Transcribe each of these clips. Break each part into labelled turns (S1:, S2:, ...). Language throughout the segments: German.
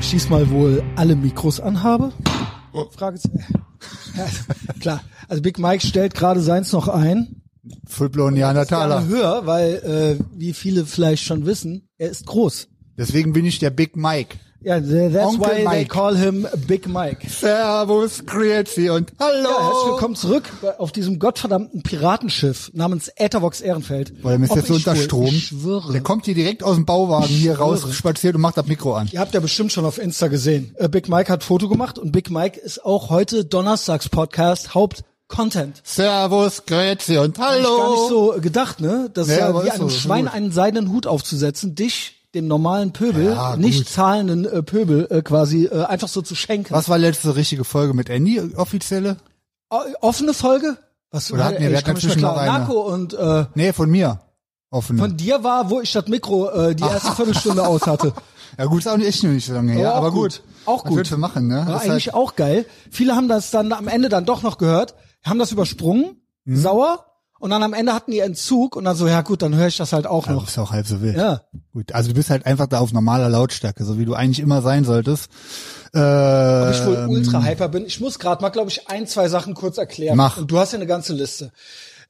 S1: ich diesmal wohl alle Mikros anhabe?
S2: Oh.
S1: Frage ja, Klar, also Big Mike stellt gerade seins noch ein.
S2: Fullblown
S1: Gerne
S2: Neandertaler.
S1: höher, weil, äh, wie viele vielleicht schon wissen, er ist groß.
S2: Deswegen bin ich der Big Mike.
S1: Ja, th- that's
S2: Onkel
S1: why they
S2: Mike.
S1: call him Big Mike.
S2: Servus, Grüezi und hallo.
S1: Ja, herzlich willkommen zurück bei- auf diesem gottverdammten Piratenschiff namens Äthervox Ehrenfeld.
S2: Boah, der ist
S1: Ob
S2: jetzt so
S1: ich
S2: unter
S1: schwul-
S2: Strom.
S1: Ich schwöre.
S2: Der kommt hier direkt aus dem Bauwagen hier raus,
S1: schwöre.
S2: spaziert und macht das Mikro an.
S1: Ihr habt ja bestimmt schon auf Insta gesehen. Äh, Big Mike hat Foto gemacht und Big Mike ist auch heute Donnerstags Podcast Haupt-Content.
S2: Servus, Grüezi und
S1: Hab Ich gar nicht
S2: hallo.
S1: so gedacht, ne? Das ist
S2: Nee,
S1: ja,
S2: aber
S1: wie
S2: ist so,
S1: einem
S2: ist
S1: Schwein
S2: gut.
S1: einen seidenen Hut aufzusetzen, dich, dem normalen Pöbel,
S2: Ja, gut.
S1: nicht zahlenden äh, Pöbel äh, quasi äh, einfach so zu schenken.
S2: Was war letzte richtige Folge mit Andy, offizielle?
S1: O Äh, offene Folge? Was
S2: Oder hatten wir-
S1: ey,
S2: wir
S1: ich
S2: hatten
S1: komm nicht mehr
S2: dazwischen
S1: klar.
S2: noch eine.
S1: Narco und äh,
S2: Nee, von mir. Offene.
S1: von dir war, wo ich statt Mikro äh, die erste Viertelstunde aus hatte.
S2: ja gut, ist auch echt noch nicht so lange her,
S1: auch
S2: aber
S1: gut.
S2: gut.
S1: Auch
S2: Was
S1: gut.
S2: willst du machen, ne?
S1: War
S2: Das ist
S1: eigentlich
S2: halt,
S1: auch geil. Viele haben das dann am Ende dann doch noch gehört, haben das übersprungen,
S2: Mhm.
S1: sauer, und dann am Ende hatten die Entzug und dann so, ja gut, dann höre ich das halt auch
S2: ja,
S1: noch.
S2: ist auch halb so wild.
S1: Ja.
S2: Gut, also du bist halt einfach da auf normaler Lautstärke, so wie du eigentlich immer sein solltest. Ähm, Äh, Ob
S1: Ob ich wohl ultra hyper bin. Ich muss gerade mal, glaube ich, ein, zwei Sachen kurz erklären.
S2: Mach.
S1: Und du hast ja eine ganze Liste.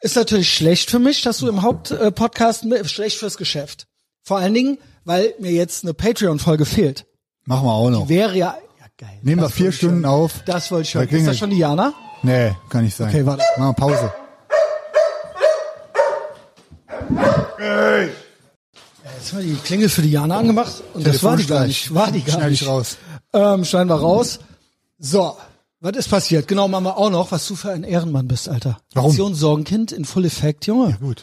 S1: Ist natürlich schlecht für mich, dass du im Hauptpodcast mit, schlecht fürs Geschäft. Vor allen Dingen, weil mir jetzt eine Patreon-Folge fehlt.
S2: Machen wir auch noch.
S1: Wäre ja, ja geil. Das
S2: Nehmen wir
S1: wollte
S2: vier
S1: ich hören.
S2: Stunden auf.
S1: Das wollte ich
S2: Da
S1: hören. Ist
S2: klingelt.
S1: das schon die Jana?
S2: Nee, kann nicht sein.
S1: Okay, warte.
S2: Machen wir Pause.
S1: Jetzt haben wir die Klingel für die Jana angemacht und das war die gar nicht. War die gar
S2: Schneide
S1: nicht.
S2: ich raus.
S1: Ähm, schneiden wir raus. So, was ist passiert? Genau, machen wir auch noch, was du für ein Ehrenmann bist, Alter.
S2: Warum?
S1: Aktion Sorgenkind in Full Effect, Junge.
S2: Gut.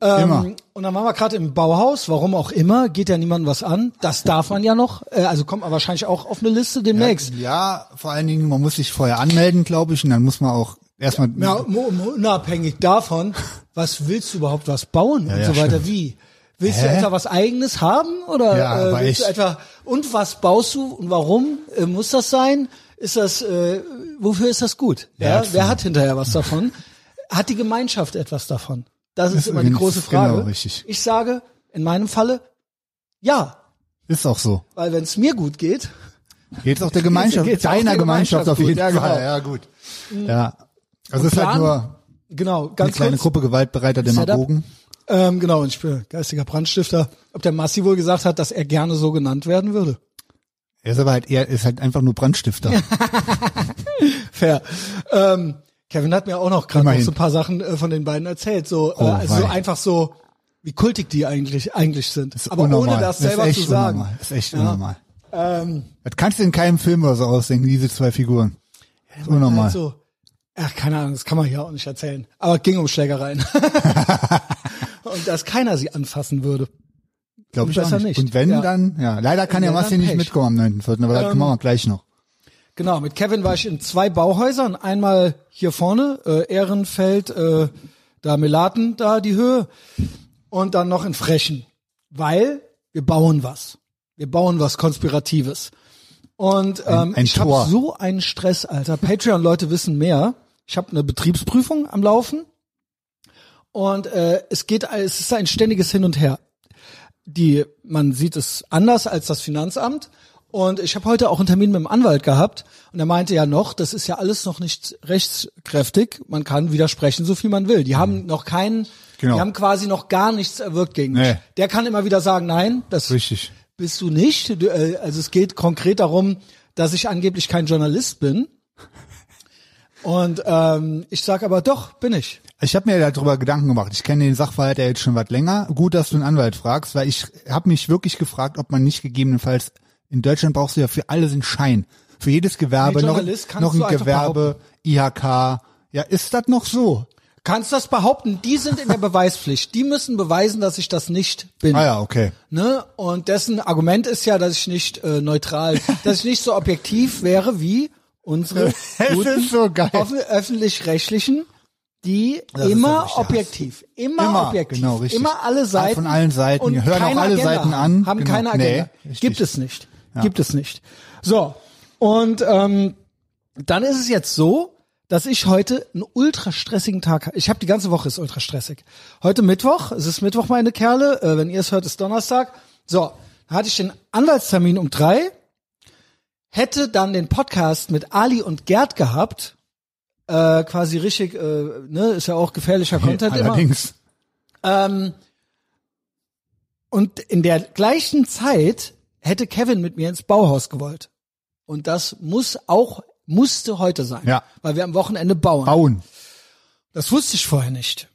S1: Ähm,
S2: Immer.
S1: Und dann waren wir gerade im Bauhaus, warum auch immer, geht ja niemandem was an. Das darf man ja noch. Äh, also kommt man wahrscheinlich auch auf eine Liste demnächst.
S2: Ja, vor allen Dingen, man muss sich vorher anmelden, glaube ich, und dann muss man auch erstmal.
S1: Ja, mu- mu- unabhängig davon, was willst du überhaupt was bauen und
S2: ja,
S1: so weiter? Wie? Willst du
S2: Hä?
S1: etwa was eigenes haben oder
S2: Ja,
S1: äh,
S2: aber
S1: willst du
S2: ich-
S1: etwa und was baust du und warum äh, muss das sein? Ist das äh, wofür ist das gut? Ja,
S2: hat-
S1: wer hat hinterher was davon? hat die Gemeinschaft etwas davon? Das ist
S2: Das
S1: immer die
S2: ist
S1: große
S2: genau
S1: Frage.
S2: richtig.
S1: Ich sage in meinem Falle ja,
S2: Ist auch so.
S1: weil wenn es mir gut geht,
S2: Geht's auch der Gemeinschaft,
S1: Geht's auch
S2: deiner
S1: der
S2: Gemeinschaft,
S1: Gemeinschaft
S2: auf
S1: gut,
S2: jeden
S1: ja, genau.
S2: Fall. Ja, gut. Ja. Also es ist
S1: Plan-
S2: halt nur
S1: genau,
S2: eine
S1: ganz
S2: kleine
S1: kurz,
S2: Gruppe gewaltbereiter
S1: Setup.
S2: Demagogen.
S1: Ähm, genau, und ich bin geistiger Brandstifter. Ob der Massi wohl gesagt hat, dass er gerne so genannt werden würde.
S2: Er ist aber halt, er ist halt einfach nur Brandstifter.
S1: Fair. Ähm, Kevin hat mir auch noch gerade noch
S2: Immerhin.
S1: so ein paar Sachen äh, von den beiden erzählt. So, äh,
S2: Oh,
S1: also so
S2: wei.
S1: einfach so, wie kultig die eigentlich eigentlich sind.
S2: Ist
S1: Aber
S2: unnormal.
S1: ohne das
S2: ist
S1: selber
S2: echt
S1: zu sagen.
S2: Unnormal. Ist echt
S1: Ja.
S2: unnormal.
S1: Ähm,
S2: Das kannst du in keinem Film oder so ausdenken, diese zwei Figuren. Ist
S1: halt
S2: unnormal.
S1: so, ach, keine Ahnung, das kann man hier auch nicht erzählen. Aber es ging um Schlägereien. und dass keiner sie anfassen würde.
S2: Glaube ich
S1: besser
S2: auch nicht.
S1: nicht.
S2: Und wenn,
S1: Ja.
S2: dann, ja. Leider kann
S1: Und
S2: der
S1: wenn,
S2: Massi
S1: dann
S2: nicht
S1: Pech. Ähm,
S2: mitkommen am 9.4., aber das machen wir gleich noch.
S1: Genau, mit Kevin war ich in zwei Bauhäusern. Einmal hier vorne, äh, Ehrenfeld, äh, da Melaten, da die Höhe. Und dann noch in Frechen. Weil wir bauen was. Wir bauen was Konspiratives. Und ähm,
S2: ein
S1: ich habe
S2: Tor.
S1: so einen Stress, Alter. Patreon-Leute wissen mehr. Ich habe eine Betriebsprüfung am Laufen. Und äh, es geht, es ist ein ständiges Hin und Her die man sieht es anders als das Finanzamt. Und ich habe heute auch einen Termin mit dem Anwalt gehabt und er meinte ja noch, das ist ja alles noch nicht rechtskräftig, man kann widersprechen, so viel man will. Die haben noch keinen,
S2: Genau.
S1: die haben quasi noch gar nichts erwirkt gegen mich.
S2: Nee.
S1: Der kann immer wieder sagen, nein, das
S2: Richtig.
S1: bist du nicht. Du, äh, also es geht konkret darum, dass ich angeblich kein Journalist bin. Und ähm, ich sage aber doch, bin ich.
S2: Ich habe mir darüber Gedanken gemacht. Ich kenne den Sachverhalt ja jetzt schon was länger. Gut, dass du einen Anwalt fragst, weil ich habe mich wirklich gefragt, ob man nicht gegebenenfalls in Deutschland brauchst du ja für alles einen Schein. Für jedes Gewerbe,
S1: Nee,
S2: noch,
S1: Journalist kannst
S2: noch
S1: du
S2: ein
S1: einfach
S2: Gewerbe, IHK. Ja, ist das noch so?
S1: Kannst das behaupten? Die sind in der Beweispflicht. Die müssen beweisen, dass ich das nicht bin.
S2: Ah ja, okay.
S1: Ne? Und dessen Argument ist ja, dass ich nicht äh, neutral, dass ich nicht so objektiv wäre wie unsere
S2: Es
S1: guten
S2: ist so geil.
S1: offen- öffentlich-rechtlichen, die
S2: Das ist der
S1: immer
S2: richtige Hass.
S1: objektiv, immer,
S2: Immer,
S1: objektiv,
S2: genau, richtig.
S1: immer alle Seiten
S2: Von allen Seiten.
S1: und
S2: Hören auch
S1: keine
S2: alle
S1: Agenda
S2: Seiten
S1: haben,
S2: an.
S1: haben
S2: Genau.
S1: keine Agenda.
S2: Nee, richtig.
S1: Gibt es nicht, gibt es nicht. So und ähm, dann ist es jetzt so, dass ich heute einen ultra stressigen Tag habe. Ich habe die ganze Woche ist ultra stressig. Heute Mittwoch, es ist Mittwoch, meine Kerle. Äh, wenn ihr es hört, ist Donnerstag. So, da hatte ich den Anwaltstermin um drei. hätte dann den Podcast mit Ali und Gerd gehabt, äh, quasi richtig, äh, ne, ist ja auch gefährlicher Content halt immer.
S2: Allerdings.
S1: Ähm, und in der gleichen Zeit hätte Kevin mit mir ins Bauhaus gewollt. Und das muss auch, musste heute sein.
S2: Ja.
S1: Weil wir am Wochenende bauen.
S2: Bauen.
S1: Das wusste ich vorher nicht.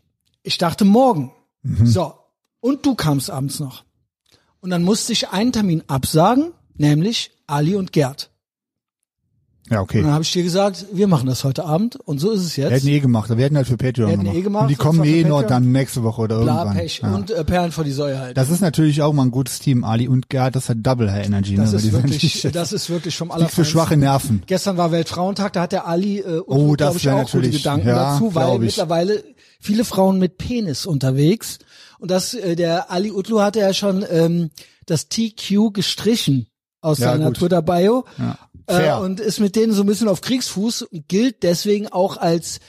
S1: Ich dachte morgen.
S2: Mhm.
S1: So. Und du kamst abends noch. Und dann musste ich einen Termin absagen, nämlich Ali und Gerd.
S2: Ja, okay.
S1: Und dann habe ich dir gesagt, wir machen das heute Abend. Und so ist es
S2: Wir
S1: jetzt.
S2: hätten eh gemacht, wir hätten halt für Patreon
S1: hätten eh
S2: gemacht.
S1: gemacht,
S2: Und die
S1: und
S2: kommen
S1: zwar für
S2: eh noch
S1: Patreon.
S2: dann nächste Woche oder
S1: Bla,
S2: irgendwann.
S1: Pech
S2: Ja.
S1: und äh, Perlen vor die Säue halt.
S2: das ist natürlich auch mal ein gutes Team, Ali und Gerd, das hat Double High Energy.
S1: Das ist
S2: ne? Weil die sind
S1: wirklich,
S2: nicht-
S1: das ist wirklich vom
S2: nichts für
S1: Allerfeinsten.
S2: schwache Nerven.
S1: Gestern war Weltfrauentag, da hat der Ali äh, und
S2: Oh,
S1: Ruth,
S2: das
S1: glaub ich,
S2: wär
S1: auch gute
S2: natürlich-
S1: Gedanken
S2: ja,
S1: dazu, weil
S2: glaub ich.
S1: mittlerweile viele Frauen mit Penis unterwegs und das äh, der Ali Utlu hatte ja schon ähm, das TQ gestrichen aus
S2: Ja,
S1: seiner
S2: gut.
S1: Twitter Bio äh,
S2: Fair.
S1: und ist mit denen so ein bisschen auf Kriegsfuß und gilt deswegen auch als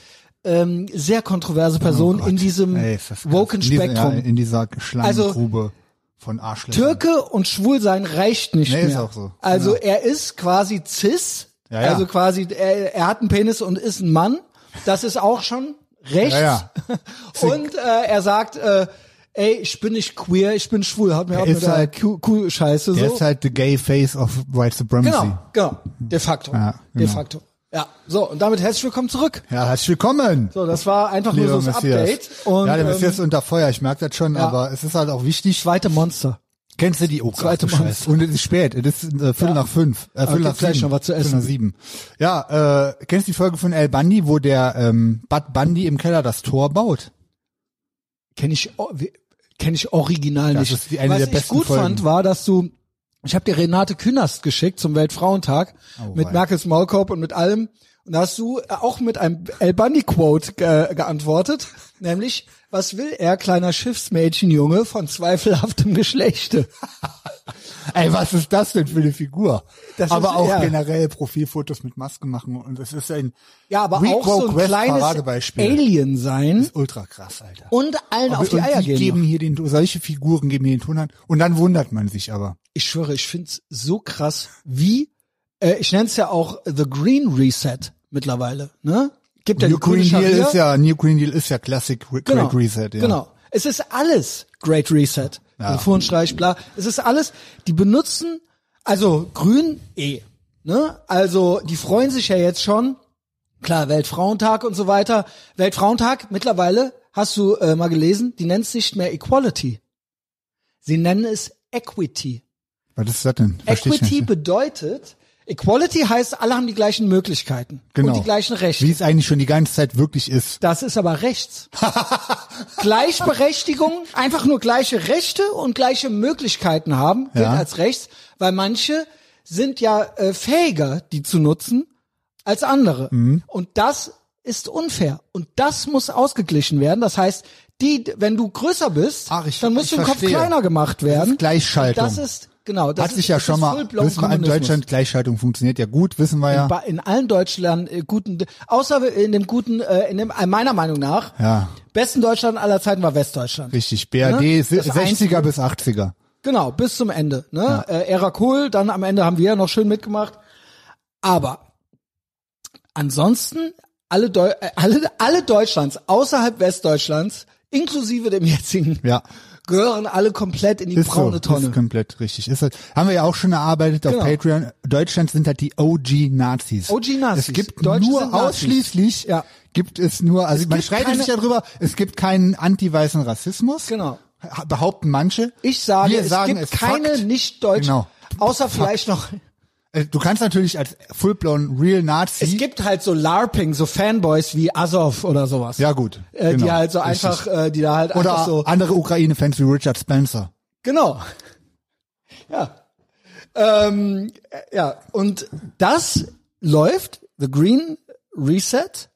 S1: ähm, sehr kontroverse Person
S2: Oh Gott.
S1: in diesem
S2: Ey, ist das krass.
S1: woken
S2: in dieser,
S1: Spektrum. Also,
S2: Ja, in dieser Schlangengrube von Arschlöchern.
S1: Türke und Schwulsein reicht nicht
S2: Nee,
S1: mehr.
S2: ist auch so.
S1: Also er ist quasi cis,
S2: Ja, ja.
S1: also quasi er, er hat einen Penis und ist ein Mann. Das ist auch schon rechts.
S2: Ja, ja.
S1: Und äh, er sagt, äh, ey, ich bin nicht queer, ich bin schwul, hat mir auch
S2: ist
S1: mit der
S2: halt-
S1: Ku- Kuh-Scheiße
S2: Der
S1: so.
S2: ist halt the gay face of white supremacy.
S1: genau, genau, de facto,
S2: Ja,
S1: de
S2: genau.
S1: facto. Ja, so und damit herzlich willkommen zurück.
S2: Ja, herzlich willkommen.
S1: So, das war einfach nur so
S2: Lieber
S1: das
S2: Messias.
S1: Update und
S2: ja, der
S1: ähm,
S2: Messias ist unter Feuer, ich merke das schon, aber es ist halt auch wichtig.
S1: zweite Monster.
S2: Kennst du die oh,
S1: Zweite
S2: ach du Scheiße.
S1: Monster.
S2: Und es ist spät, es ist äh, Viertel nach fünf. Äh, Viertel
S1: gibt's
S2: nach
S1: gleich
S2: sieben.
S1: noch was zu
S2: Viertel
S1: essen.
S2: nach sieben. Ja, äh, kennst du die Folge von El Bundy, wo der ähm, Bud Bundy im Keller das Tor baut?
S1: kenne ich o- wie- kenn ich original
S2: Das
S1: nicht.
S2: ist die- eine
S1: Was
S2: der
S1: ich
S2: besten
S1: gut
S2: Folgen.
S1: fand, war, dass du ich habe dir Renate Künast geschickt zum Weltfrauentag
S2: Oh,
S1: mit
S2: wei.
S1: Merkels Maulkorb und mit allem und da hast du äh, auch mit einem El Bundy Quote ge geantwortet, nämlich was will er kleiner Schiffsmädchenjunge von zweifelhaftem Geschlechte?
S2: Ey, was ist das denn für eine Figur?
S1: Das
S2: aber
S1: ist-
S2: auch
S1: ja.
S2: generell Profilfotos mit Masken machen und es ist ein
S1: Ja, aber
S2: Weak
S1: auch so
S2: Woke
S1: ein
S2: West
S1: kleines
S2: Paradebeispiel.
S1: Alien sein
S2: ultra krass, Alter.
S1: und allen auf die
S2: und
S1: Eier
S2: die
S1: gehen.
S2: geben hier den solche Figuren geben hier den Ton an und dann wundert man sich aber.
S1: ich schwöre, ich find's so krass, wie, äh, ich nenne es ja auch The Green Reset mittlerweile, ne? Gibt ja
S2: New
S1: die grüne
S2: Green Deal
S1: Scharia.
S2: ist ja New Green Deal ist ja Classic Re
S1: genau,
S2: Great Reset, ja.
S1: Genau. Es ist alles Great Reset. Ja. Fuhrenstreich, bla. Es ist alles, die benutzen, also grün eh, ne? Also, die freuen sich ja jetzt schon, klar, Weltfrauentag und so weiter. Weltfrauentag, mittlerweile, hast du äh, mal gelesen, die nennt's nicht mehr Equality. Sie nennen es Equity.
S2: Was ist das denn? Versteh ich
S1: Equity
S2: nicht.
S1: bedeutet, Equality heißt, alle haben die gleichen Möglichkeiten
S2: Genau.
S1: und die gleichen Rechte.
S2: Wie es eigentlich schon die ganze Zeit wirklich ist.
S1: Das ist aber rechts. Gleichberechtigung, einfach nur gleiche Rechte und gleiche Möglichkeiten haben, gilt
S2: Ja.
S1: als rechts, weil manche sind ja äh, fähiger, die zu nutzen, als andere.
S2: Mhm.
S1: Und das ist unfair. Und das muss ausgeglichen werden. Das heißt, die, wenn du größer bist,
S2: Ach, ich-
S1: dann
S2: ich
S1: musst du im Kopf
S2: verstehe.
S1: kleiner gemacht werden.
S2: Gleichschaltung.
S1: Das ist, genau, das
S2: Hat
S1: ist,
S2: sich ja
S1: das
S2: schon
S1: ist
S2: mal,
S1: full-blown
S2: wissen wir in
S1: Kommunismus.
S2: Deutschland, Gleichschaltung funktioniert ja gut, wissen wir ja.
S1: Ba- in allen Deutschland äh, guten, außer in dem guten, äh, in dem äh, meiner Meinung nach,
S2: Ja.
S1: besten Deutschland aller Zeiten war Westdeutschland.
S2: Richtig, BRD
S1: Ne?
S2: si-
S1: Das
S2: 60er bis 80er.
S1: Genau, bis zum Ende. Ne? Äh, Ära Kohl, dann am Ende haben wir ja noch schön mitgemacht. Aber ansonsten alle, Deu äh, alle, alle Deutschlands außerhalb Westdeutschlands, inklusive dem jetzigen,
S2: Ja.
S1: gehören alle komplett in die
S2: Ist
S1: braune
S2: so,
S1: Tonne.
S2: Ist komplett richtig. Ist halt, haben wir ja auch schon erarbeitet auf
S1: Genau.
S2: Patreon. Deutschland sind halt die OG-Nazis.
S1: OG-Nazis.
S2: Es gibt
S1: Deutsche sind
S2: nur
S1: Nazis.
S2: ausschließlich,
S1: Ja.
S2: gibt es nur, also man
S1: gibt
S2: streitet
S1: keine-
S2: sich ja drüber, es gibt keinen anti-weißen Rassismus.
S1: Genau.
S2: Ha- Behaupten manche.
S1: Ich sage,
S2: wir
S1: es
S2: sagen,
S1: gibt
S2: es
S1: keine
S2: Fakt.
S1: Nicht-Deutschen,
S2: Genau.
S1: außer vielleicht noch
S2: Äh, Du kannst natürlich als full-blown real Nazi.
S1: Es gibt halt so LARPing, so Fanboys wie Azov oder sowas.
S2: ja gut.
S1: Äh,
S2: genau,
S1: Die halt so
S2: richtig.
S1: einfach, äh, die da halt
S2: Oder
S1: einfach so.
S2: andere Ukraine-Fans wie Richard Spencer.
S1: Genau. Ja. Ähm, äh, ja, und das läuft, The Green Reset.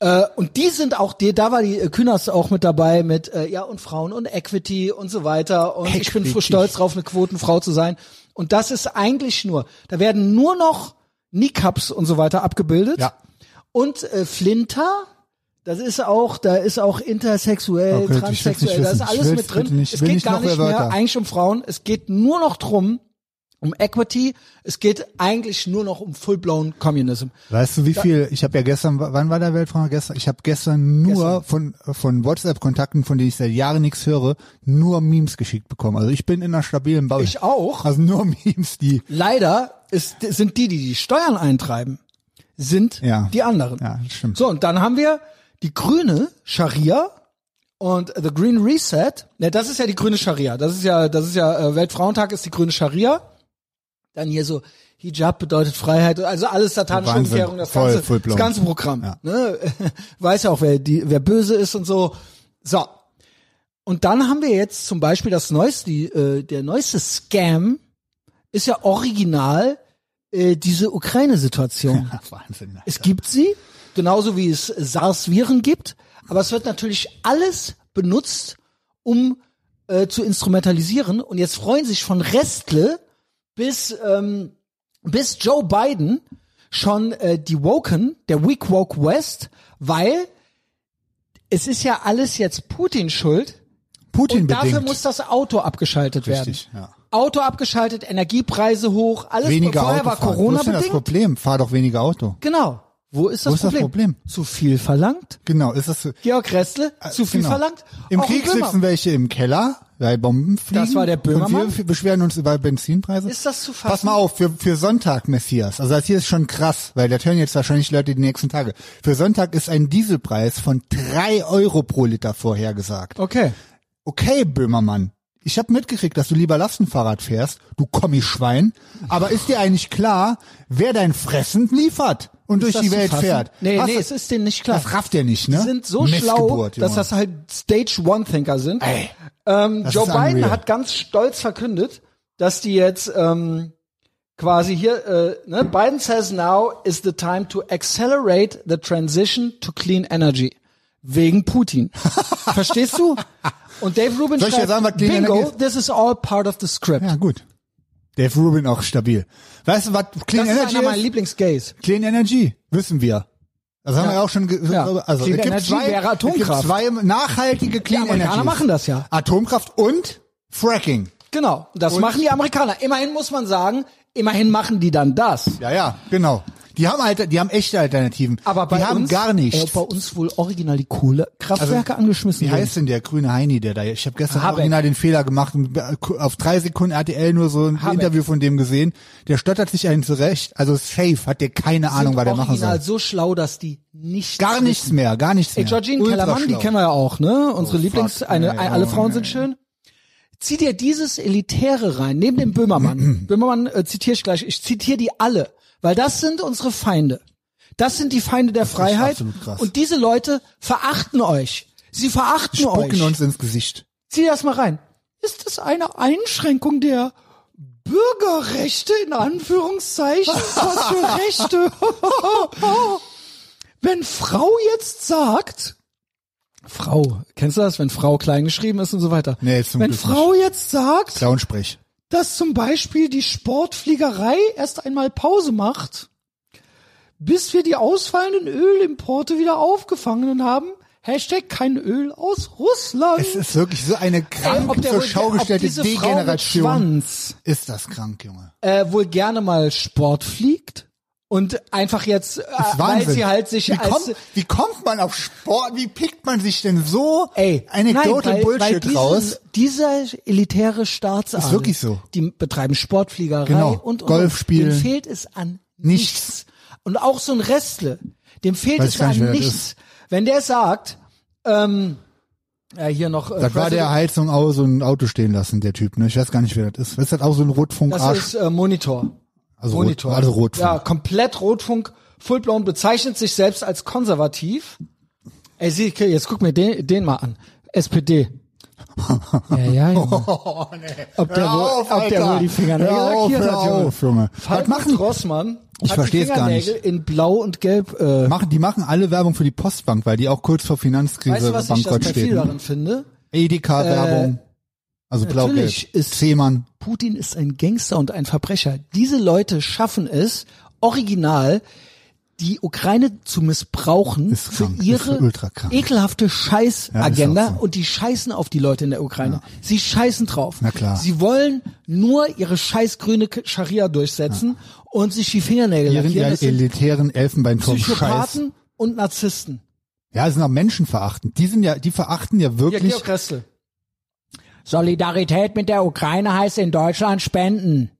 S1: Äh, und die sind auch, die, da war die äh, Kühners auch mit dabei mit, äh, ja, und Frauen und Equity und so weiter. Und ich bin
S2: Equity.
S1: stolz drauf, eine Quotenfrau zu sein. Und das ist eigentlich nur, da werden nur noch Kneecaps und so weiter abgebildet.
S2: Ja.
S1: Und äh, Flinter, das ist auch, da ist auch intersexuell,
S2: Oh Gott, ich will's
S1: transsexuell,
S2: nicht
S1: da ist
S2: wissen. Ich
S1: alles
S2: will's
S1: mit drin.
S2: bitte nicht.
S1: Es
S2: Will
S1: geht
S2: nicht
S1: gar
S2: noch mehr
S1: nicht mehr
S2: Wörter.
S1: eigentlich um Frauen. Es geht nur noch drum, um Equity. Es geht eigentlich nur noch um full-blown Communism.
S2: Weißt du, wie viel? Ich habe ja gestern, wann war der Weltfrauentag gestern? Ich habe gestern nur
S1: Gestern.
S2: von von WhatsApp-Kontakten, von denen ich seit Jahren nichts höre, nur Memes geschickt bekommen. Also ich bin in einer stabilen Bubble.
S1: Ich auch.
S2: Also nur Memes, die.
S1: Leider ist, sind die, die die Steuern eintreiben, sind
S2: Ja.
S1: die anderen.
S2: Ja, das stimmt.
S1: So, und dann haben wir die grüne Scharia und The Green Reset. Ne, das ist ja die grüne Scharia. Das ist ja, das ist ja, äh, Weltfrauentag ist die grüne Scharia. Dann hier so, Hijab bedeutet Freiheit, also alles satanische
S2: Wahnsinn.
S1: Umkehrung, das,
S2: Voll,
S1: ganze,
S2: full
S1: das
S2: blown.
S1: ganze Programm.
S2: Ja.
S1: Ne? Weiß ja auch, wer, die, wer böse ist und so. So. Und dann haben wir jetzt zum Beispiel das neueste, die, äh, der neueste Scam ist ja original äh, diese Ukraine-Situation.
S2: Wahnsinn. ne? Alter.
S1: Es gibt sie, genauso wie es SARS-Viren gibt, aber es wird natürlich alles benutzt, um äh, zu instrumentalisieren. Und jetzt freuen sich von Restle bis, ähm, bis Joe Biden schon äh, die Woken, der Weak Woke West, weil es ist ja alles jetzt Putin schuld
S2: Putin
S1: und dafür
S2: bedingt.
S1: muss das Auto abgeschaltet
S2: Richtig,
S1: werden.
S2: ja.
S1: Auto abgeschaltet, Energiepreise hoch, alles
S2: weniger
S1: vorher
S2: Auto
S1: war
S2: fahren. Wo
S1: Corona
S2: ist denn das
S1: bedingt.
S2: Problem? Fahr doch weniger Auto.
S1: Genau. Wo ist das,
S2: Wo ist das
S1: Problem?
S2: Problem?
S1: Zu viel verlangt.
S2: Genau, ist das so-
S1: Georg Restle, zu viel
S2: genau.
S1: verlangt.
S2: Im
S1: Auch ein
S2: Krieg
S1: Böhmer.
S2: sitzen welche im Keller, weil Bomben fliegen.
S1: Das war der Böhmermann.
S2: Und wir beschweren uns über Benzinpreise.
S1: Ist das zu fassen?
S2: Pass mal auf, für, für Sonntag, Messias. Also das hier ist schon krass, weil das hören jetzt wahrscheinlich Leute die nächsten Tage. Für Sonntag ist ein Dieselpreis von drei Euro pro Liter vorhergesagt.
S1: Okay.
S2: Okay, Böhmermann, ich habe mitgekriegt, dass du lieber Lastenfahrrad fährst, du Kommischwein. Aber ist dir eigentlich klar, wer dein Fressen liefert und durch
S1: das
S2: die
S1: zu
S2: Welt
S1: fassen?
S2: fährt?
S1: Nee,
S2: Hast
S1: nee,
S2: du-
S1: es ist denen nicht klar.
S2: das rafft er nicht, ne?
S1: Die sind so schlau,
S2: Missgeburt,
S1: dass
S2: Junge.
S1: das halt Stage One Thinker sind.
S2: Ey.
S1: Ähm,
S2: Das
S1: Joe
S2: ist
S1: Biden
S2: unreal.
S1: hat ganz stolz verkündet, dass die jetzt ähm, quasi hier, äh, ne, Biden says now is the time to accelerate the transition to clean energy. Wegen Putin. Verstehst du? Und Dave Rubin
S2: Soll ich dir
S1: schreibt,
S2: sagen, was clean energy
S1: Bingo,
S2: ist?
S1: this is all part of the script.
S2: Ja, gut. Dave Rubin auch stabil. Weißt du, was Clean
S1: das ist
S2: Energy
S1: einer meiner
S2: ist?
S1: Lieblingsgays.
S2: Clean Energy, wissen wir. Das haben wir auch schon ge
S1: Ja.
S2: also
S1: Clean
S2: es gibt
S1: Energy
S2: zwei,
S1: wäre Atomkraft.
S2: Es gibt zwei nachhaltige Clean
S1: Die Amerikaner
S2: Energies.
S1: machen das ja.
S2: Atomkraft und Fracking.
S1: Genau, das machen die Amerikaner. Immerhin muss man sagen, immerhin machen die dann das.
S2: Ja, ja, genau. Die haben Alter, die haben echte Alternativen.
S1: Aber bei
S2: die haben
S1: uns,
S2: gar
S1: Äh,
S2: nichts. Also,
S1: bei uns wohl original die Kohlekraftwerke angeschmissen.
S2: Wie
S1: wurden.
S2: heißt denn der grüne Heini, der da? Ich habe gestern
S1: Habeck.
S2: original den Fehler gemacht und auf drei Sekunden RTL nur so ein
S1: Habeck.
S2: Interview von dem gesehen. Der stottert sich einen zurecht. Also safe hat der keine Ahnung, was der machen
S1: original
S2: soll.
S1: so schlau, dass die nichts
S2: Gar nichts mehr, gar nichts mehr.
S1: Ey, Georgine
S2: Ultra
S1: Kellermann, die
S2: schlau.
S1: kennen wir ja auch, ne? Unsere
S2: Oh,
S1: Lieblings,
S2: fuck,
S1: eine,
S2: ey,
S1: ein- alle
S2: oh,
S1: Frauen
S2: nee.
S1: sind schön. Zieh dir dieses Elitäre rein, neben dem Böhmermann. Böhmermann äh, zitiere ich gleich. Ich zitiere die alle, weil das sind unsere Feinde. Das sind die Feinde der Freiheit.
S2: absolut krass.
S1: Und diese Leute verachten euch. Sie verachten
S2: Spucken
S1: euch.
S2: uns ins Gesicht.
S1: Zieh das mal rein. Ist das eine Einschränkung der Bürgerrechte in Anführungszeichen? Was für Rechte? wenn Frau jetzt sagt, Frau, kennst du das, wenn Frau klein geschrieben ist und so weiter?
S2: Nee, zum
S1: wenn
S2: Glück
S1: Frau jetzt sagt,
S2: Clownsprech.
S1: dass zum Beispiel die Sportfliegerei erst einmal Pause macht, bis wir die ausfallenden Ölimporte wieder aufgefangen haben. Hashtag kein Öl aus Russland.
S2: Es ist wirklich so eine
S1: Ey,
S2: krank zur Schau
S1: ob
S2: gestellte
S1: diese Frau
S2: Degeneration.
S1: mit Schwanz
S2: Ist das krank, Junge.
S1: äh, wohl gerne mal Sport fliegt und einfach jetzt, äh,
S2: Das ist
S1: weil
S2: Wahnsinn.
S1: sie halt sich
S2: wie,
S1: als
S2: kommt, wie kommt man auf Sport? Wie pickt man sich denn so
S1: ey,
S2: Anekdote
S1: nein, weil, weil
S2: Bullshit
S1: diesen,
S2: raus?
S1: Dieser elitäre Staatsadel,
S2: Ist wirklich so.
S1: Die betreiben Sportfliegerei
S2: Genau,
S1: und, und
S2: Golf spielen.
S1: Dem fehlt es an nichts.
S2: Nichts.
S1: Und auch so ein Restle, dem fehlt
S2: Weiß ich
S1: es
S2: gar
S1: an
S2: nicht, wer das
S1: nichts. Wenn der sagt, ähm, ja, hier noch, äh,
S2: Das war der Heizung aus und Auto stehen lassen, der Typ. Ne? Ich weiß gar nicht, wer das ist. Ist das auch so ein
S1: das
S2: Rotfunk-Arsch?
S1: ist äh, Monitor.
S2: Also, Rot,
S1: Monitor.
S2: also Rotfunk.
S1: Ja, komplett Rotfunk. Fullblown bezeichnet sich selbst als konservativ. Ey, sieh, jetzt guck mir den, den mal an. SPD. ja, ja, Junge.
S2: Oh, nee.
S1: Ob der
S2: Hör
S1: wohl-
S2: auf,
S1: ob der
S2: Alter.
S1: wohl die Fingernägel
S2: hör auf,
S1: lackiert
S2: hör
S1: hat, Junge.
S2: auf, Junge. Was
S1: Falco
S2: machen,
S1: Drossmann
S2: Ich
S1: hat die
S2: versteh's gar nicht.
S1: Fingernägel in blau und gelb. Äh,
S2: machen, die machen alle Werbung für die Postbank, weil die auch kurz vor Finanzkrise
S1: weißt du, was ich das
S2: bankrott
S1: perfide
S2: steht. Ne?
S1: daran finde?
S2: Edeka-Werbung. also blau-gelb.
S1: Äh, natürlich ist-
S2: Zehmann.
S1: Putin ist ein Gangster und ein Verbrecher. Diese Leute schaffen es, original die Ukraine zu missbrauchen
S2: Ist
S1: für
S2: krank,
S1: ihre
S2: ist ultra krank.
S1: ekelhafte Scheißagenda
S2: Ja, ist auch so.
S1: und die scheißen auf die Leute in der Ukraine. Sie scheißen drauf.
S2: Na klar.
S1: Sie wollen nur ihre scheißgrüne K- Scharia durchsetzen und sich die Fingernägel
S2: Ihren
S1: lackieren. Das sind
S2: elitären Elfenbeinturm-Scheiß.
S1: Psychopathen und Narzissten.
S2: Ja, das sind auch menschenverachtend. Die sind ja, die verachten ja
S1: Ja,
S2: wirklich.
S1: Georg Ressel. Solidarität mit der Ukraine heißt in Deutschland spenden.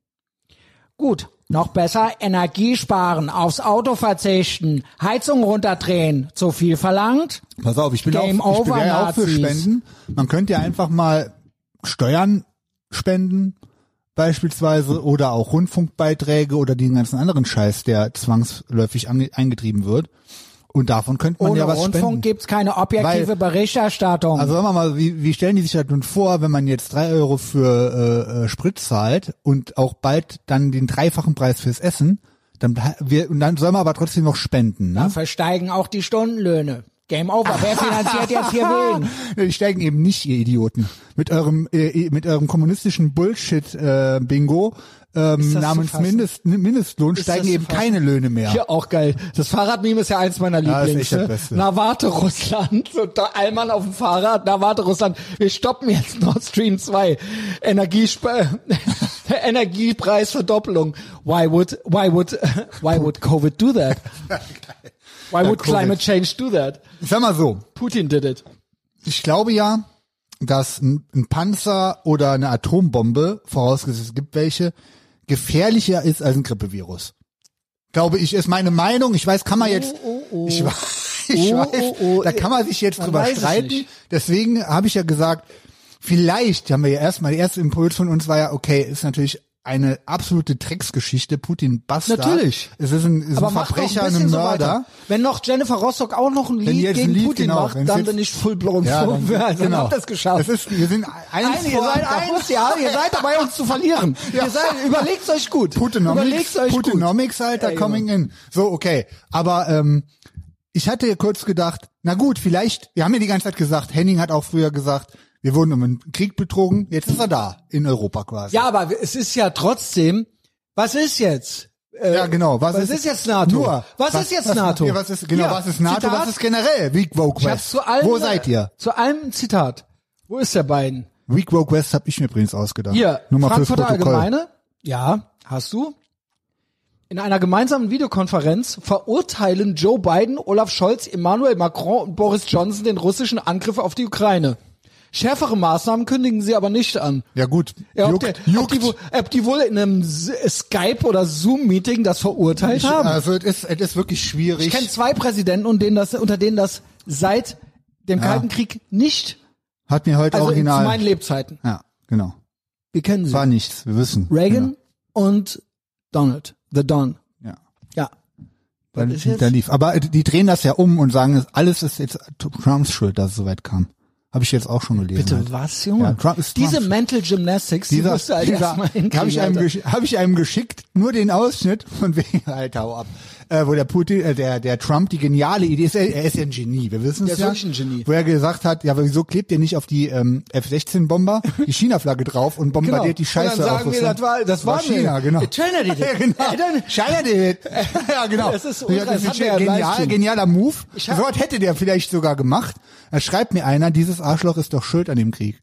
S1: Gut, noch besser Energie sparen, aufs Auto verzichten, Heizung runterdrehen, zu viel verlangt.
S2: Pass auf, ich bin auch, ich
S1: Game
S2: bin
S1: over,
S2: ja auch für
S1: Nazis.
S2: Spenden. Man könnte ja einfach mal Steuern spenden, beispielsweise, oder auch Rundfunkbeiträge oder den ganzen anderen Scheiß, der zwangsläufig ange eingetrieben wird. Und davon könnte man ja was spenden.
S1: gibt's keine objektive
S2: Weil-
S1: Berichterstattung.
S2: Also sagen wir mal, wie, wie stellen die sich das nun vor, wenn man jetzt drei Euro für äh, äh, Sprit zahlt und auch bald dann den dreifachen Preis fürs Essen, dann bl- wir, und dann soll man aber trotzdem noch spenden, ne?
S1: versteigen auch die Stundenlöhne. Game over. Wer finanziert jetzt hier wen?
S2: Die steigen eben nicht, ihr Idioten. Mit eurem, äh, mit eurem kommunistischen Bullshit-Bingo ähm,
S1: Ist das
S2: namens
S1: zu fassen?
S2: Mindest, Mindestlohn
S1: Ist das
S2: steigen
S1: zu
S2: eben
S1: fassen?
S2: keine Löhne mehr.
S1: Hier auch geil. Das Fahrradmeme ist ja eins meiner
S2: Ja, ist
S1: Lieblings.
S2: echt das
S1: ne?
S2: Beste.
S1: Na warte Russland. Und da Allmann auf dem Fahrrad. Na warte Russland. Wir stoppen jetzt Nord Stream 2. Energiesp Energiepreisverdoppelung. Why would, why would, why would Covid do that? Why would
S2: Covid.
S1: climate change do that?
S2: Ich sag mal so,
S1: Putin did it.
S2: ich glaube ja, dass ein, ein Panzer oder eine Atombombe, vorausgesetzt es gibt welche, gefährlicher ist als ein Grippevirus. Glaube ich, ist meine Meinung. Ich weiß, kann man jetzt,
S1: oh, oh.
S2: ich weiß, ich
S1: Oh,
S2: weiß,
S1: oh, oh.
S2: da kann man sich jetzt
S1: Man
S2: drüber
S1: weiß es
S2: streiten.
S1: nicht.
S2: Deswegen habe ich ja gesagt, vielleicht haben wir ja erstmal, der erste Impuls von uns war ja, okay, ist natürlich eine absolute Drecksgeschichte, Putin Bastard.
S1: Natürlich.
S2: Es ist ein, es ist
S1: mach
S2: ein
S1: doch
S2: Verbrecher,
S1: ein
S2: ein,
S1: bisschen so
S2: Mörder.
S1: weiter. Wenn noch Jennifer Rostock auch noch ein
S2: Wenn die
S1: Lied
S2: jetzt ein
S1: gegen
S2: Lied,
S1: Putin
S2: genau,
S1: macht,
S2: wenn's
S1: dann
S2: jetzt-
S1: bin ich full blown
S2: dann, genau.
S1: dann, dann habt ihr es geschafft.
S2: Es ist, wir sind eins
S1: Nein, ihr
S2: vor-
S1: seid eins, ja, ihr seid dabei, uns zu verlieren.
S2: Ja.
S1: Ihr seid, überlegt's euch gut.
S2: Putinomics,
S1: Überlegt's euch gut.
S2: Putinomics, Alter,
S1: Ey,
S2: coming in. So, okay. Aber ähm, ich hatte ja kurz gedacht, na gut, vielleicht, wir haben ja die ganze Zeit gesagt, Henning hat auch früher gesagt, wir wurden um einen Krieg betrogen, jetzt ist er da, in Europa quasi.
S1: Ja, aber es ist ja trotzdem, was ist jetzt? Äh,
S2: Ja, genau. Was,
S1: was
S2: ist,
S1: ist jetzt NATO?
S2: Nur,
S1: Was ist jetzt NATO?
S2: Ja, was ist, genau,
S1: Ja,
S2: was ist NATO?
S1: Zitat.
S2: was ist generell? Weak Woke
S1: ich hab's
S2: West.
S1: zu allem,
S2: Wo seid ihr?
S1: Zu allem ein Zitat. Wo ist der beiden?
S2: Weak Woke West habe ich mir übrigens ausgedacht.
S1: Hier,
S2: Nur mal
S1: Frankfurter
S2: fürs Protokoll.
S1: Allgemeine. Ja, hast du. In einer gemeinsamen Videokonferenz verurteilen Joe Biden, Olaf Scholz, Emmanuel Macron und Boris Johnson den russischen Angriff auf die Ukraine. Schärfere Maßnahmen kündigen sie aber nicht an.
S2: Ja gut,
S1: Ja, ob,
S2: juckt,
S1: der, ob,
S2: juckt.
S1: die, wohl- ob die wohl in einem S- Skype oder Zoom-Meeting das verurteilt
S2: Ich-
S1: haben.
S2: also es ist, es ist wirklich schwierig.
S1: ich kenne zwei Präsidenten, und denen das, unter denen das seit dem Kalten Krieg nicht,
S2: Hat mir heute
S1: also
S2: original.
S1: zu meinen Lebzeiten.
S2: ja, genau.
S1: Wir kennen sie.
S2: War nichts, wir wissen.
S1: Reagan und Donald, the Don.
S2: Genau. Ja.
S1: Ja.
S2: Da,
S1: ist jetzt?
S2: da lief. Aber äh, die drehen das ja um und sagen, es- alles ist jetzt Trumps Schuld, dass es so weit kam. Habe ich jetzt auch schon gelesen.
S1: Bitte
S2: halt.
S1: was, Junge?
S2: Ja, Trump ist
S1: Diese
S2: Trump.
S1: Mental Gymnastics, die
S2: Dieser,
S1: musst du halt
S2: dieser
S1: erstmal hinkriegen,
S2: habe ich, einem
S1: Alter.
S2: gesch- hab ich einem geschickt, nur den Ausschnitt von wegen, Alter, hau ab, äh, wo der Putin, äh, der, der Trump die geniale Idee ist, er, er ist ja ein Genie, wir wissen
S1: Der
S2: es
S1: ist
S2: ja,
S1: wirklich ein Genie.
S2: wo er gesagt hat, ja, aber wieso klebt ihr nicht auf die ähm, F-16-Bomber die China-Flagge drauf und bombardiert die Scheiße
S1: Genau. und dann sagen
S2: auf
S1: wir,
S2: Russland?
S1: das war, das war,
S2: China,
S1: mir.
S2: genau.
S1: China did it.
S2: Ja, genau.
S1: Äh, dann-
S2: China did it. ja, genau.
S1: Es ist
S2: Ja,
S1: ultra,
S2: das
S1: das
S2: ist
S1: hat mir ja
S2: genial,
S1: Leistung.
S2: genialer Move.
S1: Ich hab-
S2: So was hätte der vielleicht sogar gemacht. Er schreibt mir einer, dieses Arschloch ist doch schuld an dem Krieg.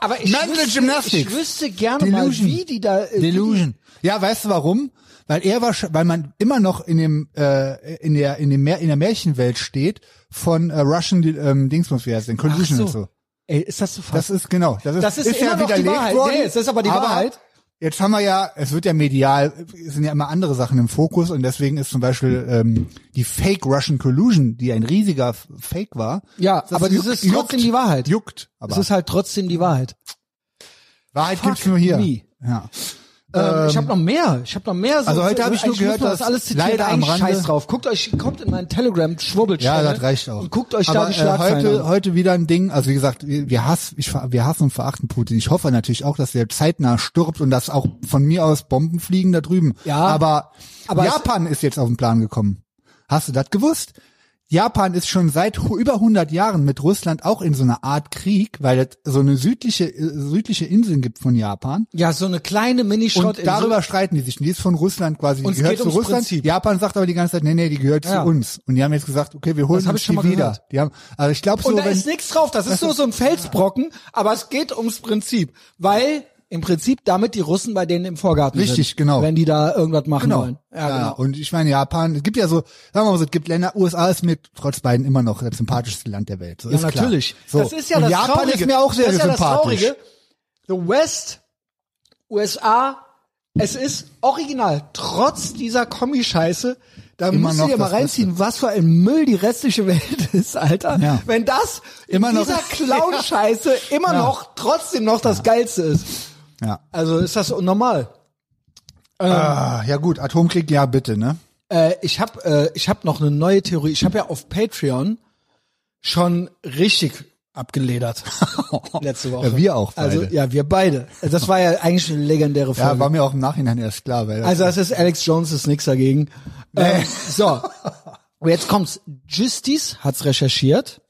S1: aber ich
S2: Mental
S1: wüsste,
S2: Gymnastics.
S1: ich wüsste gerne
S2: Delusion.
S1: mal, wie die da... Äh,
S2: Ja, weißt du warum? Weil er war, sch- weil man immer noch in dem äh, in der in dem Meer, in der Märchenwelt steht von äh, Russian ähm, Dingsbums wie heißt denn
S1: Ach
S2: Collusion
S1: so.
S2: und so.
S1: Ey, ist das so fast?
S2: Das ist genau. Das ist,
S1: Das ist
S2: ja
S1: immer noch die
S2: widerlegt
S1: Wahrheit.
S2: worden.
S1: Nee, es ist aber die Wahrheit.
S2: Jetzt haben wir ja, es wird ja medial, es sind ja immer andere Sachen im Fokus und deswegen ist zum Beispiel ähm, die Fake Russian Collusion, die ein riesiger F- Fake war.
S1: Ja,
S2: das
S1: aber das
S2: juckt-
S1: ist
S2: juckt,
S1: trotzdem die Wahrheit.
S2: Juckt. Aber
S1: Es ist halt trotzdem die Wahrheit.
S2: Wahrheit
S1: fuck
S2: gibt's nur hier.
S1: me.
S2: Ja.
S1: Ähm, ich habe noch mehr. Ich habe noch mehr. So,
S2: also heute hab ich
S1: eigentlich
S2: nur
S1: muss man
S2: gehört,
S1: das alles
S2: dass
S1: zitieren.
S2: leider am
S1: Eigentlich
S2: Rande-
S1: Scheiß drauf. Guckt euch, kommt in meinen Telegram schwurbelt
S2: Ja, das reicht auch.
S1: Und ne? guckt euch
S2: Aber,
S1: da die
S2: äh,
S1: Schlagzeilen an.
S2: heute, heute wieder ein Ding. Also wie gesagt, wir wir hassen, ich, ver- wir hassen und verachten Putin. Ich hoffe natürlich auch, dass der zeitnah stirbt und dass auch von mir aus Bomben fliegen da drüben.
S1: Ja.
S2: Aber,
S1: Aber es-
S2: Japan ist jetzt auf den Plan gekommen. Hast du das gewusst? Japan ist schon seit hu- über 100 Jahren mit Russland auch in so einer Art Krieg, weil es so eine südliche, äh, südliche Inseln gibt von Japan.
S1: Ja, so eine kleine
S2: Und
S1: Minischrott
S2: darüber streiten die sich. Und die ist von Russland quasi. Die
S1: Und es
S2: gehört
S1: geht
S2: zu
S1: ums
S2: Russland.
S1: Prinzip.
S2: Japan sagt aber die ganze Zeit, nee, nee, die gehört
S1: Ja.
S2: zu uns. Und die haben jetzt gesagt, okay, wir holen
S1: hab
S2: uns
S1: ich schon
S2: die
S1: mal
S2: wieder.
S1: gehört.
S2: Die haben, also ich glaube so,
S1: Und da
S2: wenn,
S1: ist nichts drauf. Das ist nur so ein Felsbrocken, aber es geht ums Prinzip, weil im Prinzip damit die Russen bei denen im Vorgarten sind.
S2: Richtig, genau.
S1: Wenn die da irgendwas machen wollen.
S2: Ja,
S1: Ja,
S2: ja,
S1: genau.
S2: und ich meine, Japan, es gibt ja so, sagen wir mal so, es gibt Länder, USA ist mir trotz beiden immer noch das sympathischste Land der Welt. So
S1: Ja,
S2: ist klar.
S1: natürlich.
S2: So.
S1: Das ist ja
S2: und
S1: das
S2: Japan
S1: Traurige.
S2: ist mir auch sehr
S1: das ist ja das
S2: sympathisch.
S1: Traurige. The West, USA, es ist original. Trotz dieser Kommi-Scheiße, da
S2: Immer
S1: musst du
S2: noch
S1: dir mal
S2: das
S1: reinziehen, was für ein Müll die restliche Welt ist, Alter.
S2: Ja.
S1: Wenn das
S2: Immer
S1: in
S2: noch-
S1: dieser Clown-Scheiße immer noch trotzdem noch das Geilste ist.
S2: ja.
S1: Also ist das normal. Ähm.
S2: Ah, ja gut, Atomkrieg, ja bitte, ne?
S1: Äh, ich habe äh, ich hab noch eine neue Theorie. Ich habe ja auf Patreon schon richtig abgeledert letzte Woche.
S2: Oh. Ja, wir auch beide.
S1: Also ja, wir beide. Das war ja eigentlich eine legendäre Folge.
S2: Ja, war mir auch im Nachhinein erst klar, weil
S1: also das ist Alex Jones ist nix dagegen. Ähm, so, und jetzt kommt's. Justice hat's recherchiert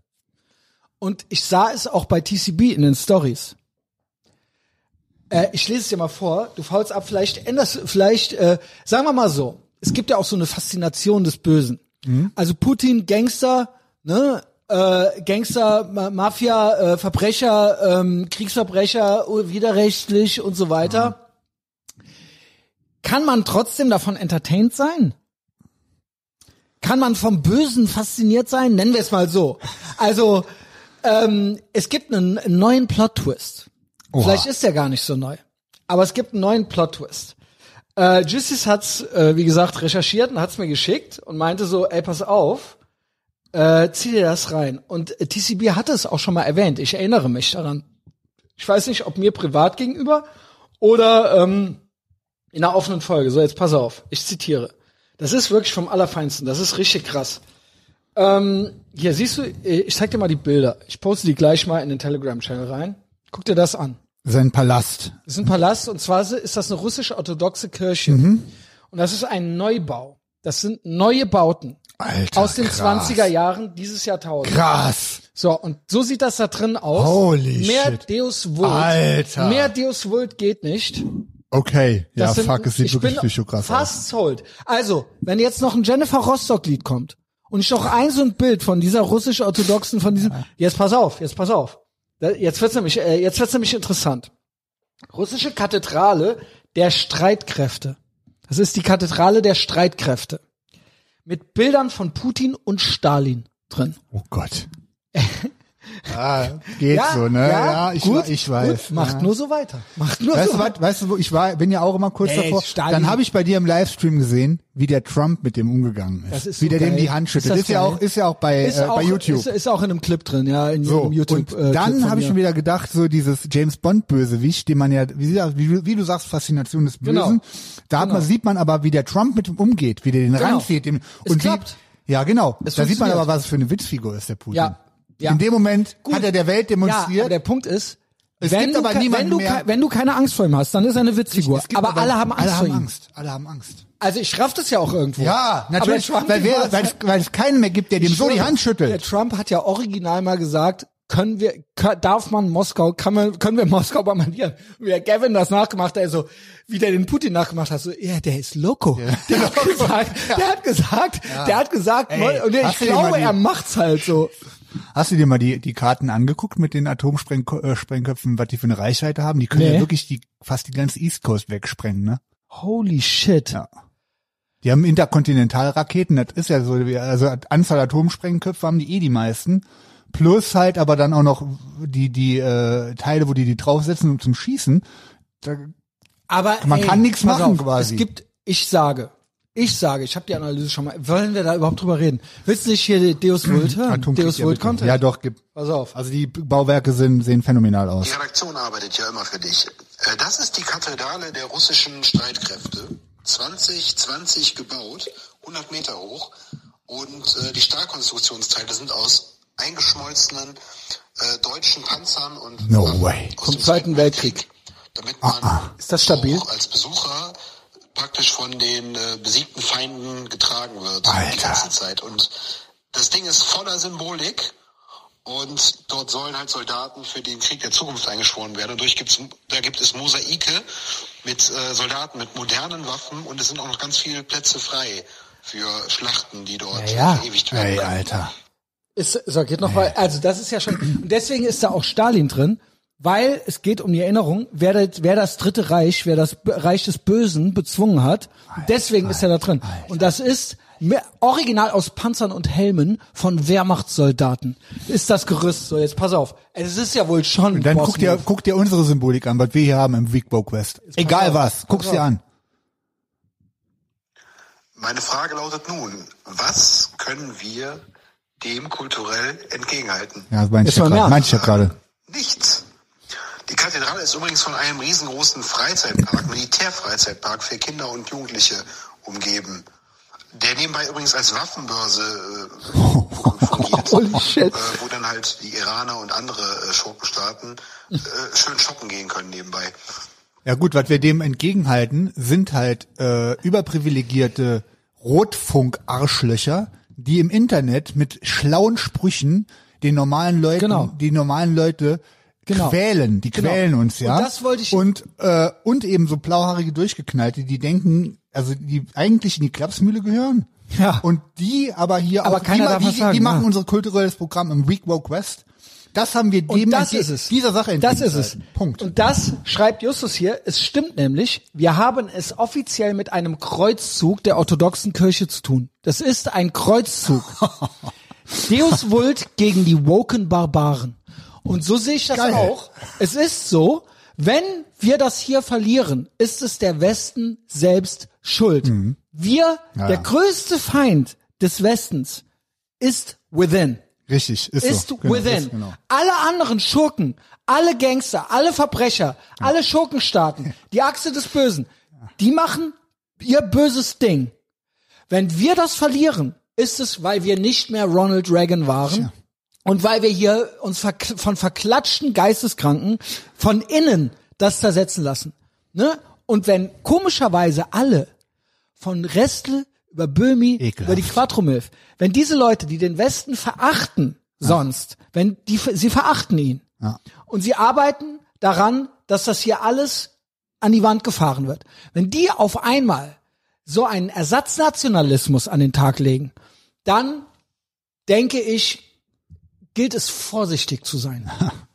S1: und ich sah es auch bei TCB in den Stories. Äh, ich lese es dir mal vor. Du faulst ab. Vielleicht änderst, vielleicht, äh, sagen wir mal so. Es gibt ja auch so eine Faszination des Bösen. Also Putin, Gangster, ne? Äh, Gangster, Ma Mafia, äh, Verbrecher, ähm, Kriegsverbrecher, uh, widerrechtlich und so weiter. Kann man trotzdem davon entertained sein? Kann man vom Bösen fasziniert sein? Nennen wir es mal so. Also, ähm, es gibt einen neuen Plot-Twist.
S2: Oha.
S1: Vielleicht ist der gar nicht so neu. Aber es gibt einen neuen Plot-Twist. Äh, Justice hat's, äh, wie gesagt, recherchiert und hat's mir geschickt und meinte so, ey, pass auf, äh, zieh dir das rein. Und äh, TCB hatte es auch schon mal erwähnt. Ich erinnere mich daran. Ich weiß nicht, ob mir privat gegenüber oder ähm, in einer offenen Folge. So, jetzt pass auf. Ich zitiere. Das ist wirklich vom Allerfeinsten. Das ist richtig krass. Ähm, hier, siehst du, äh, ich zeig dir mal die Bilder. Ich poste die gleich mal in den Telegram-Channel rein. Guck dir das an.
S2: sein Palast.
S1: Das ist ein Palast und zwar ist das eine russisch-orthodoxe Kirche.
S2: Mhm.
S1: Und das ist ein Neubau. Das sind neue Bauten
S2: Alter,
S1: aus den
S2: krass.
S1: 20er Jahren dieses Jahrtausends.
S2: Krass.
S1: So, und so sieht das da drin aus.
S2: Holy
S1: Mehr
S2: shit.
S1: Deus Vult.
S2: Alter.
S1: Mehr Deus Vult geht nicht.
S2: Okay, ja,
S1: Das sind-
S2: fuck, es sieht
S1: ich
S2: wirklich
S1: bin
S2: psychokrass aus.
S1: Fast sold. Also, wenn jetzt noch ein Jennifer Rostock-Lied kommt und ich noch ein so ein Bild von dieser russisch-orthodoxen, von diesem, jetzt pass auf, jetzt pass auf. Da- Jetzt wird's nämlich, äh, jetzt wird's nämlich interessant. Russische Kathedrale der Streitkräfte. Das ist die Kathedrale der Streitkräfte. Mit Bildern von Putin und Stalin drin.
S2: Oh Gott. ah, geht so, ne? Ja, ich,
S1: gut,
S2: ich weiß.
S1: Gut, macht
S2: ja.
S1: nur so weiter. Macht nur
S2: Weißt
S1: so
S2: du,
S1: weiter.
S2: was, weißt du, wo ich war, bin ja auch immer kurz
S1: Ey,
S2: davor.
S1: Stalin.
S2: Dann habe ich bei dir im Livestream gesehen, wie der Trump mit dem umgegangen ist.
S1: Das ist
S2: wie
S1: so
S2: der dem
S1: geil.
S2: die Hand schüttelt.
S1: Ist
S2: Ist,
S1: das
S2: ja
S1: geil?
S2: auch, ist ja auch bei,
S1: Ist
S2: äh,
S1: auch,
S2: bei YouTube.
S1: Ist, ist auch in einem Clip drin, ja, in
S2: so,
S1: einem YouTube. äh,
S2: und dann habe ich schon wieder gedacht, so dieses James Bond Bösewicht, den man ja, wie, sie- wie, du- wie du sagst, Faszination des Bösen.
S1: Genau.
S2: Da hat man, sieht man aber, wie der Trump mit ihm umgeht, wie der den ranzieht. Dem,
S1: Es
S2: und
S1: klappt.
S2: Wie, ja, genau.
S1: Es
S2: da sieht man
S1: funktioniert.
S2: aber, was für eine Witzfigur ist der Putin.
S1: Ja. Ja.
S2: In dem Moment
S1: Gut.
S2: hat er der Welt
S1: ja,
S2: demonstriert.
S1: aber der Punkt ist,
S2: Es
S1: wenn,
S2: gibt
S1: du,
S2: aber
S1: ke-
S2: niemanden
S1: wenn, du,
S2: mehr-
S1: ke- wenn du keine Angst vor ihm hast, dann ist er eine Witzfigur.
S2: Es gibt
S1: Aber, alle haben Angst
S2: alle
S1: vor
S2: haben
S1: ihm.
S2: Angst. Alle haben Angst.
S1: Also ich raff das ja auch irgendwo.
S2: Ja,
S1: Aber der
S2: natürlich,
S1: Trump-
S2: weil, wer, weil, es- weil es keinen mehr gibt, der dem so die Hand
S1: Der
S2: schüttelt.
S1: Trump hat ja original mal gesagt, können wir, kö- darf man Moskau, kann man, können wir Moskau bombardieren? Wie der Gavin das nachgemacht hat, er so, wie der den Putin nachgemacht hat, so, ja, der ist loco. Der, hat gesagt, der hat gesagt, der hat gesagt,
S2: Ey,
S1: Mo- und ich
S2: hast du dir mal
S1: glaube,
S2: die-
S1: er macht's halt so.
S2: Hast du dir mal die, die Karten angeguckt mit den Atomsprengköpfen, was die für eine Reichweite haben? Die können
S1: Nee.
S2: ja wirklich die, fast die ganze East Coast wegsprengen, ne?
S1: Holy shit.
S2: Ja. Die haben Interkontinentalraketen, das ist ja so, wie- also Anzahl Atomsprengköpfe haben die eh die meisten. Plus halt aber dann auch noch die, die äh, Teile, wo die die draufsetzen um zum Schießen. Da,
S1: Aber
S2: Man
S1: ey,
S2: kann nichts
S1: pass
S2: machen
S1: auf,
S2: quasi.
S1: Es gibt, ich sage, ich sage, ich habe die Analyse schon mal. Wollen wir da überhaupt drüber reden? Willst du nicht hier Deus Vult hören?
S2: Atomkrieg,
S1: Deus
S2: ja, ne?
S1: Vult
S2: bitte.
S1: Content?
S2: ja doch, gibt.
S1: Pass auf.
S2: Also die Bauwerke sind, sehen phänomenal aus.
S3: Die Redaktion arbeitet ja immer für dich. Äh, Das ist die Kathedrale der russischen Streitkräfte. 2020 gebaut, 100 Meter hoch. Und äh, die Stahlkonstruktionsteile sind aus eingeschmolzenen äh, deutschen Panzern und
S2: No
S3: Waffen
S2: way.
S3: aus
S1: Vom
S3: dem
S1: Zweiten Weltkrieg.
S3: Damit man
S1: Ist das stabil?
S3: auch als Besucher praktisch von den äh, besiegten Feinden getragen wird
S2: Alter.
S3: die ganze Zeit. Und Das Ding ist voller Symbolik und dort sollen halt Soldaten für den Krieg der Zukunft eingeschworen werden. Und durch gibt's, da gibt es Mosaike mit äh, Soldaten mit modernen Waffen und es sind auch noch ganz viele Plätze frei für Schlachten, die dort
S2: Ja.
S3: verewigt werden.
S2: Ey,
S3: können.
S2: Alter.
S1: Ist, so, geht noch mal. Also das ist ja schon. Und deswegen ist da auch Stalin drin, weil es geht um die Erinnerung, wer das, wer das Dritte Reich, wer das B- Reich des Bösen bezwungen hat. deswegen ist er da drin. Und das ist me- original aus Panzern und Helmen von Wehrmachtssoldaten. Ist das Gerüst. So, jetzt pass auf. Es ist ja wohl schon.
S2: Dann
S1: Boss
S2: guck dir,
S1: Move.
S2: guck dir unsere Symbolik an, was wir hier haben im Weekbow Quest. Egal
S1: auf,
S2: was, guck's
S1: pass
S2: dir
S1: auf.
S2: an.
S3: Meine Frage lautet nun, was können wir dem kulturell entgegenhalten?
S2: Ja, das meinte ich
S1: Ist
S2: ja
S1: mal
S2: gerade.
S1: mehr.
S2: Meinte ich ja gerade.
S3: Nichts. Die Kathedrale ist übrigens von einem riesengroßen Freizeitpark, Militärfreizeitpark für Kinder und Jugendliche umgeben, der nebenbei übrigens als Waffenbörse äh, fungiert,
S1: Holy shit.
S3: Äh, wo dann halt die Iraner und andere äh, Schurkenstaaten äh, schön shoppen gehen können nebenbei.
S2: Ja gut, was wir dem entgegenhalten, sind halt äh, überprivilegierte Rotfunk-Arschlöcher, die im Internet mit schlauen Sprüchen den normalen Leuten,
S1: Genau.
S2: die normalen Leute
S1: Genau.
S2: quälen, die
S1: Genau.
S2: quälen uns, ja.
S1: Und das wollte ich-
S2: Und, äh, und eben so blauhaarige Durchgeknallte, die denken, also die eigentlich in die Klapsmühle gehören.
S1: Ja.
S2: Und die aber hier
S1: Aber
S2: auch,
S1: keiner
S2: die, ma-
S1: darf
S2: die,
S1: was
S2: die, die
S1: sagen,
S2: machen
S1: ja.
S2: unser kulturelles Programm im Week Woke West. Das haben wir
S1: Und
S2: dem
S1: das
S2: entge-
S1: ist es.
S2: dieser Sache
S1: Das ist es.
S2: entgegengehalten. Punkt.
S1: Und das schreibt Justus hier. Es stimmt nämlich, wir haben es offiziell mit einem Kreuzzug der orthodoxen Kirche zu tun. Das ist ein Kreuzzug. Deus Vult gegen die woken Barbaren. Und so sehe ich das
S2: Geil.
S1: auch. Es ist so, wenn wir das hier verlieren, ist es der Westen selbst schuld. Wir,
S2: Mhm. Ja,
S1: der
S2: ja.
S1: größte Feind des Westens ist within
S2: Richtig, ist,
S1: ist
S2: so. Genau,
S1: within.
S2: ist genau.
S1: Alle anderen Schurken, alle Gangster, alle Verbrecher, alle Schurkenstaaten, die Achse des Bösen, die machen ihr böses Ding. Wenn wir das verlieren, ist es, weil wir nicht mehr Ronald Reagan waren.
S2: Tja.
S1: Und weil wir hier uns verk von verklatschten Geisteskranken von innen das zersetzen lassen. Ne? Und wenn komischerweise alle von Restel über Böhmi,
S2: Ekelhaft.
S1: über die Quattromilf, wenn diese Leute, die den Westen verachten sonst, wenn die, sie verachten ihn.
S2: Ja.
S1: Und sie arbeiten daran, dass das hier alles an die Wand gefahren wird. Wenn die auf einmal so einen Ersatznationalismus an den Tag legen, dann denke ich, gilt es vorsichtig zu sein.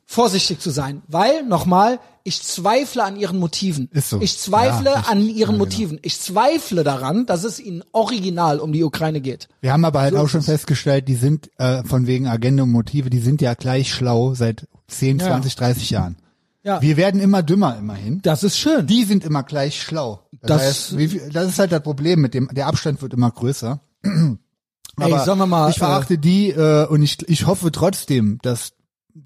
S1: vorsichtig zu sein, weil nochmal, ich zweifle an ihren Motiven.
S2: Ist so.
S1: Ich zweifle
S2: Ja, richtig.
S1: an ihren
S2: Ja, genau.
S1: Motiven. Ich zweifle daran, dass es ihnen original um die Ukraine geht.
S2: Wir haben aber halt
S1: So
S2: auch
S1: ist
S2: schon
S1: es.
S2: festgestellt, die sind äh, von wegen Agenda und Motive, die sind ja gleich schlau seit 10,
S1: Ja.
S2: 20, 30 Jahren.
S1: Ja,
S2: Wir werden immer dümmer immerhin.
S1: das ist schön.
S2: Die sind immer gleich schlau.
S1: Das-
S2: heißt, wie, viel- das ist halt das Problem mit dem, der Abstand wird immer größer.
S1: Ey, sollen wir mal,
S2: ich verachte die äh, und ich, ich hoffe trotzdem, dass,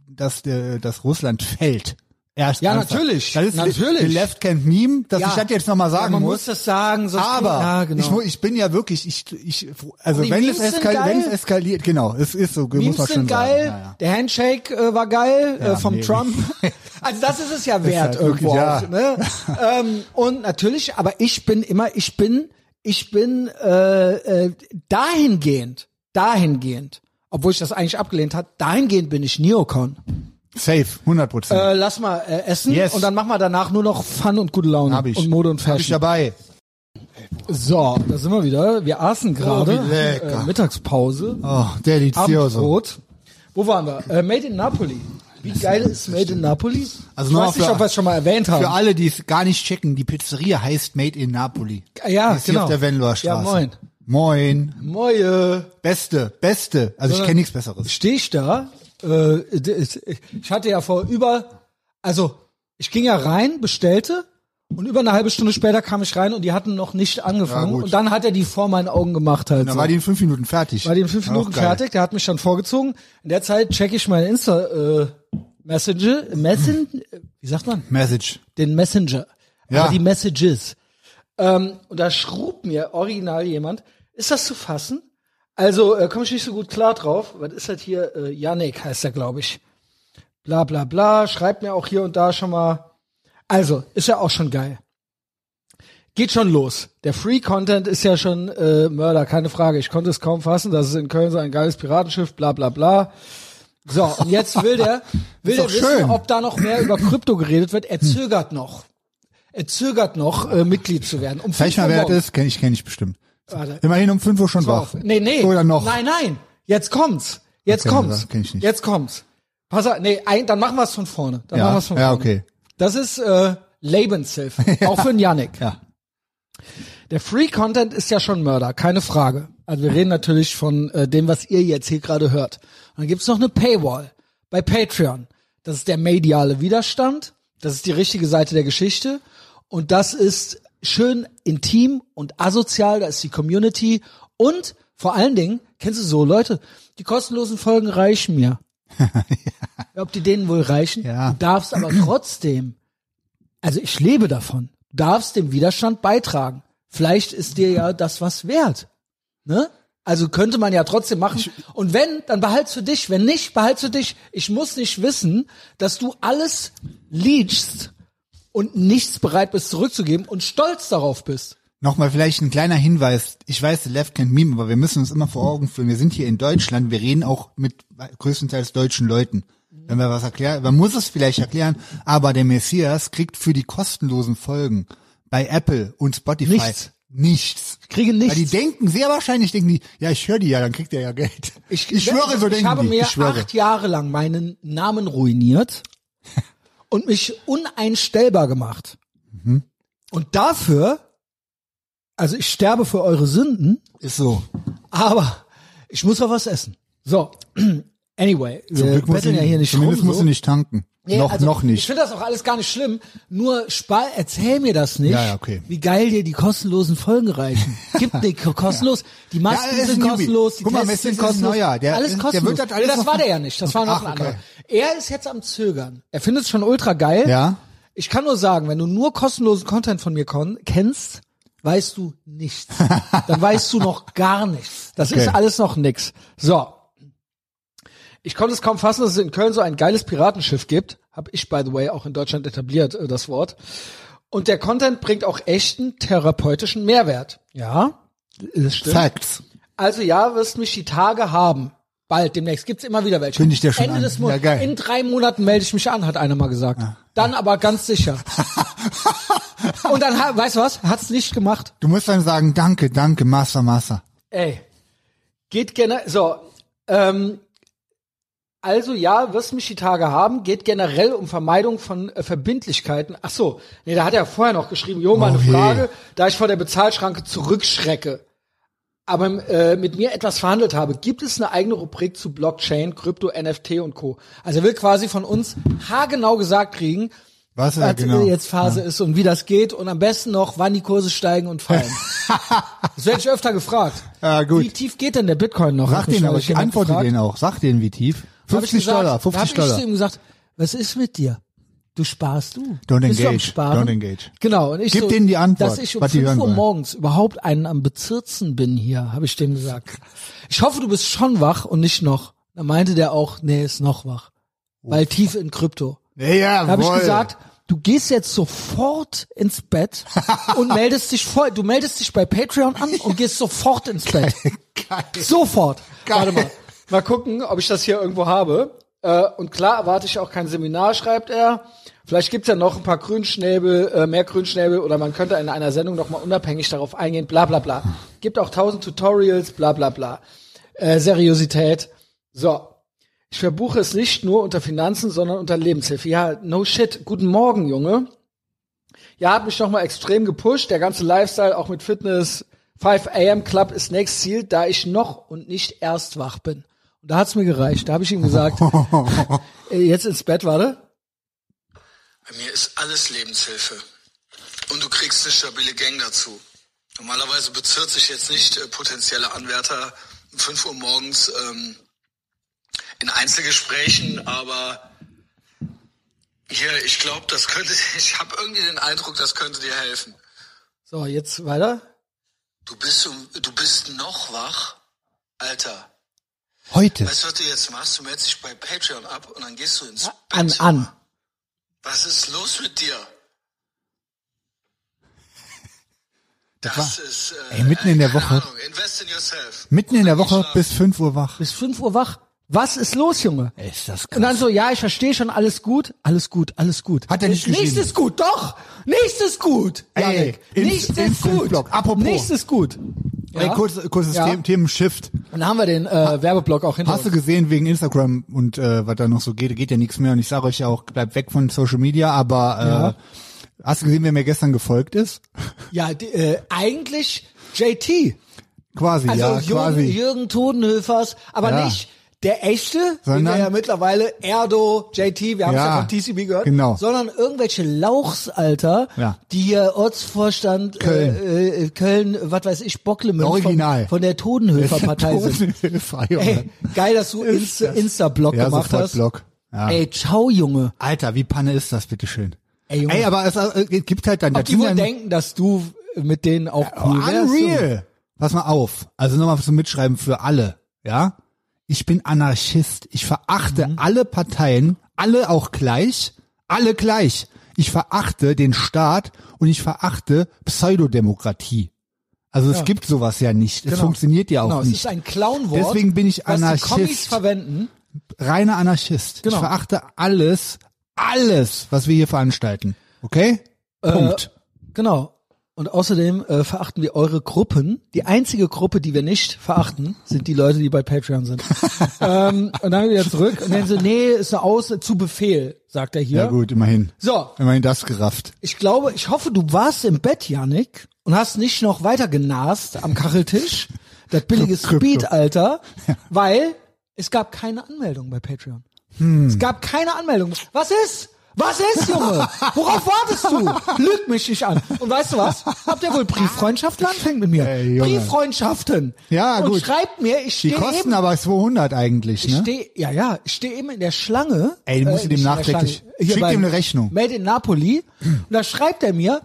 S2: dass, der, dass Russland fällt. Erst
S1: Ja,
S2: ernsthaft.
S1: natürlich,
S2: Das ist
S1: natürlich.
S2: The Left Camp Meme, dass
S1: Ja.
S2: ich das jetzt nochmal sagen
S1: ja, man
S2: muss.
S1: muss das sagen, sonst
S2: Aber
S1: ja, genau.
S2: ich, mu- ich bin ja wirklich, ich, ich also
S1: Die
S2: wenn
S1: Memes
S2: es,
S1: sind
S2: eskal
S1: geil.
S2: wenn es eskaliert, genau, es ist so, muss
S1: Memes
S2: man schon
S1: sind geil,
S2: sagen. Ja,
S1: der Handshake äh, war geil
S2: Ja,
S1: äh, vom
S2: nee.
S1: Trump. Also das ist es ja wert
S2: halt
S1: irgendwo.
S2: wirklich, ja.
S1: Auch, ne? ähm, und natürlich, aber ich bin immer, ich bin, ich bin äh, äh, dahingehend, dahingehend, obwohl ich das eigentlich abgelehnt hat, dahingehend bin ich Neocon.
S2: ja. Safe, 100 Prozent.
S1: Äh, lass mal äh, essen
S2: Yes.
S1: und dann machen wir danach nur noch Fun und gute Laune
S2: Hab ich.
S1: und Mode und
S2: Hab ich
S1: Fashion.
S2: dabei.
S1: So, da sind wir wieder. Wir aßen gerade
S2: Oh, wie lecker.
S1: äh, Mittagspause.
S2: Oh, delicioso.
S1: Abendbrot. Wo waren wir? Äh, Made in Napoli. Wie geil ist Made in Napoli?
S2: Also
S1: ich
S2: nochmal
S1: weiß nicht,
S2: für-
S1: ob wir es schon mal erwähnt haben.
S2: Für alle, die es gar nicht checken, die Pizzeria heißt Made in Napoli.
S1: Ja,
S2: Die ist hier
S1: genau.
S2: auf der Venloer Straße.
S1: Ja, moin.
S2: Moin.
S1: Moje.
S2: Beste, beste. Also ich kenne nichts Besseres.
S1: Stehe ich da? Äh, ich hatte ja vor über, also ich ging ja rein, bestellte und über eine halbe Stunde später kam ich rein und die hatten noch nicht angefangen.
S2: Ja, gut.
S1: und dann hat er die vor meinen Augen gemacht halt.
S2: Da
S1: so.
S2: war die in fünf Minuten fertig.
S1: War die in fünf
S2: Auch
S1: Minuten
S2: geil.
S1: fertig, der hat mich dann vorgezogen. In der Zeit checke ich meinen Insta äh, Messenger, Messen, wie sagt man?
S2: Message.
S1: den Messenger,
S2: Ja.
S1: aber die Messages. Ähm, und da schrub mir original jemand, ist das zu fassen? Also äh, komme ich nicht so gut klar drauf. Was ist das hier? Äh, Yannick heißt er, glaube ich. Bla bla bla, schreibt mir auch hier und da schon mal. Also, ist ja auch schon geil. geht schon los. Der Free Content ist ja schon äh, Mörder, keine Frage. Ich konnte es kaum fassen, dass es in Köln so ein geiles Piratenschiff, bla bla bla. So, und jetzt will der, will der
S2: doch
S1: wissen,
S2: schön.
S1: ob da noch mehr über Krypto geredet wird. Er zögert noch. Er zögert noch, äh, Mitglied zu werden. Um
S2: Sag ich
S1: fünf
S2: mal,
S1: Uhr
S2: wer
S1: morgens.
S2: das ist, kenne ich, kenne ich bestimmt.
S1: Warte.
S2: Immerhin um 5 Uhr schon
S1: Pass auf.
S2: wach.
S1: Nee, nee.
S2: Oder noch.
S1: Nein, nein. Jetzt kommt's. Jetzt
S2: Okay,
S1: kommt's.
S2: das kenn ich nicht.
S1: Jetzt kommt's. Pass auf, nee, ein, dann machen wir's von vorne. Dann machen
S2: ja,
S1: wir's von
S2: ja,
S1: vorne.
S2: okay.
S1: Das ist äh, Lebenshilfe, auch für den Yannick.
S2: Ja.
S1: Der Free Content ist ja schon Mörder, keine Frage. Also wir reden natürlich von äh, dem, was ihr jetzt hier gerade hört. Und dann gibt's noch eine Paywall bei Patreon. Das ist der mediale Widerstand, das ist die richtige Seite der Geschichte und das ist schön intim und asozial, da ist die Community und vor allen Dingen, kennst du so Leute, die kostenlosen Folgen reichen mir. Ob die denen wohl reichen?
S2: Ja.
S1: Du darfst aber trotzdem also ich lebe davon. Du darfst dem Widerstand beitragen. Vielleicht ist dir ja das was wert. Ne? Also könnte man ja trotzdem machen. Und wenn, dann behalt's für dich. Wenn nicht, behalt's für dich. Ich muss nicht wissen, dass du alles leechst und nichts bereit bist zurückzugeben und stolz darauf bist.
S2: Nochmal vielleicht ein kleiner Hinweis. Ich weiß, Left Can't Meme, aber wir müssen uns immer vor Augen führen. Wir sind hier in Deutschland. Wir reden auch mit größtenteils deutschen Leuten. Wenn wir was erklären, man muss es vielleicht erklären, aber der Messias kriegt für die kostenlosen Folgen bei Apple und Spotify
S1: Nichts.
S2: Nichts.
S1: Kriege nichts.
S2: Weil die denken, sehr wahrscheinlich denken die, ja, ich höre die ja, dann kriegt er ja Geld. Ich, schwöre, so denken
S1: Ich habe
S2: die.
S1: mir
S2: ich schwöre.
S1: acht Jahre lang meinen Namen ruiniert und mich uneinstellbar gemacht.
S2: Mhm.
S1: Und dafür, also ich sterbe für eure Sünden,
S2: Ist so.
S1: aber ich muss auch was essen. So, anyway,
S2: Zum
S1: wir
S2: Glück muss
S1: betteln
S2: sie-
S1: ja hier nicht rum.
S2: zumindest muss
S1: so.
S2: sie nicht tanken.
S1: Nee,
S2: noch,
S1: also,
S2: noch
S1: Ich
S2: nicht.
S1: finde das auch alles gar nicht schlimm. Nur Spal, erzähl mir das nicht.
S2: Ja, ja, okay.
S1: Wie geil dir die kostenlosen Folgen reichen. Gibt die ko- kostenlos. Die Masken
S2: Ja, er ist
S1: sind
S2: ein Newbie.
S1: kostenlos. Die
S2: Guck mal,
S1: Tests
S2: Messi
S1: sind
S2: ist ein
S1: kostenlos.
S2: Neuer. Der-
S1: alles
S2: der
S1: kostenlos.
S2: wird das alles
S1: Nee, das
S2: noch-
S1: war der ja nicht. Das war noch
S2: Ach,
S1: ein
S2: okay.
S1: anderer. Er ist jetzt am Zögern. Er findet es schon ultra geil.
S2: Ja.
S1: Ich kann nur sagen, wenn du nur kostenlosen Content von mir kon kennst, weißt du nichts. Dann weißt du noch gar nichts. Das
S2: Okay.
S1: ist alles noch nix. So. Ich konnte es kaum fassen, dass es in Köln so ein geiles Piratenschiff gibt. Hab ich, by the way, auch in Deutschland etabliert, äh, das Wort. Und der Content bringt auch echten therapeutischen Mehrwert. Ja, das stimmt.
S2: Facts.
S1: Also ja, wirst mich die Tage haben. Bald, demnächst gibt's immer wieder welche.
S2: Kündig ich dir schon
S1: Ende
S2: an.
S1: des Monats.
S2: Ja, geil. Ah.
S1: In drei Monaten melde ich mich an, hat einer mal gesagt. Dann aber ganz sicher. Und dann, ha- weißt du was, hat's nicht gemacht.
S2: Du musst dann sagen, danke, danke, Massa, Massa.
S1: Ey, geht generell, so, ähm, also ja, wirst mich die Tage haben, geht generell um Vermeidung von äh, Verbindlichkeiten. Ach so, nee, da hat er vorher noch geschrieben, jo, meine
S2: Oh je.
S1: Frage, da ich vor der Bezahlschranke zurückschrecke, aber äh, mit mir etwas verhandelt habe, gibt es eine eigene Rubrik zu Blockchain, Krypto, NFT und Co. Also er will quasi von uns haargenau gesagt kriegen,
S2: Was er
S1: was äh,
S2: genau?
S1: jetzt Phase ist und wie das geht und am besten noch, wann die Kurse steigen und fallen. das werde ich öfter gefragt.
S2: Ja, Ah, gut.
S1: Wie tief geht denn der Bitcoin noch?
S2: Sag
S1: Hat mich
S2: denen, aber
S1: neulich
S2: ich
S1: jemand
S2: antworte
S1: gefragt.
S2: denen auch. Sag denen, wie tief.
S1: Da hab ich
S2: 50
S1: gesagt-
S2: Dollar, 50
S1: Da habe
S2: Dollar.
S1: ich zu ihm gesagt, was ist mit dir? Du sparst du.
S2: Don't
S1: Bist du am
S2: engage,
S1: Sparen?
S2: don't engage.
S1: Genau. Und ich
S2: Gib
S1: so,
S2: denen die Antwort,
S1: Dass ich um
S2: was die
S1: 5
S2: hören
S1: Uhr
S2: wollen.
S1: morgens überhaupt einen am Bezirzen bin hier, habe ich dem gesagt. Ich hoffe, du bist schon wach und nicht noch. Da meinte der auch, nee, ist noch wach. Weil tief in Krypto.
S2: Ja,
S1: Da habe ich gesagt, du gehst jetzt sofort ins Bett und meldest dich voll. Du meldest dich bei Patreon an und gehst sofort ins Bett. Sofort.
S2: Geil.
S1: Warte mal. Mal gucken, ob ich das hier irgendwo habe. Äh, und klar erwarte ich auch kein Seminar, schreibt er. Vielleicht gibt's ja noch ein paar Grünschnäbel, äh, mehr Grünschnäbel oder man könnte in einer Sendung nochmal unabhängig darauf eingehen, bla bla bla. Gibt auch tausend Tutorials, bla bla bla. Äh, Seriosität. So. Ich verbuche es nicht nur unter Finanzen, sondern unter Lebenshilfe. Ja, no shit. Guten Morgen, Junge. Ja, hat mich nochmal extrem gepusht. Der ganze Lifestyle, auch mit Fitness. 5 AM Club ist nächstes Ziel, da ich noch und nicht erst wach bin. Und da hat's mir gereicht. Da habe ich ihm gesagt, äh, jetzt ins Bett, warte.
S3: Bei mir ist alles Lebenshilfe. Und du kriegst eine stabile Gang dazu. Normalerweise bezirrt sich jetzt nicht äh, potenzielle Anwärter um 5 Uhr morgens ähm, in Einzelgesprächen, aber hier, ich glaube, das könnte, ich habe irgendwie den Eindruck, das könnte dir helfen.
S1: So, jetzt weiter.
S3: Du bist, um, du bist noch wach? Alter,
S2: Heute.
S3: weißt du, was du jetzt machst? Du meldest dich bei Patreon ab und dann gehst du ins Bett.
S1: An, an.
S3: Was ist los mit dir?
S2: Das
S3: Das
S2: war
S3: ist, äh,
S2: ey, mitten in der
S3: keine
S2: Woche.
S3: Ahnung, invest in yourself.
S2: mitten in der Woche
S3: Schlaf.
S2: bis 5 Uhr wach.
S1: Bis 5 Uhr wach. Was ist los, Junge?
S2: Ist das
S1: Und dann so, ja, ich verstehe schon, alles gut, alles gut, alles gut.
S2: Hat er nicht geschrieben.
S1: Nichts ist gut, doch. Nichts ist gut.
S2: Ey,
S1: Janik.
S2: Inst-
S1: Nichts ist
S2: Instant
S1: gut.
S2: Block. Apropos.
S1: Nichts ist gut.
S2: Ey, kurz, kurzes
S1: Ja.
S2: Them- Themenshift.
S1: Und dann haben wir den äh, Werbeblock auch hinter
S2: Hast du
S1: uns.
S2: gesehen, wegen Instagram und äh, was da noch so geht, geht ja nichts mehr. Und ich sage euch ja auch, bleibt weg von Social Media, aber äh, hast du gesehen, wer mir gestern gefolgt ist?
S1: Ja, die, äh, eigentlich JT.
S2: Quasi,
S1: Also
S2: ja,
S1: Jürgen,
S2: quasi.
S1: Jürgen Todenhöfers, aber
S2: Ja.
S1: nicht der echte, wie wir
S2: Sondern-
S1: ja mittlerweile Erdo, JT, wir haben
S2: Ja,
S1: es ja von TCB gehört,
S2: genau.
S1: sondern irgendwelche Lauchs, Alter,
S2: Ja.
S1: die hier Ortsvorstand
S2: Köln.
S1: äh, äh, Köln was weiß ich, Bocklemünd
S2: Original.
S1: von, von der Todenhöfer-Partei sind.
S2: Hilfe, Junge.
S1: Ey, geil, dass du Insta- Insta-Blog
S2: ja,
S1: gemacht
S2: sofort
S1: hast.
S2: Block. Ja.
S1: Ey, ciao, Junge.
S2: Alter, wie Panne ist das, bitteschön.
S1: Ey, Junge.
S2: Ey aber es äh, gibt halt dann... da
S1: Ob die
S2: sind
S1: wohl
S2: dann-
S1: denken, Oh, dass du mit denen auch cool wärst? Junge?
S2: Unreal. Pass mal auf. Also nochmal zum Mitschreiben für alle. Ja? Ich bin Anarchist. Ich verachte
S1: Mhm.
S2: alle Parteien, alle auch gleich, alle gleich. Ich verachte den Staat und ich verachte Pseudodemokratie. Also es gibt sowas ja nicht. Es funktioniert ja auch
S1: Genau, es
S2: nicht.
S1: ist ein Clownwort.
S2: Deswegen bin ich
S1: Was die Kommis
S2: Anarchist.
S1: verwenden.
S2: Reiner Anarchist.
S1: Genau.
S2: Ich verachte alles, alles, was wir hier veranstalten. Okay?
S1: Äh,
S2: Punkt.
S1: Genau. Und außerdem äh, verachten wir eure Gruppen. Die einzige Gruppe, die wir nicht verachten, sind die Leute, die bei Patreon sind. ähm, und dann wieder zurück und dann so, nee, ist eine Aus zu Befehl, sagt er hier.
S2: Ja gut, immerhin.
S1: So,
S2: Immerhin das gerafft.
S1: ich glaube, ich hoffe, du warst im Bett, Janik, und hast nicht noch weiter genast am Kacheltisch. Das billige
S2: Krypto.
S1: Speed, Alter, weil es gab keine Anmeldung bei Patreon.
S2: Hm.
S1: Es gab keine Anmeldung. Was ist? Was ist, Junge? Worauf wartest du? Lüg mich nicht an. Und weißt du was? Habt ihr wohl Brieffreundschaft anfängt mit mir?
S2: Ey, Junge.
S1: Brieffreundschaften.
S2: Ja,
S1: Und
S2: gut.
S1: schreibt mir, ich
S2: Die
S1: stehe
S2: kosten
S1: eben,
S2: aber 200 eigentlich,
S1: ich
S2: ne?
S1: stehe, ja, ja, ich stehe eben in der Schlange. äh,
S2: Ey, du musst dir
S1: nicht
S2: dem
S1: in der
S2: nachträglich-
S1: Schlange. Hier
S2: schick
S1: beim
S2: ihm eine Rechnung.
S1: Made in Napoli. Und da schreibt er mir,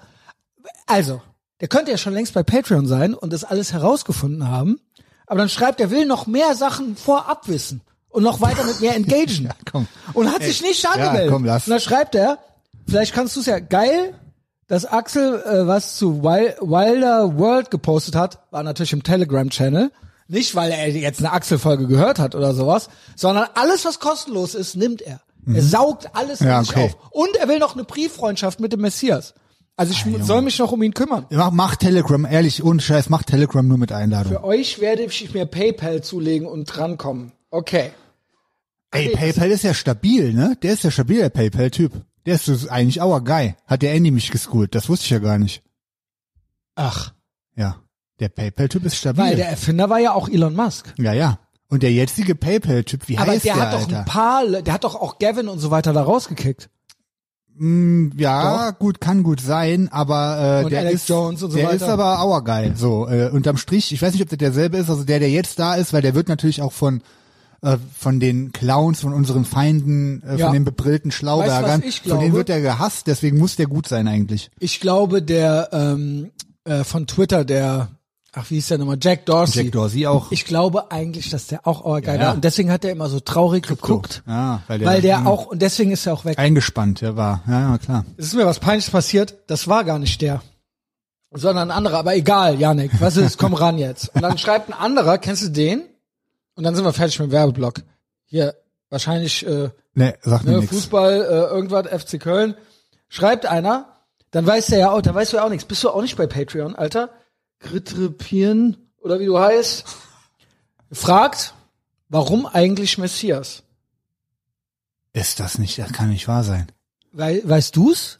S1: also, der könnte ja schon längst bei Patreon sein und das alles herausgefunden haben. Aber dann schreibt er, will noch mehr Sachen vorab wissen und noch weiter mit mir engagen.
S2: Ja, komm.
S1: Und hat sich nicht angemeldet.
S2: komm, lass.
S1: Und dann schreibt er, vielleicht kannst du es ja geil, dass Axel äh, was zu Wil- Wilder World gepostet hat, war natürlich im Telegram-Channel. Nicht, weil er jetzt eine Axel-Folge gehört hat oder sowas, sondern alles, was kostenlos ist, nimmt er. Er saugt alles
S2: Mhm. Ja,
S1: in sich
S2: okay.
S1: auf. Und er will noch eine Brieffreundschaft mit dem Messias. Also
S2: Ah,
S1: ich mu- soll mich noch um ihn kümmern.
S2: Mach, mach Telegram, ehrlich, ohne Scheiß, mach Telegram nur mit Einladung.
S1: Für euch werde ich mir PayPal zulegen und drankommen. Okay.
S2: Ey, PayPal ist ja stabil, ne? Der ist ja stabil, der PayPal-Typ. Der ist so eigentlich our guy. Hat der Andy mich geschoolt, das wusste ich ja gar nicht.
S1: Ach.
S2: Ja, der PayPal-Typ ist stabil.
S1: Weil der Erfinder war ja auch Elon Musk.
S2: ja, ja. Und der jetzige PayPal-Typ, wie
S1: Aber
S2: heißt
S1: der, hat doch
S2: Alter?
S1: ein paar, Le- der hat doch auch Gavin und so weiter da rausgekickt.
S2: Ja, gut, kann gut sein, aber äh,
S1: Und
S2: der
S1: Alex
S2: ist
S1: Jones und so
S2: der
S1: weiter.
S2: ist aber our guy. So äh, unterm Strich, ich weiß nicht, ob der derselbe ist, also der, der jetzt da ist, weil der wird natürlich auch von äh, von den Clowns, von unseren Feinden, äh,
S1: Ja.
S2: von den bebrillten Schlaubergern,
S1: Weißt du, was ich
S2: von denen
S1: glaube?
S2: wird der gehasst, deswegen muss der gut sein eigentlich.
S1: Ich glaube, der ähm, äh, von Twitter, der, ach wie hieß der nochmal, Jack Dorsey.
S2: Jack Dorsey auch.
S1: Ich glaube eigentlich, dass der auch our guy
S2: Ja.
S1: war. Und deswegen hat er immer so traurig geguckt.
S2: Ja, weil der,
S1: Weil der
S2: mh,
S1: auch, und deswegen ist er auch weg.
S2: eingespannt, der war. Ja, ja, klar.
S1: Mhm. Es ist mir was Peinliches passiert, das war gar nicht der, sondern ein anderer, aber egal, Janik, was ist, komm ran jetzt. Und dann schreibt ein anderer, kennst du den? Und dann sind wir fertig mit dem Werbeblock. Hier, wahrscheinlich äh,
S2: Ne, sagt mir
S1: ne,
S2: nichts.
S1: Fußball, äh, irgendwas, FC Köln. Schreibt einer, dann weiß der ja auch, dann weißt du ja auch nichts. Bist du auch nicht bei Patreon, Alter? Kritripieren oder wie du heißt. Fragt, warum eigentlich Messias?
S2: Ist das nicht, das kann nicht wahr sein.
S1: Wei weißt du's?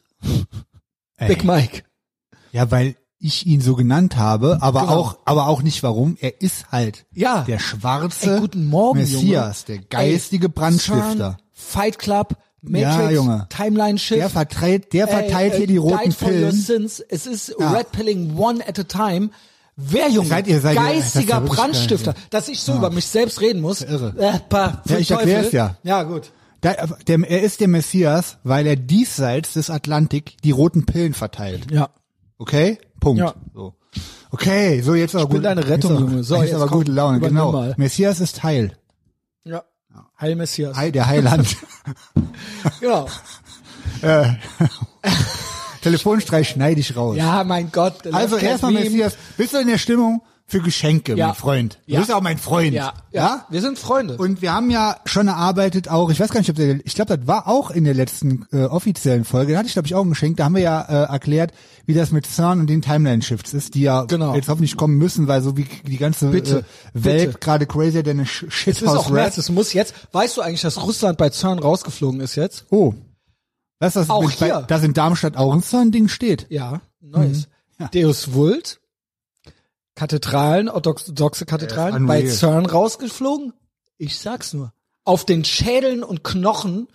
S2: Ey.
S1: Big Mike.
S2: Ja, weil ich ihn so genannt habe, aber
S1: Genau.
S2: auch, aber auch nicht warum. Er ist halt
S1: Ja.
S2: der schwarze
S1: Ah. Ey, guten Morgen,
S2: Messias, der geistige Brandstifter.
S1: Cern, Fight Club,
S2: Ja,
S1: Matrix,
S2: Junge.
S1: Timeline Shift.
S2: Der verteilt, der verteilt hier die roten
S1: äh, died for your
S2: Pillen.
S1: sins. Es ist
S2: Ja.
S1: Red Pilling one at a time. Wer, Junge?
S2: Seid ihr- seid ihr-
S1: Geistiger
S2: das ist ja wirklich
S1: Brandstifter.
S2: geil,
S1: Dass ich so über mich selbst reden muss.
S2: Irre.
S1: Äh, pa,
S2: Ja, ich
S1: Teufel.
S2: erklär's ja.
S1: Ja, gut.
S2: Der, der, er ist der Messias, weil er diesseits des Atlantik die roten Pillen verteilt.
S1: Ja.
S2: Okay? Punkt.
S1: Ja.
S2: So. Okay, so jetzt aber
S1: bin
S2: gut.
S1: deine Rettung,
S2: jetzt aber,
S1: Junge. So,
S2: jetzt,
S1: jetzt
S2: aber
S1: komm,
S2: gute Laune,
S1: übernimm
S2: genau.
S1: mal.
S2: Messias ist Heil.
S1: Ja. Heil Messias.
S2: Heil, der Heiland.
S1: Genau.
S2: Telefonstreich schneide ich raus.
S1: Ja, mein Gott. der
S2: Also
S1: läuft gleich
S2: erstmal,
S1: Meme.
S2: Messias, bist du in der Stimmung für Geschenke,
S1: Ja.
S2: mein Freund? Du
S1: Ja.
S2: bist auch mein Freund.
S1: Ja, ja, wir sind Freunde.
S2: Und wir haben ja schon erarbeitet auch, ich weiß gar nicht, ob der, ich glaube, das war auch in der letzten äh, offiziellen Folge, da hatte ich glaube ich auch ein Geschenk, da haben wir ja äh, erklärt, wie das mit CERN und den Timeline-Shifts ist, die ja
S1: Genau.
S2: jetzt hoffentlich kommen müssen, weil so wie die ganze
S1: Bitte,
S2: äh, Welt
S1: bitte.
S2: gerade crazier denn eine
S1: es ist auch März,
S2: Shithouse-Rap.
S1: es muss jetzt, weißt du eigentlich, dass Russland bei CERN rausgeflogen ist jetzt?
S2: Oh, was das
S1: Auch
S2: mit, bei-
S1: hier.
S2: dass in Darmstadt auch ein CERN-Ding steht.
S1: Ja, neues. Deus Vult, Kathedralen, orthodoxe Kathedralen,
S2: Ja, ist
S1: bei
S2: unreal.
S1: CERN rausgeflogen. Ich sag's nur. Auf den Schädeln und Knochen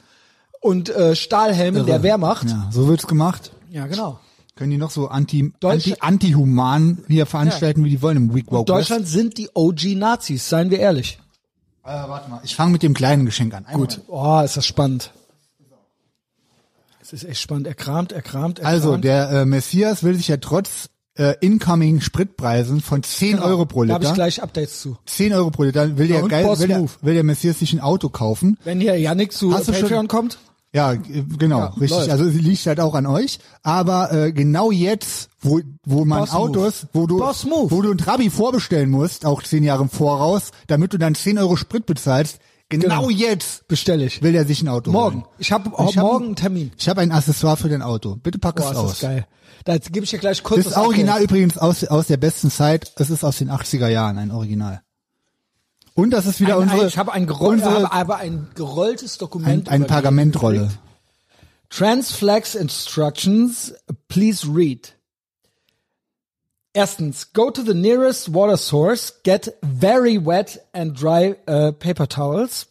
S1: und äh, Stahlhelmen der Wehrmacht. Ja,
S2: Ja, so wird's gemacht.
S1: genau.
S2: Können die noch so anti, anti,
S1: Deutschland-
S2: anti-human hier veranstalten, wie die wollen im Week Woke West?
S1: Deutschland sind die OG-Nazis, seien wir ehrlich.
S2: Äh, warte mal, ich fange mit dem kleinen Geschenk an. Einen Moment.
S1: Oh, ist das spannend. Es ist echt spannend. Er kramt, er kramt, er
S2: Also,
S1: kramt.
S2: der äh, Messias will sich ja trotz äh, incoming Spritpreisen von 10 Euro pro
S1: Ah, Da habe Genau. ich
S2: Liter,
S1: gleich Updates zu.
S2: 10 Euro pro Liter, will, der,
S1: und
S2: geil,
S1: Boss
S2: will, der,
S1: Move.
S2: will der Messias sich ein Auto kaufen.
S1: Wenn hier Yannick zu
S2: Hast du
S1: Patreon
S2: schon-
S1: kommt,
S2: Ja, äh, genau,
S1: Ja,
S2: richtig.
S1: läuft.
S2: Also es liegt halt auch an euch. Aber äh, genau jetzt, wo, wo man
S1: Boss
S2: Autos, wo du,
S1: Boss Move.
S2: wo du ein Trabi vorbestellen musst, auch 10 Jahre im Voraus, damit du dann 10 Euro Sprit bezahlst, genau,
S1: Genau.
S2: jetzt
S1: bestelle ich.
S2: will er sich ein Auto
S1: Morgen.
S2: Holen.
S1: Ich habe
S2: Ich hab-
S1: morgen einen Termin.
S2: Ich habe ein Accessoire für dein Auto. Bitte pack
S1: Boah,
S2: es
S1: ist
S2: aus.
S1: das geil. Da gebe ich dir gleich kurz
S2: Das ist original
S1: Update.
S2: übrigens aus, aus der besten Zeit. Es ist aus den 80er Jahren ein Original. Und das ist wieder
S1: Ein,
S2: unsere,
S1: ein, ich habe ein, geroll,
S2: unsere
S1: habe aber ein gerolltes Dokument.
S2: ein, ein
S1: übergeben.
S2: Pergamentrolle.
S1: Transflex Instructions, please read. Erstens, go to the nearest water source, get very wet and dry uh, paper towels.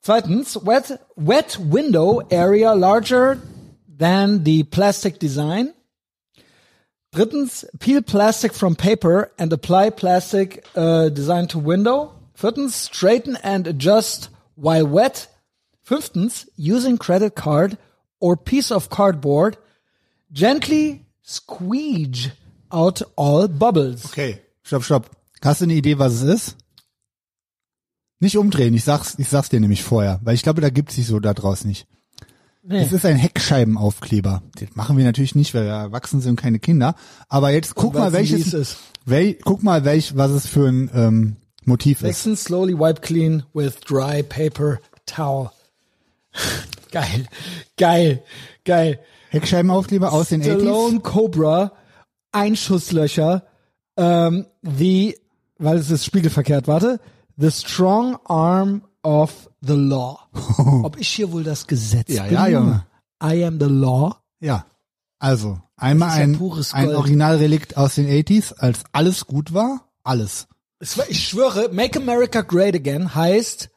S1: Zweitens, wet, wet window area larger than the plastic design. Drittens, peel plastic from paper and apply plastic uh, design to window. Viertens, straighten and adjust while wet. Fünftens, using credit card or piece of cardboard, gently squeeze out all bubbles.
S2: Okay. Stopp, stopp. Hast du eine Idee, was es ist? Nicht umdrehen. Ich sag's, ich sag's dir nämlich vorher, weil ich glaube, da gibt's sich so da draus nicht.
S1: Nee.
S2: Es ist ein Heckscheibenaufkleber. Das machen wir natürlich nicht, weil wir erwachsen sind und keine Kinder. Aber jetzt guck
S1: weil's
S2: mal,
S1: ein
S2: welches,
S1: Lies ist.
S2: Wel, guck mal, welch, was es für ein ähm, Motiv ist.
S1: Sechstens, slowly wipe clean with dry paper towel. geil, geil, geil.
S2: Heckscheibenaufkleber aus den 80s.
S1: Stallone Cobra, Einschusslöcher, ähm, the, weil es ist spiegelverkehrt, warte, the strong arm of the law. Ob ich hier wohl das Gesetz
S2: Ja,
S1: bin?
S2: ja, Junge.
S1: I am the law.
S2: Ja, also einmal
S1: ist ja
S2: ein,
S1: pures
S2: ein
S1: Gold.
S2: Originalrelikt aus den 80s, als alles gut war, alles.
S1: Es war, ich schwöre, Make America Great Again heißt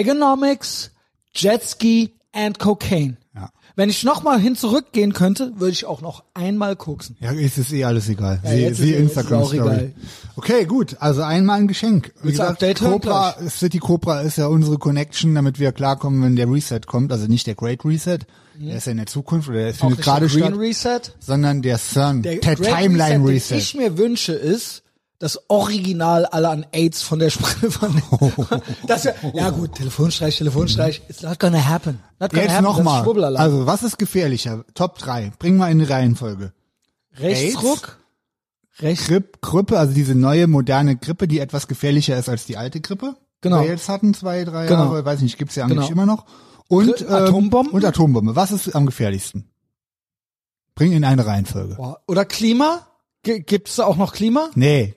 S1: Reaganomics, Jetski and Cocaine.
S2: Ja.
S1: Wenn ich nochmal hin zurückgehen könnte, würde ich auch noch einmal koksen.
S2: Ja, es ist eh alles egal.
S1: Ja,
S2: sie
S1: jetzt
S2: sie
S1: ist- jetzt ist
S2: Instagram
S1: auch
S2: Story.
S1: egal.
S2: Okay, gut. Also einmal ein Geschenk. Wie
S1: Willst du Update hören
S2: Cobra, City Cobra ist ja unsere Connection, damit wir klarkommen, wenn der Reset kommt. Also nicht der Great Reset, der ist ja in der Zukunft oder der findet
S1: Mhm. nicht
S2: gerade
S1: der
S2: statt,
S1: Green Reset.
S2: sondern der CERN, der,
S1: Great
S2: Timeline Reset.
S1: Den ich mir wünsche, ist das Original aller an AIDS von der Sprache von das, wär- Ja gut, Telefonstreich, Telefonstreich, it's not gonna happen. Not gonna
S2: Jetzt
S1: happen, das ist
S2: nochmal.
S1: Schwubbelalarm.
S2: Also was ist gefährlicher? Top 3. Bringen wir in die Reihenfolge.
S1: Rechtsruck, rechts,
S2: Grip, Grippe, also diese neue moderne Grippe, die etwas gefährlicher ist als die alte Grippe.
S1: Genau.
S2: Die wir jetzt hatten zwei, drei
S1: Genau.
S2: Jahre, weiß nicht, gibt's ja eigentlich
S1: Genau.
S2: immer noch. Und
S1: Gri-
S2: ähm,
S1: Atombomben?
S2: Und Atombombe. Was ist am gefährlichsten? Bring in eine Reihenfolge.
S1: Boah, oder Klima? G gibt's da auch noch Klima?
S2: Nee.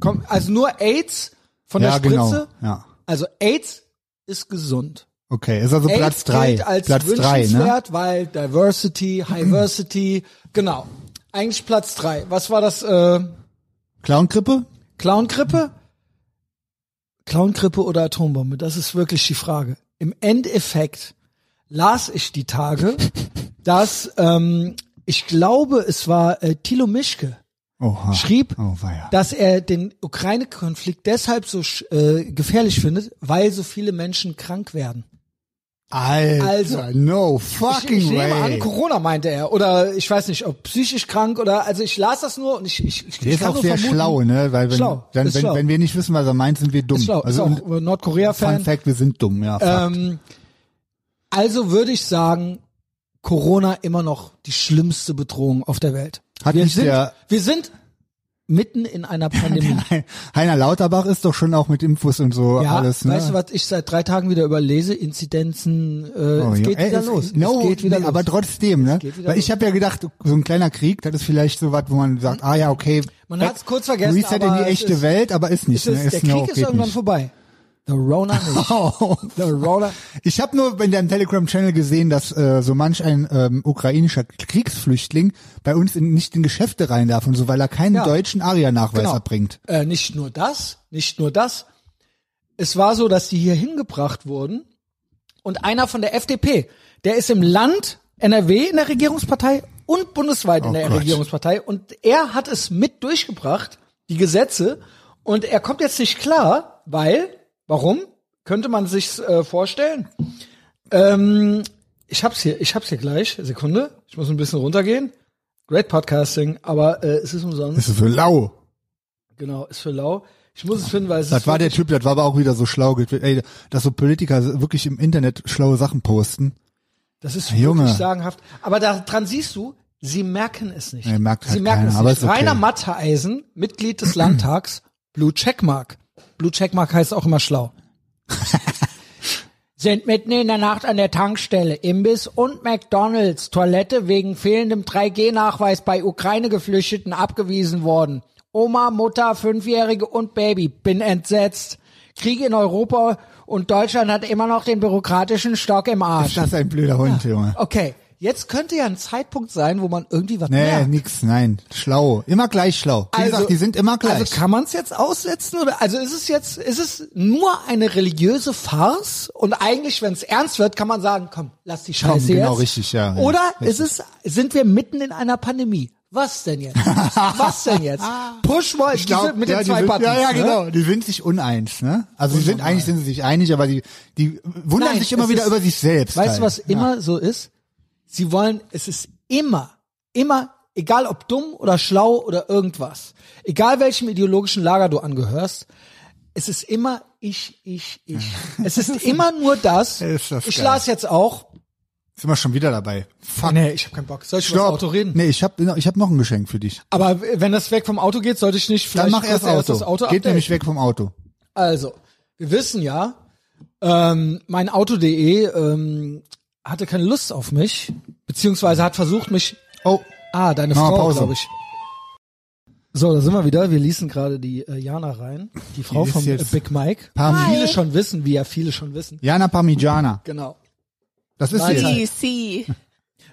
S1: Komm, also nur AIDS von
S2: ja,
S1: der Spritze.
S2: genau. Ja.
S1: Also AIDS ist gesund.
S2: Okay, ist also
S1: AIDS
S2: Platz
S1: gilt
S2: drei.
S1: als
S2: Platz drei, ne?
S1: wünschenswert, weil Diversity, Diversity, genau. Eigentlich Platz drei. Was war das? Äh,
S2: Clown-Grippe?
S1: Clown-Grippe? Clown-Grippe oder Atombombe? Das ist wirklich die Frage. Im Endeffekt las ich die Tage, dass ähm, ich glaube, es war äh, Thilo Mischke,
S2: Oha.
S1: schrieb,
S2: Oh, weia.
S1: dass er den Ukraine-Konflikt deshalb so sch- äh, gefährlich findet, weil so viele Menschen krank werden.
S2: Alter,
S1: Also-
S2: no fucking
S1: ich, ich nehme an,
S2: way.
S1: Corona meinte er. Oder ich weiß nicht, ob psychisch krank oder also ich las das nur und ich, ich, ich,
S2: Der
S1: ich
S2: ist
S1: kann
S2: auch
S1: nur
S2: sehr
S1: vermuten,
S2: schlau, ne? Weil wenn,
S1: Schlau,
S2: Dann,
S1: ist
S2: wenn,
S1: schlau.
S2: wenn wir nicht wissen, was er meint, sind wir dumm.
S1: Schlau,
S2: also
S1: ist auch Ähm,
S2: Fun
S1: Nordkorea-Fan.
S2: Fact, wir sind dumm, ja. fuck.
S1: Ähm, also würde ich sagen, Corona immer noch die schlimmste Bedrohung auf der Welt.
S2: Hat
S1: wir,
S2: nicht
S1: sind,
S2: der-
S1: wir sind mitten in einer Pandemie.
S2: Hein- Heiner Lauterbach ist doch schon auch mit Infos und so
S1: Ja,
S2: alles, ne?
S1: weißt du, was ich seit drei Tagen wieder überlese? Inzidenzen, äh,
S2: Oh,
S1: es
S2: ja.
S1: geht
S2: Ey,
S1: wieder
S2: es-
S1: los.
S2: No,
S1: es geht wieder
S2: nee,
S1: los.
S2: Aber trotzdem, ne?
S1: geht wieder
S2: Weil ich habe ja gedacht, so ein kleiner Krieg, das ist vielleicht so was, wo man sagt, ah ja, okay.
S1: Man
S2: back-
S1: hat's kurz vergessen,
S2: Reset in
S1: aber
S2: die
S1: es
S2: echte
S1: ist-
S2: Welt, aber ist
S1: es
S2: nicht.
S1: ist,
S2: ne?
S1: der
S2: no,
S1: Krieg ist
S2: geht
S1: irgendwann
S2: nicht.
S1: vorbei. The Rona nicht. The Rona.
S2: Ich habe nur in deinem Telegram-Channel gesehen, dass äh, so manch ein ähm, ukrainischer Kriegsflüchtling bei uns in, nicht in Geschäfte rein darf und so, weil er keinen
S1: Ja.
S2: deutschen ARIA-Nachweis
S1: Genau.
S2: erbringt.
S1: Äh, nicht nur das, nicht nur das. Es war so, dass die hier hingebracht wurden und einer von der FDP, der ist im Land NRW in der Regierungspartei und bundesweit in
S2: Oh
S1: der
S2: Gott.
S1: Regierungspartei und er hat es mit durchgebracht, die Gesetze und er kommt jetzt nicht klar, weil, warum? Könnte man sich's äh, vorstellen? Ähm, ich hab's hier, ich hab's hier gleich. Sekunde, ich muss ein bisschen runtergehen. Great Podcasting, aber äh, es ist umsonst.
S2: Das ist für lau.
S1: Genau, ist für lau. Ich muss es finden, weil es
S2: Das
S1: ist
S2: war der Typ, das war aber auch wieder so schlau. ge- Ey, dass so Politiker wirklich im Internet schlaue Sachen posten.
S1: das ist
S2: Junge.
S1: wirklich sagenhaft. Aber daran siehst du, sie merken es nicht.
S2: Nee, merkt halt
S1: sie merken
S2: keiner,
S1: es
S2: aber
S1: nicht.
S2: ist okay.
S1: Rainer Matteeisen, Mitglied des Landtags, Blue Checkmark. Blue Checkmark heißt auch immer schlau. Sind mitten in der Nacht an der Tankstelle, Imbiss und McDonalds Toilette wegen fehlendem 3G-Nachweis bei Ukraine-Geflüchteten abgewiesen worden. Oma, Mutter, Fünfjährige und Baby, bin entsetzt. Krieg in Europa und Deutschland hat immer noch den bürokratischen Stock im Arsch.
S2: Ist das ein blöder Hund, Junge?
S1: Okay, jetzt könnte ja ein Zeitpunkt sein, wo man irgendwie was
S2: Nee,
S1: merkt.
S2: nix, nein. Schlau. Immer gleich schlau. Wie gesagt, die sind immer gleich.
S1: Also kann man es jetzt aussetzen oder also ist es jetzt ist es nur eine religiöse Farce und eigentlich wenn es ernst wird, kann man sagen, komm, lass die Scheiße
S2: genau,
S1: jetzt.
S2: richtig, ja, ja,
S1: Oder ist es sind wir mitten in einer Pandemie? Was denn jetzt? Was denn jetzt? Push mal
S2: Ich glaub,
S1: diese- mit den
S2: ja, die
S1: zwei
S2: sind,
S1: Buttons.
S2: Ja, ja,
S1: ne?
S2: genau. Die sind sich uneins, ne? Also sie sind, eigentlich sind sie sich einig, aber die, die wundern
S1: Nein,
S2: sich immer
S1: es
S2: wieder
S1: ist-
S2: über sich selbst.
S1: Weißt
S2: halt.
S1: du, was immer so ist? Sie wollen, es ist immer, immer, egal ob dumm oder schlau oder irgendwas, egal welchem ideologischen Lager du angehörst, es ist immer ich, ich, ich. Es ist immer nur das.
S2: Ist das
S1: ich
S2: geil.
S1: las jetzt auch.
S2: Sind wir schon wieder dabei? Fuck.
S1: Nee, ich habe keinen Bock. Soll ich über das Auto reden?
S2: Nee, ich hab, ich hab noch ein Geschenk für dich.
S1: Aber wenn das weg vom Auto geht, sollte ich nicht vielleicht
S2: Dann mach erst
S1: kurz
S2: Auto.
S1: das Auto
S2: Geht
S1: updaten?
S2: nämlich weg vom Auto.
S1: Also, wir wissen ja, ähm, mein Auto.de ähm, hatte keine Lust auf mich, beziehungsweise hat versucht, mich
S2: Oh.
S1: Ah, deine
S2: Machen wir
S1: Frau,
S2: Pause.
S1: glaube ich. So, da sind wir wieder. Wir ließen gerade die äh, Jana rein, die Frau
S2: Die ist
S1: von äh,
S2: jetzt-
S1: Big Mike.
S2: Pam-
S1: Viele schon wissen, wie ja viele schon wissen.
S2: Jana Parmigiana.
S1: Genau.
S2: Das ist
S1: Nein,
S2: sie.
S1: nein.
S4: DC.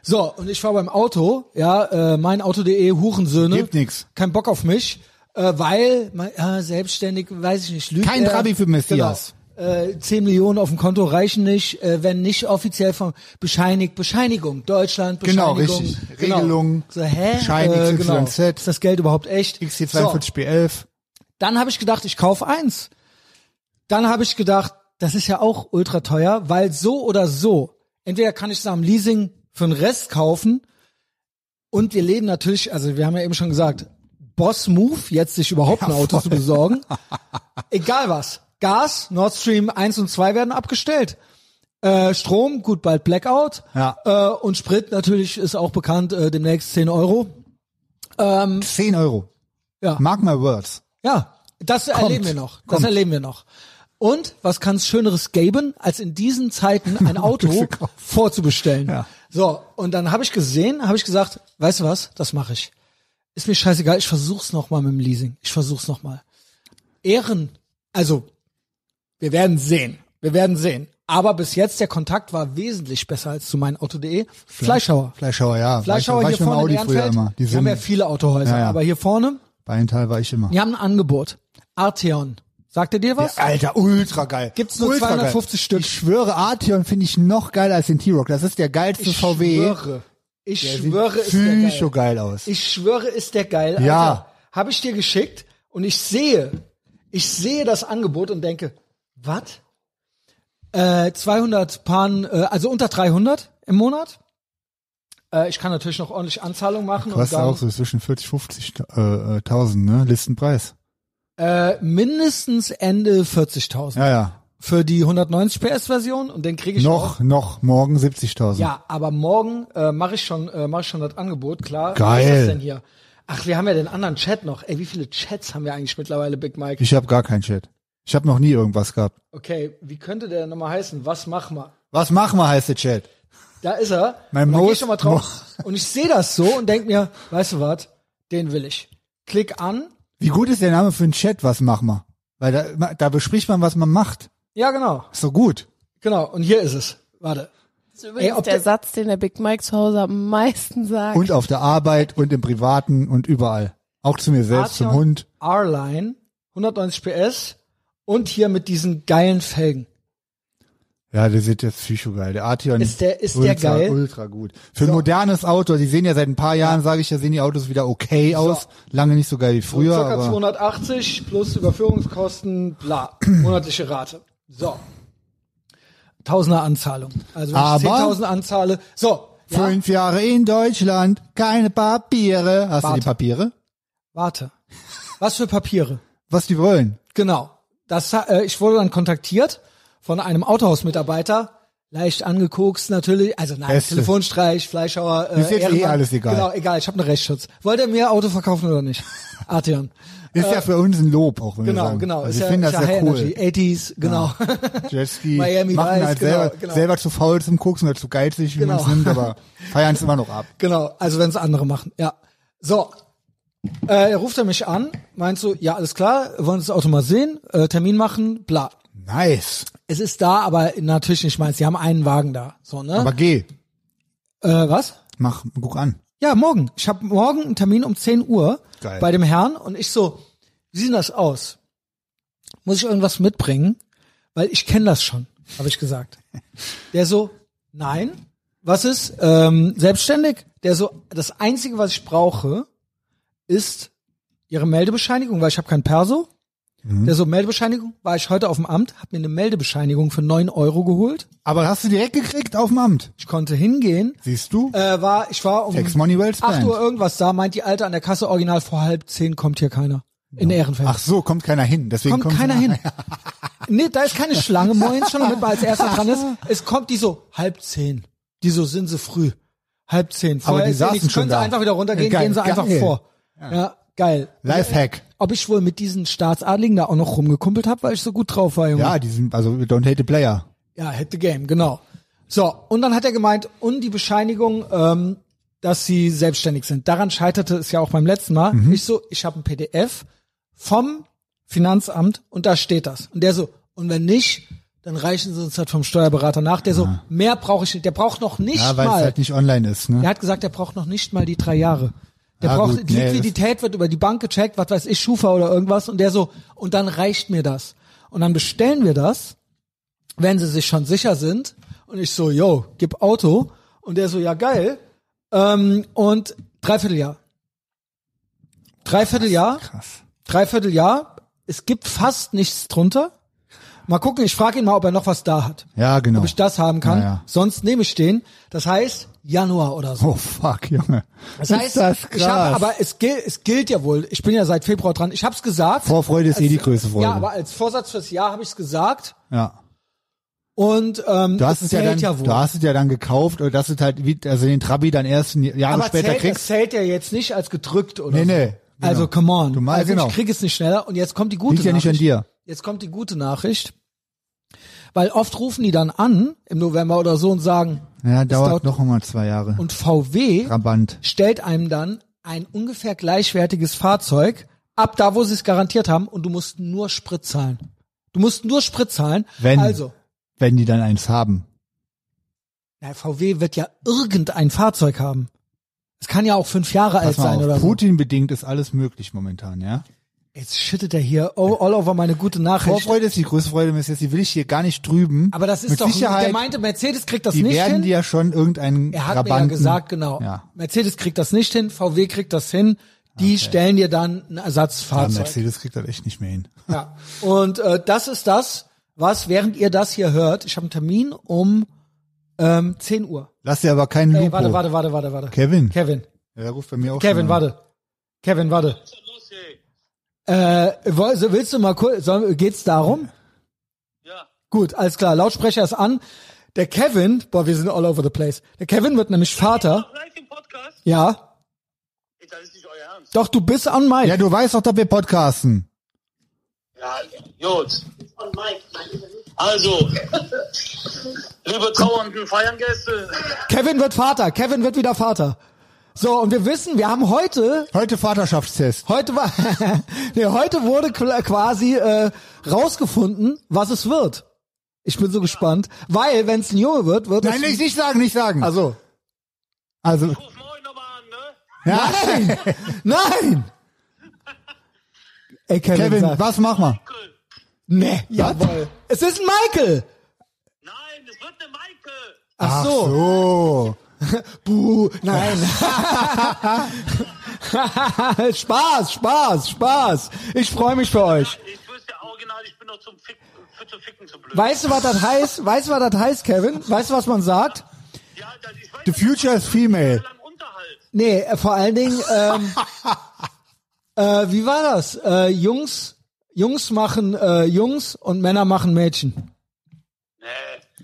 S1: So, und ich war beim Auto, ja, äh, meinauto.de, Hurensöhne.
S2: Gibt nix.
S1: Kein Bock auf mich, äh, weil, mein, äh, selbstständig, weiß ich nicht, lügt
S2: Kein
S1: er.
S2: Trabi für Messias.
S1: Genau. Äh, 10 Millionen auf dem Konto reichen nicht, äh, wenn nicht offiziell von bescheinigt, Bescheinigung, Deutschland,
S2: Genau,
S1: Bescheinigung. Genau.
S2: richtig. Regelung,
S1: So, hä?
S2: Schein
S1: äh, genau.
S2: XYZ.
S1: Ist das Geld überhaupt echt? So.
S2: XC42B11.
S1: Dann habe ich gedacht, ich kaufe eins. Dann habe ich gedacht, das ist ja auch ultra teuer, weil so oder so, entweder kann ich es am Leasing für den Rest kaufen und wir leben natürlich, also wir haben ja eben schon gesagt, Boss Move, jetzt sich überhaupt ein Auto zu besorgen. Egal was. Gas, Nord Stream 1 und 2 werden abgestellt. Äh, Strom, gut, bald Blackout.
S2: Ja.
S1: Äh, und Sprit natürlich ist auch bekannt, äh, demnächst 10 Euro.
S2: 10 Euro.
S1: Ja.
S2: Mark my words.
S1: Ja, das erleben wir noch. Das
S2: Kommt.
S1: erleben wir noch. Und was kann's Schöneres geben, als in diesen Zeiten ein Auto
S2: kaufen.
S1: vorzubestellen?
S2: Ja.
S1: So, und dann habe ich gesehen, habe ich gesagt, weißt du was, das mache ich. Ist mir scheißegal, ich versuch's nochmal mit dem Leasing. Ich versuch's nochmal. Ehren, also, wir werden sehen. Wir werden sehen. Aber bis jetzt, der Kontakt war wesentlich besser als zu meinauto.de. Fleischhauer.
S2: Fleischhauer, ja.
S1: Fleischhauer
S2: war ich,
S1: hier
S2: war ich mit dem
S1: vorne
S2: Audi
S1: in
S2: früher
S1: Ehrenfeld.
S2: immer. Die
S1: wir haben
S2: sind,
S1: ja viele Autohäuser,
S2: Ja, ja.
S1: aber hier vorne
S2: Beintal war ich immer.
S1: die haben ein Angebot. Arteon. Sagt ihr dir was?
S2: Alter, ultra geil.
S1: Gibt's nur
S2: ultra
S1: 250
S2: geil.
S1: Stück.
S2: Ich schwöre, Arteon finde ich noch geiler als den T-Rock. Das ist der geilste
S1: ich
S2: VW.
S1: schwöre. Ich
S2: Der sieht
S1: schwöre, ist der
S2: psycho
S1: geil.
S2: geil aus.
S1: Ich schwöre, ist der geil. Alter.
S2: Ja.
S1: Habe ich dir geschickt und ich sehe, ich sehe das Angebot und denke, was? Äh, 200 Pan, äh, also unter 300 im Monat. Äh, ich kann natürlich noch ordentlich Anzahlung machen. Und
S2: Kostet
S1: dann,
S2: auch so zwischen 40 50 äh, äh, 1000, ne? Listenpreis.
S1: äh, mindestens Ende 40.000.
S2: Ja, ja.
S1: für die 190 PS Version und dann kriege ich auch-
S2: Noch, noch, morgen 70.000.
S1: Ja, aber morgen äh, mache ich schon äh, mache ich schon das Angebot, klar. Was
S2: Geil.
S1: ist das denn hier? Ach, wir haben ja den anderen Chat noch. Ey, wie viele Chats haben wir eigentlich mittlerweile, Big Mike?
S2: Ich habe gar keinen Chat. Ich habe noch nie irgendwas gehabt.
S1: Okay, wie könnte der nochmal heißen? Was mach mal?
S2: Was machen wir, heißt der Chat.
S1: Da ist er.
S2: Mein
S1: und da geh
S2: Maus-
S1: ich schon mal drauf. Und ich sehe das so und denk mir, weißt du was? Den will ich. Klick an.
S2: Wie gut ist der Name für einen Chat, was machen wir? Weil da, da bespricht man, was man macht.
S1: Ja, genau.
S2: Ist so gut.
S1: Genau. Und hier ist es. Warte.
S4: Das ist übrigens
S1: Ey, ob
S4: der
S1: der-
S4: Satz, den der Big Mike zu Hause am meisten sagt.
S2: Und auf der Arbeit und im Privaten und überall. Auch zu mir selbst, zum
S1: Arteon
S2: Hund.
S1: R-Line, 190 PS und hier mit diesen geilen Felgen.
S2: Ja, der sieht jetzt psycho geil. Der Arteon
S1: Ist der- ist der
S2: ultra,
S1: geil?
S2: ultra gut. Für ein modernes Auto, die sehen ja seit ein paar Jahren, sage ich ja, sehen die Autos wieder okay aus. Lange nicht so geil wie früher,
S1: Circa
S2: aber
S1: 280 plus Überführungskosten, bla, monatliche Rate. So. Tausender Anzahlung. Also wenn
S2: Aber-
S1: ich 10.000 anzahle, so, ja,
S2: fünf Jahre in Deutschland, keine Papiere. Hast du
S1: Warte.
S2: die Papiere?
S1: warte. Was für Papiere?
S2: Was die wollen?
S1: Genau. Das, äh, ich wurde dann kontaktiert von einem Autohausmitarbeiter, leicht angekokst natürlich, also nein,
S2: Beste.
S1: Telefonstreich, Fleischhauer, äh,
S2: Ist jetzt eh
S1: Ehrenmann.
S2: alles egal.
S1: Genau, egal, ich habe einen Rechtsschutz. Wollt ihr mir Auto verkaufen oder nicht? Arteon.
S2: Ist ja für uns ein Lob, auch wenn wir
S1: Äh, Genau,
S2: sagen.
S1: genau.
S2: Also ich finde das sehr
S1: High
S2: cool.
S1: Energy, 80s, genau.
S2: Jetski
S1: Miami
S2: machen
S1: Vice,
S2: halt
S1: genau,
S2: selber,
S1: genau.
S2: selber zu faul zum Koksen oder zu geizig, wie man es
S1: Genau.
S2: nimmt, aber feiern es immer noch ab.
S1: Genau, also wenn es andere machen, ja. So, äh, ruft er mich an, meinst du, ja, alles klar, wollen das Auto mal sehen, äh, Termin machen, bla.
S2: Nice.
S1: Es ist da, aber natürlich nicht meins, sie haben einen Wagen da, so, ne?
S2: Aber geh,
S1: äh, was?
S2: mach, guck an.
S1: Ja, morgen. Ich habe morgen einen Termin um 10 Uhr
S2: Geil.
S1: bei dem Herrn und ich so, wie sieht denn das aus? Muss ich irgendwas mitbringen? Weil ich kenne das schon, habe ich gesagt. Der so, nein. Was ist? Ähm, selbstständig? Der so, das Einzige, was ich brauche, ist ihre Meldebescheinigung, weil ich habe kein Perso. Der so, Meldebescheinigung, war ich heute auf dem Amt, habe mir eine Meldebescheinigung für 9 Euro geholt.
S2: Aber hast du direkt gekriegt auf dem Amt?
S1: Ich konnte hingehen,
S2: Siehst du?
S1: äh, war, ich war um
S2: Takes money well spent.
S1: 8 Uhr irgendwas da, meint die Alte an der Kasse original vor halb zehn kommt hier keiner. In Ehrenfeld.
S2: Ach so, kommt keiner hin. Deswegen
S1: kommt
S2: kommt
S1: keiner hin. Nee, da ist keine Schlange, moin schon, damit man als erster dran ist. Es kommt die so halb zehn. Die so sind sie früh. Halb zehn. Vorher
S2: die
S1: ist eh
S2: saßen
S1: nichts.
S2: schon
S1: Können
S2: da.
S1: sie einfach wieder runtergehen,
S2: Geil,
S1: gehen sie
S2: geil.
S1: einfach vor. Ja, geil.
S2: Lifehack.
S1: Ob ich wohl mit diesen Staatsadligen da auch noch rumgekumpelt habe, weil ich so gut drauf war, Junge.
S2: Ja, die sind, also don't hate the player.
S1: Ja, hit the game, genau. So, und dann hat er gemeint, und die Bescheinigung, ähm, dass sie selbstständig sind. Daran scheiterte es ja auch beim letzten Mal.
S2: Mhm.
S1: Ich so, ich habe ein PDF vom Finanzamt und da steht das. Und der so, und wenn nicht, dann reichen sie uns halt vom Steuerberater nach. Der so, mehr brauche ich nicht. Der braucht noch nicht
S2: Ah. Ja, weil es
S1: mal.
S2: halt nicht online ist, ne?
S1: Der hat gesagt, der braucht noch nicht mal die drei Jahre. Der
S2: Ah,
S1: braucht
S2: gut,
S1: die
S2: nee,
S1: Liquidität wird über die Bank gecheckt, was weiß ich, Schufa oder irgendwas und der so und dann reicht mir das. Und dann bestellen wir das, wenn sie sich schon sicher sind und ich so, yo, gib Auto und der so, ja geil. Ähm, und Dreivierteljahr. Dreivierteljahr.
S2: Krass.
S1: Dreivierteljahr. Es gibt fast nichts drunter. Mal gucken, ich frage ihn mal, ob er noch was da hat.
S2: Ja, genau.
S1: Ob ich das haben kann.
S2: Ja, ja.
S1: Sonst nehme ich den. Das heißt, Januar oder so.
S2: Oh fuck, Junge.
S1: Das heißt,
S2: ist das krass.
S1: ich habe, aber es gilt, es gilt ja wohl. Ich bin ja seit Februar dran. Ich habe es gesagt.
S2: Vorfreude ist eh die größte Freude.
S1: Also, Ja, aber als Vorsatz fürs Jahr habe ich es gesagt.
S2: Ja.
S1: Und ähm,
S2: Du hast es ja
S1: zählt
S2: dann,
S1: wohl.
S2: du hast es ja dann gekauft und das ist halt, wie, also den Trabi dann erst ein Jahre
S1: aber
S2: später
S1: zählt,
S2: kriegst.
S1: das zählt ja jetzt nicht als gedrückt oder
S2: Nee,
S1: so.
S2: nee, genau.
S1: Also come on.
S2: Du meinst-
S1: also
S2: genau.
S1: ich krieg es nicht schneller. Und jetzt kommt die gute
S2: Liegt ja
S1: Nachricht.
S2: nicht an dir.
S1: Jetzt kommt die gute Nachricht. Weil oft rufen die dann an im November oder so und sagen,
S2: Ja,
S1: es
S2: dauert, noch einmal zwei Jahre.
S1: Und VW
S2: Trabant.
S1: stellt einem dann ein ungefähr gleichwertiges Fahrzeug ab da, wo sie es garantiert haben, und du musst nur Sprit zahlen. Du musst nur Sprit zahlen.
S2: Wenn.
S1: Also,
S2: Wenn die dann eins haben.
S1: na, VW wird ja irgendein Fahrzeug haben. Es kann ja auch fünf Jahre alt
S2: Pass
S1: sein
S2: mal
S1: oder
S2: auf,
S1: so.
S2: Putin bedingt ist alles möglich momentan, ja?
S1: Jetzt schüttet er hier all, all over meine gute Nachricht.
S2: Vorfreude ist die größte Freude, Mist, jetzt die will ich hier gar nicht drüben.
S1: Aber das ist
S2: Mit
S1: doch, der
S2: Sicherheit,
S1: meinte, Mercedes kriegt das
S2: die
S1: nicht
S2: werden
S1: hin.
S2: dir ja schon irgendeinen
S1: Er hat
S2: Trabanten.
S1: mir ja gesagt, genau.
S2: Ja.
S1: Mercedes kriegt das nicht hin, VW kriegt das hin. Die stellen dir dann ein
S2: Ja,
S1: Ersatzfahrzeug.
S2: Ah, Mercedes kriegt das echt nicht mehr hin.
S1: Ja. Und äh, das ist das, was während ihr das hier hört. Ich habe einen Termin um ähm, 10 Uhr.
S2: Lass dir aber keinen Lupo.
S1: Ey, warte, warte, warte, warte, warte.
S2: Kevin.
S1: Kevin,
S2: Ja, der ruft bei mir auch
S1: Kevin,
S2: schon an.
S1: warte. Kevin, warte.
S5: Was ist denn los, ey?
S1: Äh, woll- so willst du mal kurz, soll- geht's darum?
S5: Ja,
S1: Gut, alles klar. Lautsprecher ist an. Der Kevin, boah, wir sind all over the place. Der Kevin wird nämlich Vater.
S5: Auch live im Podcast?
S1: Ja.
S5: Ey, Das ist nicht euer Ernst.
S1: Doch, du bist on mic.
S2: Ja, du weißt doch, dass wir podcasten.
S5: Ja, gut. Also, liebe trauernden Feiern-Gäste,
S1: Kevin wird Vater. Kevin wird wieder Vater. So, und wir wissen, wir haben heute
S2: Heute Vaterschaftstest.
S1: Heute war, nee, heute wurde kla- quasi äh, rausgefunden, was es wird. Ich bin so gespannt, weil wenn es ein Junge wird, wird
S2: Nein,
S1: es.
S2: nicht, nicht sagen, nicht sagen.
S1: Also
S2: Also,
S5: ruf moin nochmal an, ne?
S2: ja.
S1: nein. Ey, Kevin,
S2: Kevin,
S1: sag-
S2: was machen wir?
S5: Michael.
S1: Nee, jawohl. Es ist ein Michael.
S5: Nein, es wird eine Michael.
S1: Ach so.
S2: so.
S1: Buh, nein. Spaß, Spaß, Spaß. Ich freue mich für euch.
S5: Ich wüsste original, ich bin noch zum Fick, für zu Ficken zu blöd.
S1: Weißt du, was das heißt? Weißt du, was das heißt, Kevin? Weißt du, was man sagt?
S5: Ja, das, ich weiß
S2: The
S5: nicht,
S2: future is female.
S5: lang Unterhalt.
S1: Nee, äh, vor allen Dingen, ähm, äh, wie war das? Äh, Jungs, Jungs machen äh, Jungs und Männer machen Mädchen.
S5: Nee.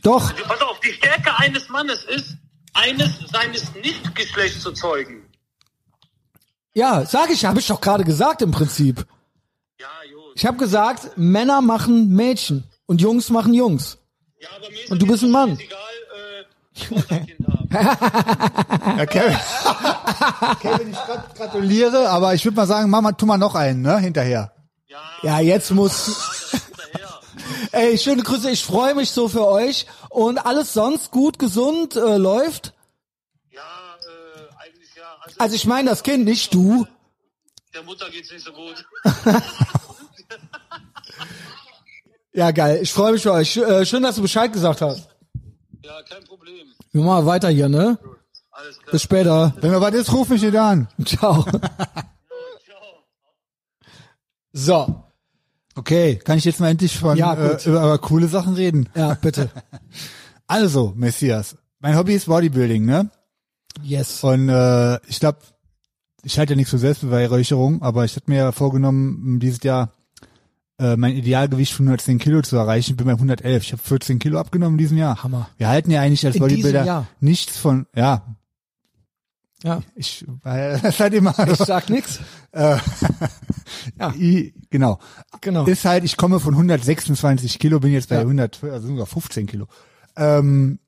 S1: Doch,
S5: Also, pass auf, die Stärke eines Mannes ist, eines seines Nichtgeschlechts zu zeugen.
S1: ja, sag ich, habe ich doch gerade gesagt im Prinzip.
S5: Ja, gut.
S1: Ich habe gesagt, Männer machen Mädchen und Jungs machen Jungs.
S5: Ja, aber mir ist
S1: Und du
S5: das
S1: bist ein Mann.
S5: Egal, äh, ich wollte ein Kind haben.
S2: Ja, Kevin. Kevin, ich grat- gratuliere, aber ich würde mal sagen, mach mal, tu mal noch einen, ne, hinterher.
S5: Ja,
S1: Ja, jetzt muss.
S5: das ist hinterher.
S1: Ey, schöne Grüße, ich freue mich so für euch und alles sonst gut, gesund äh, läuft.
S5: Ja, äh, eigentlich ja. Also,
S1: Also ich meine das Kind, nicht du.
S5: der Mutter geht's nicht so gut.
S1: Ja, geil. Ich freue mich für euch. Sch- Äh, schön, dass du Bescheid gesagt hast.
S5: Ja, kein Problem.
S1: Wir machen weiter hier, ne?
S5: Alles klar.
S1: Bis später.
S2: Wenn mir was ist, ruf mich wieder an.
S1: Ciao.
S5: Ciao.
S1: So,
S2: Okay, kann ich jetzt mal endlich von
S1: Ja,
S2: äh,
S1: gut.
S2: über, über coole Sachen reden?
S1: ja, bitte.
S2: Also, Messias, mein Hobby ist Bodybuilding, ne?
S1: Yes.
S2: Und äh, ich glaube, ich halte ja nichts für Selbstbeweihräucherung, aber ich hatte mir ja vorgenommen, um dieses Jahr äh, mein Idealgewicht von 110 Kilo zu erreichen. Ich bin bei 111. Ich habe 14 Kilo abgenommen in diesem Jahr.
S1: Hammer.
S2: Wir halten ja eigentlich als
S1: In diesem
S2: Bodybuilder
S1: Jahr?
S2: nichts von, ja,
S1: Ja.
S2: ich, weil das ist halt immer,
S1: Ich sag nix.
S2: I, genau.
S1: Genau.
S2: Ist halt, ich komme von 126 Kilo, bin jetzt bei
S1: Ja.
S2: 100, also sogar 15 Kilo. Ähm,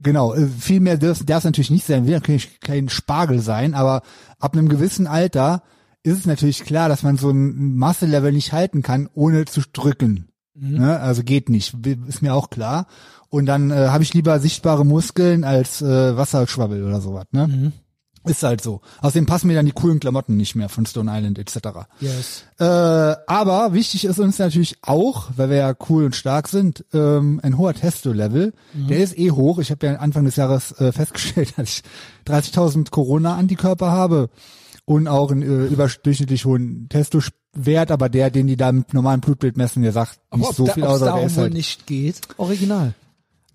S2: genau, äh, viel mehr darf es natürlich nicht sein, will natürlich kein Spargel sein, aber ab einem gewissen Alter ist es natürlich klar, dass man so ein Masselevel nicht halten kann, ohne zu drücken.
S1: Mhm.
S2: Ne? Also geht nicht, bi- ist mir auch klar. Und dann äh, habe ich lieber sichtbare Muskeln als äh, Wasserschwabbel oder sowas. Ne?
S1: Mhm.
S2: Ist halt so. Außerdem passen mir dann die coolen Klamotten nicht mehr von Stone Island etc.
S1: Yes.
S2: Äh, aber wichtig ist uns natürlich auch, weil wir ja cool und stark sind, ähm, ein hoher Testo-Level.
S1: Mhm.
S2: Der ist eh hoch. Ich habe ja Anfang des Jahres äh, festgestellt, dass ich 30.000 Corona-Antikörper habe und auch einen äh, überdurchschnittlich hohen Testo-Wert, aber der, den die da mit normalen Blutbild messen, der sagt nicht so
S1: da, um
S2: viel aus,
S1: ob's
S2: aber der
S1: darum
S2: ist
S1: wohl
S2: halt
S1: nicht geht, original.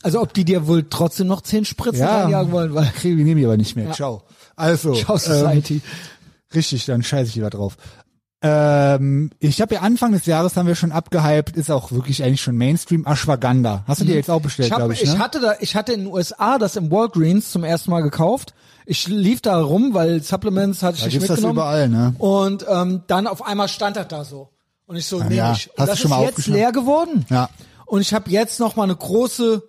S1: Also ob die dir wohl trotzdem noch zehn Spritzen
S2: ja,
S1: reinjagen wollen, weil
S2: kriege ich nehme ich aber nicht mehr. Ciao. Also,
S1: Ciao
S2: ähm,
S1: Society.
S2: Richtig, dann scheiße ich wieder drauf. Ähm, ich habe ja Anfang des Jahres haben wir schon abgehypt, ist auch wirklich eigentlich schon Mainstream Ashwagandha. Hast du dir jetzt auch
S1: Mhm.
S2: bestellt,
S1: ich, hab,
S2: glaube ich,
S1: ich,
S2: ne?
S1: hatte da, ich hatte in den USA das im Walgreens zum ersten Mal gekauft. Ich lief da rum, weil Supplements hatte ich
S2: Da
S1: nicht
S2: gibt's das
S1: mitgenommen.
S2: überall, ne?
S1: Und ähm, dann auf einmal stand das da so. Und ich so, nehm
S2: Ah, ja.
S1: ich. Und
S2: Hast du
S1: das
S2: schon
S1: ist
S2: mal
S1: jetzt
S2: aufgeschnappt?
S1: leer geworden.
S2: Ja.
S1: Und ich habe jetzt noch mal eine große,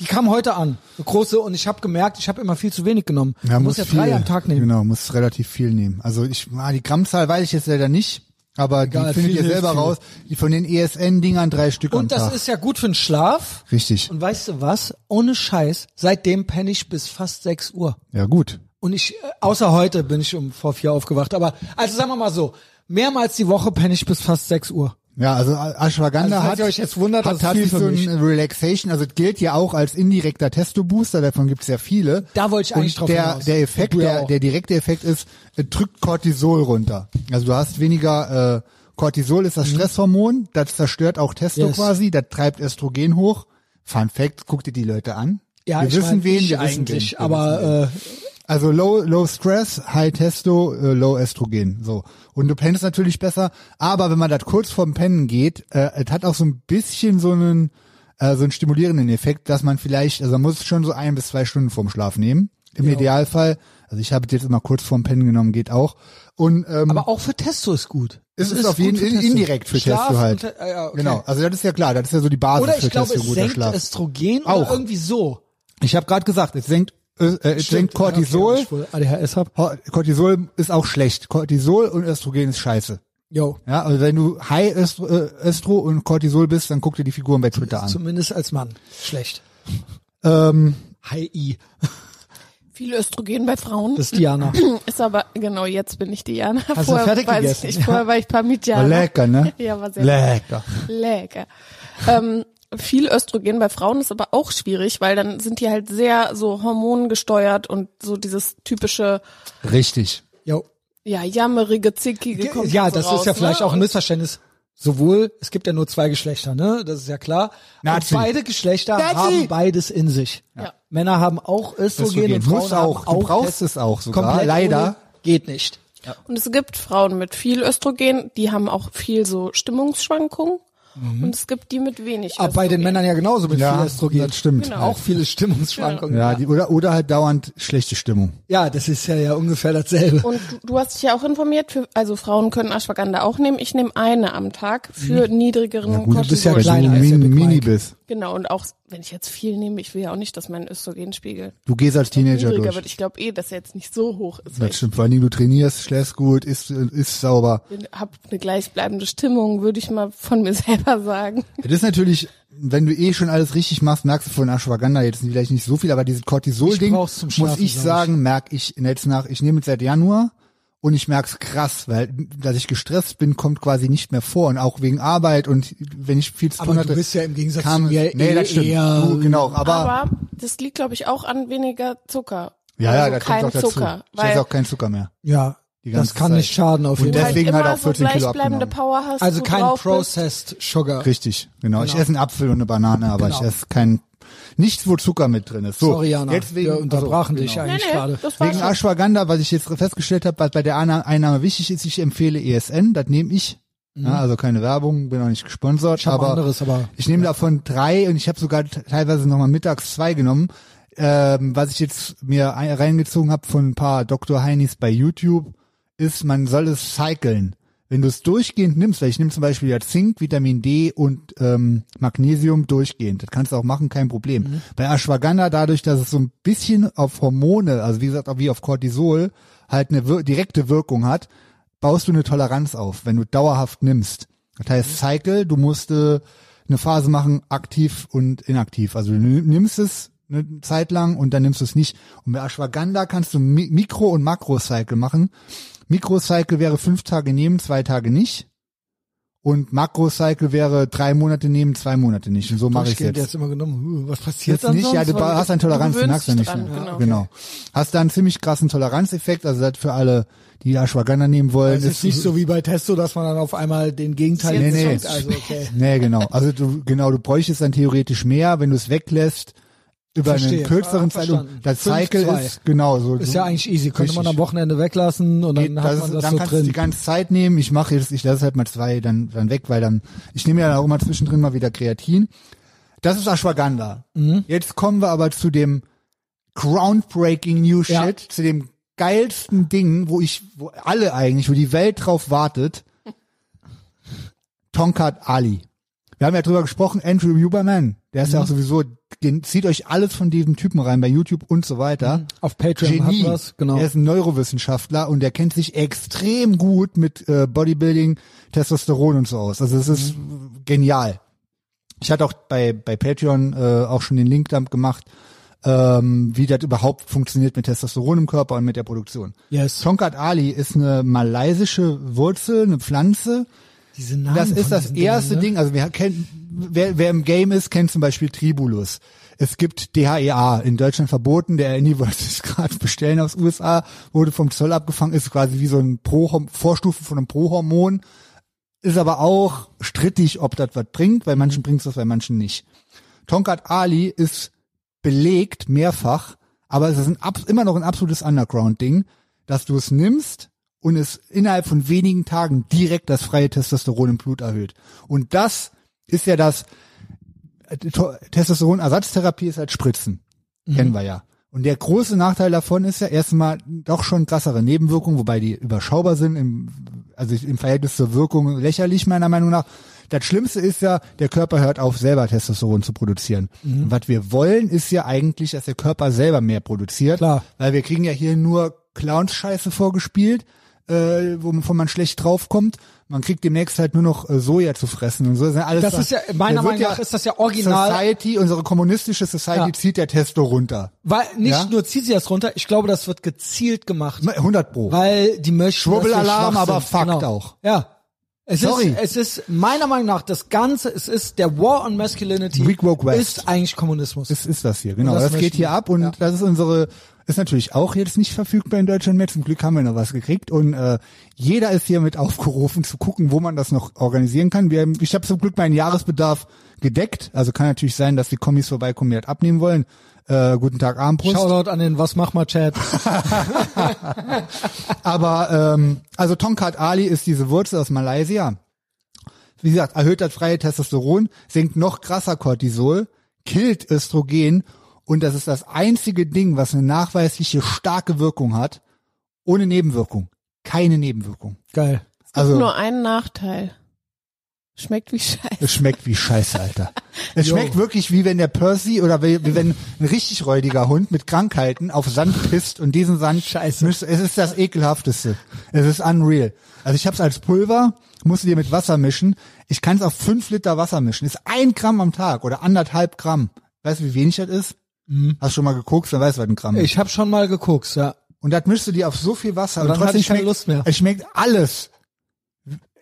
S1: die kam heute an, eine große. Und ich habe gemerkt, ich habe immer viel zu wenig genommen.
S2: Ja,
S1: Man muss ja drei am Tag nehmen.
S2: Genau, muss relativ viel nehmen. Also ich, ah, die Grammzahl weiß ich jetzt leider nicht, aber
S1: Egal,
S2: die findet
S1: viel
S2: ihr
S1: hilft
S2: selber
S1: viel.
S2: raus. Die von den E ESN-Dingern drei Stück am
S1: Und das
S2: Tag.
S1: ist ja gut für den Schlaf.
S2: Richtig.
S1: Und weißt du was? Ohne Scheiß, seitdem penne ich bis fast 6 Uhr.
S2: Ja, gut.
S1: Und ich, äh, außer heute bin ich um vor vier aufgewacht. Aber, also sagen wir mal so, mehrmals die Woche penne ich bis fast 6 Uhr.
S2: Ja, also Ashwagandha
S1: Also, falls
S2: hat,
S1: ihr euch jetzt wundert,
S2: hat
S1: das ist viel
S2: tatsächlich
S1: für mich.
S2: so ein Relaxation, also es gilt ja auch als indirekter Testo-Booster, davon gibt's ja viele.
S1: Da wollte ich eigentlich
S2: Und
S1: drauf
S2: der,
S1: hinaus.
S2: Der Effekt,
S1: Du ja
S2: der,
S1: auch.
S2: der direkte Effekt ist, es drückt Cortisol runter. Also du hast weniger, äh, Cortisol ist das Stresshormon, das zerstört auch Testo
S1: Mhm. Yes.
S2: quasi, das treibt Östrogen hoch. Fun Fact, guck dir die Leute an.
S1: Ja,
S2: wir
S1: ich
S2: wissen
S1: mein,
S2: wen,
S1: ich
S2: wir wissen
S1: eigentlich,
S2: wen. Wir wissen wen.
S1: aber äh,
S2: Also low, low stress, high testo, äh, low estrogen. So. Und du pennst natürlich besser. Aber wenn man das kurz vorm Pennen geht, äh, es hat auch so ein bisschen so einen, äh, so einen stimulierenden Effekt, dass man vielleicht, also man muss schon so ein bis zwei Stunden vorm Schlaf nehmen. Im Idealfall. Also ich habe es jetzt immer kurz vorm Pennen genommen, geht auch. Und, ähm,
S1: Aber auch für Testo ist gut.
S2: Es ist auf jeden-
S1: gut für
S2: in-
S1: Testo.
S2: indirekt für
S1: Schlaf
S2: Testo halt.
S1: und Te- ah, ja, okay.
S2: Genau, also das ist ja klar, das ist ja so die Basis
S1: Oder
S2: für
S1: ich glaube,
S2: Testo,
S1: es
S2: guter
S1: senkt
S2: Schlaf.
S1: Östrogen
S2: Auch.
S1: oder irgendwie so.
S2: Ich habe gerade gesagt, es senkt, äh, äh, es senkt
S1: Stimmt,
S2: Cortisol.
S1: Okay, obwohl ich wohl ADHS hab.
S2: Ho- Cortisol ist auch schlecht. Cortisol und Östrogen ist scheiße.
S1: Jo.
S2: Ja, also wenn du High Östro, äh, Östro und Cortisol bist, dann guck dir die Figuren bei Twitter an.
S1: Zumindest als Mann. Schlecht.
S2: Ähm,
S1: Hi I.
S4: Viel Östrogen bei Frauen.
S1: Das ist Diana.
S4: Ist aber, genau, jetzt bin ich Diana.
S1: du
S4: vorher
S1: fertig
S4: weiß
S1: gegessen?
S4: Ich nicht, vorher war ich
S2: war
S4: Parmigiana.
S2: lecker, ne?
S4: Ja, war sehr
S2: Lecker.
S4: lecker. ähm, viel Östrogen bei Frauen ist aber auch schwierig, weil dann sind die halt sehr so hormongesteuert und so dieses typische,
S2: Richtig.
S1: Jo.
S4: ja, jammerige, zickige kommt
S1: Ja,
S4: dann so
S1: das
S4: raus,
S1: ist ja vielleicht
S4: ne?
S1: auch ein
S4: Und
S1: Missverständnis. Sowohl, es gibt ja nur zwei Geschlechter, ne? Das ist ja klar.
S2: Nazi.
S1: Und beide Geschlechter
S2: Nazi.
S1: haben beides in sich.
S4: Ja.
S1: Männer haben auch Östrogen und
S2: Östrogen.
S1: Frauen
S2: Muss auch.
S1: haben
S2: Du
S1: auch
S2: brauchst
S1: Test-
S2: es auch sogar.
S1: Komplett
S2: Leider.
S1: ohne geht nicht.
S4: Und es gibt Frauen mit viel Östrogen, die haben auch viel so Stimmungsschwankungen. Und es gibt die mit wenig.
S1: Mhm. Aber bei den
S4: Östrogen.
S1: Männern ja genauso mit
S2: Ja,
S1: viel Östrogen.
S2: das stimmt. Genau.
S1: Auch viele Stimmungsschwankungen.
S2: Ja, die, oder, oder halt dauernd schlechte Stimmung.
S1: Ja, das ist ja, ja ungefähr dasselbe.
S4: Und du, du hast dich ja auch informiert, für, also Frauen können Ashwagandha auch nehmen. Ich nehme eine am Tag für niedrigeren
S2: Ja, Mhm. gut,
S1: du bist ja
S4: Cortisol.
S1: kleiner
S2: du
S1: als der
S2: Min,
S1: Big
S2: Mini
S1: Mike.
S2: bist.
S4: Genau, und auch wenn ich jetzt viel nehme, ich will ja auch nicht, dass mein Östrogenspiegel
S2: Du gehst als Teenager
S4: niedriger
S2: durch.
S4: wird. Ich glaube eh, dass er jetzt nicht so hoch ist. weil
S2: Das stimmt. Vor allen Dingen, du trainierst, schläfst gut, isst, äh, isst sauber.
S4: Ich habe eine gleichbleibende Stimmung, würde ich mal von mir selber sagen.
S2: Das ist natürlich, wenn du eh schon alles richtig machst, merkst du von Ashwagandha jetzt vielleicht nicht so viel, aber dieses
S1: Ich
S2: Cortisol-Ding,
S1: brauch's zum
S2: muss
S1: Schlafen,
S2: ich
S1: glaub ich.
S2: sagen, merk ich jetzt nach, ich nehme es seit Januar und ich merk's krass, weil, dass ich gestresst bin, kommt quasi nicht mehr vor und auch wegen Arbeit und wenn ich viel zu
S1: Aber
S2: tun
S1: du
S2: hatte.
S1: bist ja im Gegensatz
S2: kam,
S1: zu mir
S2: nee,
S1: eh
S2: das stimmt.
S1: eher-
S2: du, genau, aber,
S4: Aber das liegt, glaube ich, auch an weniger Zucker.
S2: ja, ja,
S4: also
S2: das
S4: kein
S2: kommt auch dazu.
S4: Zucker.
S2: ich esse
S4: Weil
S2: auch kein Zucker mehr.
S1: Ja,
S2: Die ganze
S1: das kann
S2: Zeit.
S1: nicht schaden auf
S2: Und
S1: jeden Fall.
S2: deswegen-
S4: immer
S2: halt auch
S4: so
S2: 14 Kilo
S4: gleichbleibende
S2: abgenommen.
S4: Power hast
S1: Also
S4: du
S1: kein
S4: drauf bist.
S1: Processed Sugar.
S2: Richtig, genau. Ich esse einen Apfel und eine Banane, aber
S1: Genau.
S2: ich esse kein, nichts, wo Zucker mit drin ist. So,
S1: Sorry, Jana.
S2: Jetzt wegen,
S1: wir unterbrachen
S2: also,
S1: dich
S2: genau.
S1: eigentlich
S4: Nee, nee,
S1: gerade.
S4: das war
S2: Wegen
S4: schon.
S2: Ashwagandha, was ich jetzt festgestellt habe, was bei der Anna- Einnahme wichtig ist, ich empfehle ESN, das nehme ich. Ja, also keine Werbung, bin auch nicht gesponsert,
S1: hab
S2: aber
S1: anderes, aber-
S2: ich nehme davon drei und ich habe sogar t- teilweise nochmal mittags zwei genommen. Ähm, was ich jetzt mir ein- reingezogen habe von ein paar Dr. Heinis bei YouTube, ist, man soll es cyclen. Wenn du es durchgehend nimmst, weil ich nehme zum Beispiel ja Zink, Vitamin D und ähm, Magnesium durchgehend. Das kannst du auch machen, kein Problem.
S1: Mhm.
S2: Bei Ashwagandha dadurch, dass es so ein bisschen auf Hormone, also wie gesagt, auch wie auf Cortisol, halt eine wir direkte Wirkung hat, baust du eine Toleranz auf, wenn du dauerhaft nimmst. Das
S1: Mhm.
S2: heißt, Cycle, du musst äh, eine Phase machen, aktiv und inaktiv. Also du nimm- nimmst es eine Zeit lang und dann nimmst du es nicht. Und bei Ashwagandha kannst du Mi Mikro- und Makrocycle machen. Mikrocycle wäre fünf Tage nehmen, zwei Tage nicht. Und Makrocycle wäre drei Monate nehmen, zwei Monate nicht. Und so mache ich
S1: Durchgehend
S2: jetzt.
S1: jetzt immer genommen. Uh, was passiert
S2: Jetzt
S1: dann
S2: nicht, ja,
S1: sonst?
S2: du ba- hast eine Toleranz,
S4: du
S2: du merkst ja
S4: gewöhnst
S2: nicht.
S4: dich
S2: ne?
S4: dran, genau.
S2: genau. Hast da einen ziemlich krassen Toleranzeffekt, also das für alle, die Ashwagandha nehmen wollen.
S1: Also Es ist nicht so wie bei Testo, dass man dann auf einmal den Gegenteil
S2: Nee, nee.
S1: entdeckt. Also okay.
S2: Nee, genau. Also du, genau, du bräuchtest dann theoretisch mehr, wenn du es weglässt, über
S1: Verstehe.
S2: einen kürzeren
S1: Ah,
S2: Zeitraum.
S1: verstanden.
S2: Das
S1: Fünf,
S2: Cycle
S1: zwei.
S2: ist, genau, so.
S1: Ist ja eigentlich easy. Könnte man am
S2: Richtig.
S1: Wochenende weglassen und dann
S2: Geht,
S1: hat
S2: das
S1: man
S2: ist-
S1: das
S2: dann
S1: so
S2: kannst du die
S1: drin.
S2: ganze Zeit nehmen. Ich mache jetzt, ich lasse halt mal zwei dann, dann weg, weil dann, ich nehme ja auch immer zwischendrin mal wieder Kreatin. Das ist Ashwagandha.
S1: Mhm.
S2: Jetzt kommen wir aber zu dem groundbreaking new shit,
S1: Ja.
S2: zu dem geilsten Ding, wo ich, wo alle eigentlich, wo die Welt drauf wartet. Tonkat Ali. Wir haben ja drüber gesprochen, Andrew Huberman. Der ist ja
S1: Mhm.
S2: auch sowieso, den zieht euch alles von diesem Typen rein bei YouTube und so weiter.
S1: Mhm. Auf Patreon
S2: Genie.
S1: hat was, genau.
S2: Er ist ein Neurowissenschaftler und er kennt sich extrem gut mit äh, Bodybuilding, Testosteron und so aus. Also es ist
S1: Mhm.
S2: genial. Ich hatte auch bei, bei Patreon äh, auch schon den Link dump gemacht, ähm, wie das überhaupt funktioniert mit Testosteron im Körper und mit der Produktion.
S1: Yes.
S2: Tonkat Ali ist eine malaysische Wurzel, eine Pflanze,
S1: Diese Namen
S2: das ist
S1: von
S2: das
S1: diesen Dingern,
S2: erste
S1: ne?
S2: Ding. Also wer, kennt, wer, wer im Game ist, kennt zum Beispiel Tribulus. Es gibt DHEA, in Deutschland verboten, der Annie wollte es gerade bestellen aus USA, wurde vom Zoll abgefangen, ist quasi wie so ein Pro Vorstufe von einem Prohormon, ist aber auch strittig, ob das was bringt, bei manchen bringt es was, bei manchen nicht. Tonkat Ali ist belegt mehrfach Aber es ist ein, abs- immer noch ein absolutes Underground-Ding, dass du es nimmst und es innerhalb von wenigen Tagen direkt das freie Testosteron im Blut erhöht. Und das ist ja das äh, To- Testosteron-Ersatztherapie ist halt Spritzen. Kennen wir ja. Und der große Nachteil davon ist ja erstmal doch schon krassere Nebenwirkungen, wobei die überschaubar sind, im, also im Verhältnis zur Wirkung lächerlich meiner Meinung nach. Das Schlimmste ist ja, der Körper hört auf, selber Testosteron zu produzieren. Und was wir wollen, ist ja eigentlich, dass der Körper selber mehr produziert.
S1: Klar.
S2: Weil wir kriegen ja hier nur Clowns-Scheiße vorgespielt, äh, wovon man schlecht draufkommt. Man kriegt demnächst halt nur noch äh, Soja zu fressen und so. Das ist ja, alles
S1: Das ist ja- meiner
S2: Da wird
S1: Meinung nach ist das ja original-
S2: Society, unsere kommunistische Society
S1: Ja.
S2: zieht der Testo runter.
S1: Weil nicht
S2: Ja?
S1: nur zieht sie das runter, ich glaube, das wird gezielt gemacht.
S2: 100 Pro.
S1: Weil die möchten.
S2: Schwurbelalarm,
S1: dass wir schwach
S2: aber
S1: sind. Genau.
S2: Fakt auch.
S1: Ja. Es
S2: Sorry.
S1: ist, es ist meiner Meinung nach das Ganze, es ist der War on Masculinity
S2: Weak Woke West.
S1: ist eigentlich Kommunismus.
S2: Das ist das hier, genau.
S1: Und das
S2: Das, geht
S1: möchten
S2: hier
S1: wir.
S2: ab und
S1: Ja.
S2: das ist unsere, ist natürlich auch jetzt nicht verfügbar in Deutschland mehr. Zum Glück haben wir noch was gekriegt und äh, jeder ist hier mit aufgerufen zu gucken, wo man das noch organisieren kann. Wir haben, ich habe zum Glück meinen Jahresbedarf gedeckt. Also kann natürlich sein, dass die Kommis vorbeikommen, die halt abnehmen wollen. Äh, guten Tag, Armbrust.
S1: Shoutout an den Was mach mal Chat.
S2: Aber ähm, also Tonkat Ali ist diese Wurzel aus Malaysia. Wie gesagt, erhöht das freie Testosteron, senkt noch krasser Cortisol, killt Östrogen und das ist das einzige Ding, was eine nachweisliche starke Wirkung hat, ohne Nebenwirkung. Keine Nebenwirkung.
S1: Geil.
S2: Also
S4: Nur einen Nachteil. Schmeckt wie Scheiße.
S2: es schmeckt wie Scheiße, Alter. Es schmeckt wirklich wie wenn der Percy oder wie, wie wenn ein richtig räudiger Hund mit Krankheiten auf Sand pisst und diesen Sand
S1: Scheiße.
S2: Müsst- Es ist das ekelhafteste. Es ist unreal. Also ich habe es als Pulver, musst du dir mit Wasser mischen. Ich kann es auf fünf Liter Wasser mischen. Ist ein Gramm am Tag oder anderthalb Gramm. Weißt du, wie wenig das ist? Hast schon mal geguckt, dann weißt du, was ein Gramm ist.
S1: Mhm. Ich habe schon mal geguckt, ja.
S2: Und das mischst du dir auf so viel Wasser
S1: Und dann
S2: und, trotzdem
S1: hatte ich keine
S2: schmeckt,
S1: Lust mehr.
S2: Es schmeckt alles.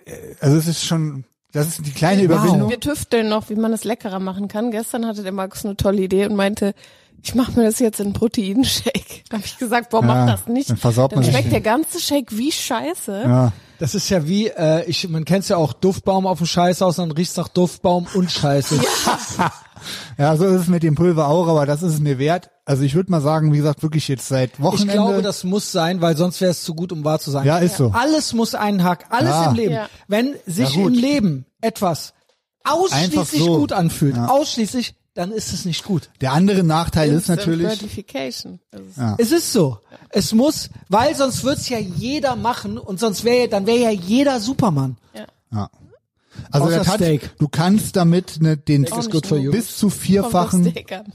S2: Äh, Also es ist schon, das ist die kleine Überwindung.
S4: Wir tüfteln noch, wie man es leckerer machen kann. Gestern hatte der Markus eine tolle Idee und meinte, ich mache mir das jetzt in Proteinshake. Da habe ich gesagt, boah, mach
S2: Ja,
S4: das nicht.
S2: dann versaut man sich
S4: schmeckt der
S2: den.
S4: ganze Shake wie Scheiße.
S2: Ja.
S1: Das ist ja wie, äh, ich, man kennt's ja auch, Duftbaum auf dem Scheißhaus, dann riecht's nach Duftbaum und Scheiße.
S2: ja, so ist es mit dem Pulver auch, aber das ist es mir wert. Also ich würde mal sagen, wie gesagt, wirklich jetzt seit
S1: Ich
S2: Wochenende.
S1: glaube, das muss sein, weil sonst wäre es zu gut, um wahr zu sein.
S2: Ja, ist so.
S1: Alles muss einen Hack, alles
S2: Ja.
S1: im Leben.
S4: Ja.
S1: Wenn sich
S2: Na gut.
S1: im Leben etwas ausschließlich
S2: Einfach so.
S1: gut anfühlt,
S2: Ja.
S1: ausschließlich, dann ist es nicht gut.
S2: Der andere Nachteil ist
S4: Instant
S2: natürlich,
S4: Gratification. Das ist
S1: Es ist so. Es muss, weil sonst wird's ja jeder machen und sonst wäre ja, dann wäre ja jeder Superman.
S4: ja.
S2: Also
S1: Außer
S2: das hat,
S1: Steak.
S2: du kannst damit ne, den
S1: is good for you.
S2: bis zu
S4: Kommt auf
S2: vierfachen
S4: Steak an.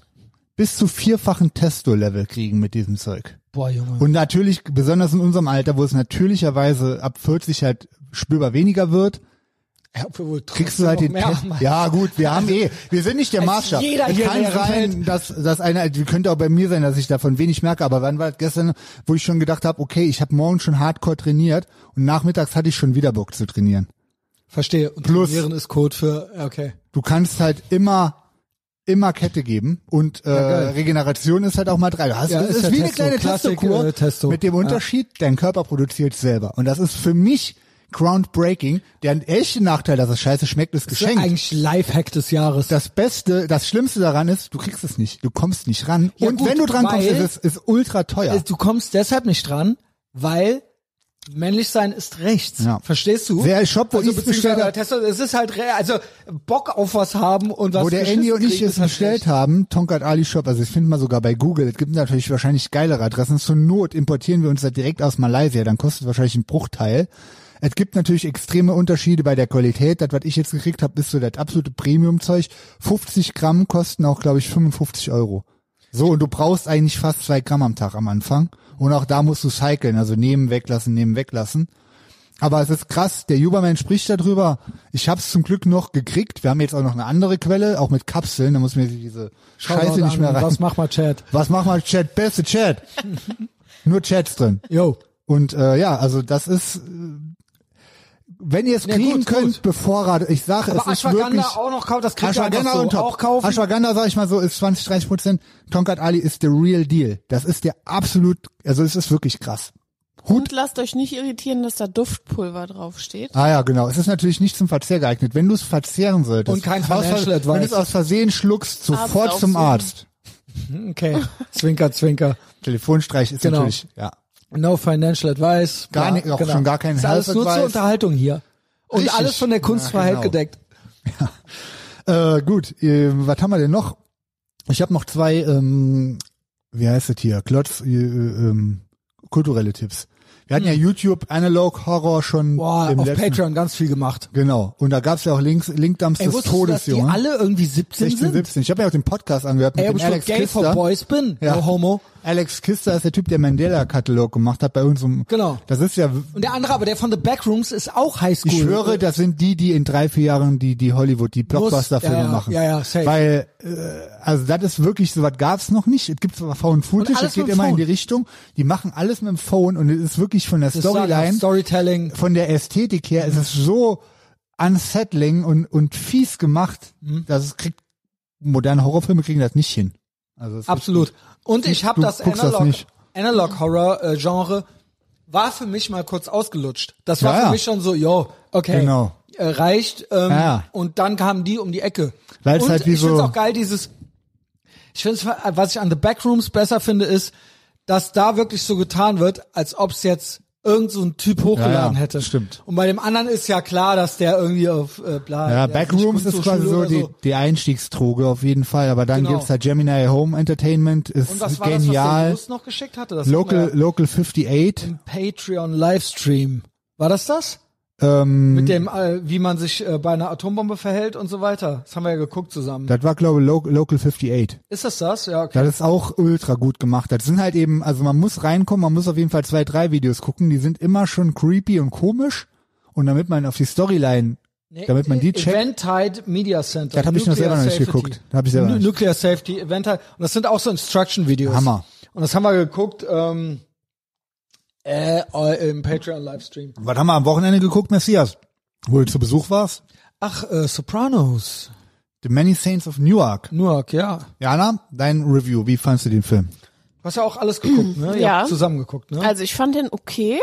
S2: bis zu vierfachen Testo-Level kriegen mit diesem Zeug.
S1: Boah, Junge.
S2: Und natürlich besonders in unserem Alter, wo es natürlicherweise ab 40 halt spürbar weniger wird,
S1: Ja, obwohl,
S2: kriegst
S1: trotzdem
S2: du halt
S1: noch
S2: den
S1: mehr
S2: Test.
S1: Mann.
S2: Ja gut, wir haben eh, wir sind nicht der
S1: als
S2: Maßstab.
S1: jeder
S2: es
S1: hier
S2: kann
S1: wäre
S2: sein, dass dass einer, könnte auch bei mir sein, dass ich davon wenig merke. Aber wann war das gestern, wo ich schon gedacht habe, okay, ich habe morgen schon Hardcore trainiert und nachmittags hatte ich schon wieder Bock zu trainieren.
S1: Verstehe. Und
S2: Plus-
S1: trainieren ist Code für, ja, okay.
S2: du kannst halt immer immer Kette geben und äh,
S1: geil.
S2: Regeneration ist halt auch mal drei. Du hast,
S1: Ja,
S2: es
S1: ist
S2: ist,
S1: ja
S2: wie
S1: Testo,
S2: eine kleine
S1: Klassik,
S2: Testokur
S1: äh, Testo.
S2: mit dem Unterschied, dein Körper produziert selber und das ist für mich groundbreaking. Der echte Nachteil, dass es scheiße schmeckt, ist
S1: Das ist
S2: geschenkt.
S1: eigentlich Lifehack des Jahres.
S2: das Beste, das Schlimmste daran ist, du kriegst es nicht, du kommst nicht ran.
S1: Ja,
S2: und
S1: gut,
S2: wenn du dran kommst,
S1: weil-
S2: ist es ist ultra teuer.
S1: Du kommst deshalb nicht dran, weil männlich sein ist rechts.
S2: Ja.
S1: Verstehst du?
S2: Wer Shop, wo
S1: also,
S2: ich's bestellt
S1: beziehungsweise
S2: hab-
S1: Testo, es ist halt re- also Bock auf was haben und was
S2: wo der
S1: geschissen
S2: Andy und ich
S1: kriegen,
S2: es
S1: ist halt
S2: bestellt
S1: schlecht.
S2: haben, Tonkat Ali Shop, also ich finde mal sogar bei Google, es gibt natürlich wahrscheinlich geilere Adressen. Zur Not importieren wir uns das direkt aus Malaysia, dann kostet es wahrscheinlich einen Bruchteil. Es gibt natürlich extreme Unterschiede bei der Qualität. Das, was ich jetzt gekriegt habe, ist so das absolute Premium-Zeug. 50 Gramm kosten auch, glaube ich, 55 Euro. So, und du brauchst eigentlich fast zwei Gramm am Tag am Anfang. Und auch da musst du cyclen, also nehmen, weglassen, nehmen, weglassen. Aber es ist krass, der Juberman spricht darüber. Ich habe es zum Glück noch gekriegt. Wir haben jetzt auch noch eine andere Quelle, auch mit Kapseln. Da muss mir diese
S1: Shoutout
S2: Scheiße nicht
S1: an,
S2: mehr rein.
S1: Was mach mal Chat?
S2: Was machen wir? Chat, beste Chat. Nur Chats drin.
S1: Yo.
S2: Und äh, ja, also das ist, äh, wenn ihr es
S1: Ja,
S2: kriegen
S1: gut,
S2: könnt,
S1: gut.
S2: bevorratet. Ich sage, es
S1: Aber
S2: ist
S1: Ashwagandha
S2: wirklich.
S1: auch noch kaufen, das kriegt ihr
S2: Ashwagandha
S1: einfach so.
S2: und top.
S1: auch kaufen.
S2: Ashwagandha, sag ich mal so, ist 20, 30 Prozent. Tonkat Ali ist der real deal. Das ist der absolut, also es ist wirklich krass.
S4: Und lasst euch nicht irritieren, dass da Duftpulver draufsteht.
S2: Ah ja, genau. Es ist natürlich nicht zum Verzehr geeignet. Wenn du es verzehren solltest.
S1: Und kein
S2: aus
S1: Financial
S2: Ver-
S1: Advice.
S2: Wenn du es aus Versehen schluckst,
S4: Arzt
S2: sofort zum
S4: aufsuchen.
S2: Arzt.
S1: Okay. Zwinker, zwinker.
S2: Telefonstreich ist
S1: Genau.
S2: natürlich, ja.
S1: No financial advice.
S2: Gar
S1: bla, genau.
S2: nicht- auch schon gar kein
S1: Ist alles nur zur
S2: Health-Advice.
S1: Unterhaltung hier. Und
S2: Richtig.
S1: alles von der Kunstfreiheit
S2: Ja, genau.
S1: gedeckt.
S2: Äh, gut, äh, was haben wir denn noch? Ich habe noch zwei, ähm, wie heißt das hier, Klotz, äh, äh, ähm, kulturelle Tipps. Wir hatten ja
S4: Hm.
S2: YouTube Analog Horror schon
S1: Boah,
S2: im
S1: auf
S2: letzten,
S1: Patreon ganz viel gemacht.
S2: Genau, und da gab's ja auch Links, Linkdumps
S1: Ey,
S2: des
S1: wusstest du, dass
S2: Todes,
S1: die
S2: Junge.
S1: alle irgendwie 17
S2: 16,
S1: sind?
S2: 17. Ich habe ja auch den Podcast angehört mit
S1: Ey, ob
S2: dem
S1: ich doch
S2: Alex
S1: gay for
S2: Kister.
S1: boys bin?
S2: Ja.
S1: No homo.
S2: Alex Kister ist der Typ, der Mandela-Katalog gemacht hat bei uns. Um,
S1: Genau.
S2: Das ist ja,
S1: Und der andere, aber der von The Backrooms ist auch Highschool.
S2: ich schwöre, das sind die, die in drei, vier Jahren die, die Hollywood, die Blockbuster-Filme
S1: ja, ja,
S2: machen.
S1: ja, ja, safe.
S2: Weil, äh, also das ist wirklich, so was gab's noch nicht. Es gibt zwar Phone Footage,
S1: Und alles
S2: es geht
S1: mit dem
S2: immer in
S1: Phone.
S2: die Richtung. Die machen alles mit dem Phone und es ist wirklich von der
S1: Das ist Saga,
S2: Storyline,
S1: Storytelling.
S2: von der Ästhetik her, ist es so unsettling und, und fies gemacht,
S1: Mhm.
S2: dass es kriegt, moderne Horrorfilme kriegen das nicht hin. Also es ist
S1: Absolut. Und ich habe
S2: Du
S1: das
S2: guckst das
S1: Analog,
S2: nicht.
S1: Analog Horror äh, Genre war für mich mal kurz ausgelutscht. Das war
S2: Ja,
S1: für
S2: ja.
S1: mich schon so, yo, okay,
S2: Genau.
S1: äh, reicht. Ähm,
S2: Ja.
S1: Und dann kamen die um die Ecke.
S2: Weil's
S1: und
S2: halt wie
S1: ich finde
S2: so-
S1: auch geil, dieses, ich finde, was ich an The Backrooms besser finde, ist, dass da wirklich so getan wird, als ob es jetzt irgend so ein Typ hochgeladen
S2: Ja, ja,
S1: hätte.
S2: stimmt.
S1: Und bei dem anderen ist ja klar, dass der irgendwie auf äh, bla.
S2: Ja,
S1: der
S2: Backrooms
S1: nicht
S2: ist
S1: zur
S2: quasi
S1: Schule
S2: so
S1: oder
S2: die, die Einstiegstruge auf jeden Fall, aber dann
S1: also Genau.
S2: gibt's da Gemini Home Entertainment, ist
S1: Und was war das,
S2: genial.
S1: was der Jus noch geschickt hatte? Das
S2: Local,
S1: hatten wir
S2: Local 58,
S1: im Patreon Livestream. War das das?
S2: ähm,
S1: Mit dem, äh, wie man sich äh, bei einer Atombombe verhält und so weiter. Das haben wir ja geguckt zusammen.
S2: das war glaube ich Lo Local 58.
S1: ist das das? Ja, okay.
S2: Das ist auch ultra gut gemacht. Das sind halt eben, also man muss reinkommen, man muss auf jeden Fall zwei, drei Videos gucken, die sind immer schon creepy und komisch und damit man auf die Storyline, damit man die checkt,
S1: Eventide Media Center.
S2: Das hab ich noch
S1: Nuclear
S2: selber noch nicht
S1: Safety.
S2: geguckt. Das hab ich selber
S1: Nu-
S2: nicht.
S1: Nuclear Safety, Eventide. Und das sind auch so Instruction-Videos.
S2: Hammer.
S1: Und das haben wir geguckt ähm, äh, äh, im Patreon-Livestream.
S2: was haben wir am Wochenende geguckt, Messias? Wo du zu Besuch warst?
S1: Ach, äh, Sopranos.
S2: The Many Saints of Newark.
S1: Newark, ja.
S2: Jana, dein Review, wie fandst du den Film?
S1: Du hast ja auch alles geguckt, ne? Ihr
S4: Ja.
S1: habt Zusammen geguckt, ne?
S4: Also ich fand den okay.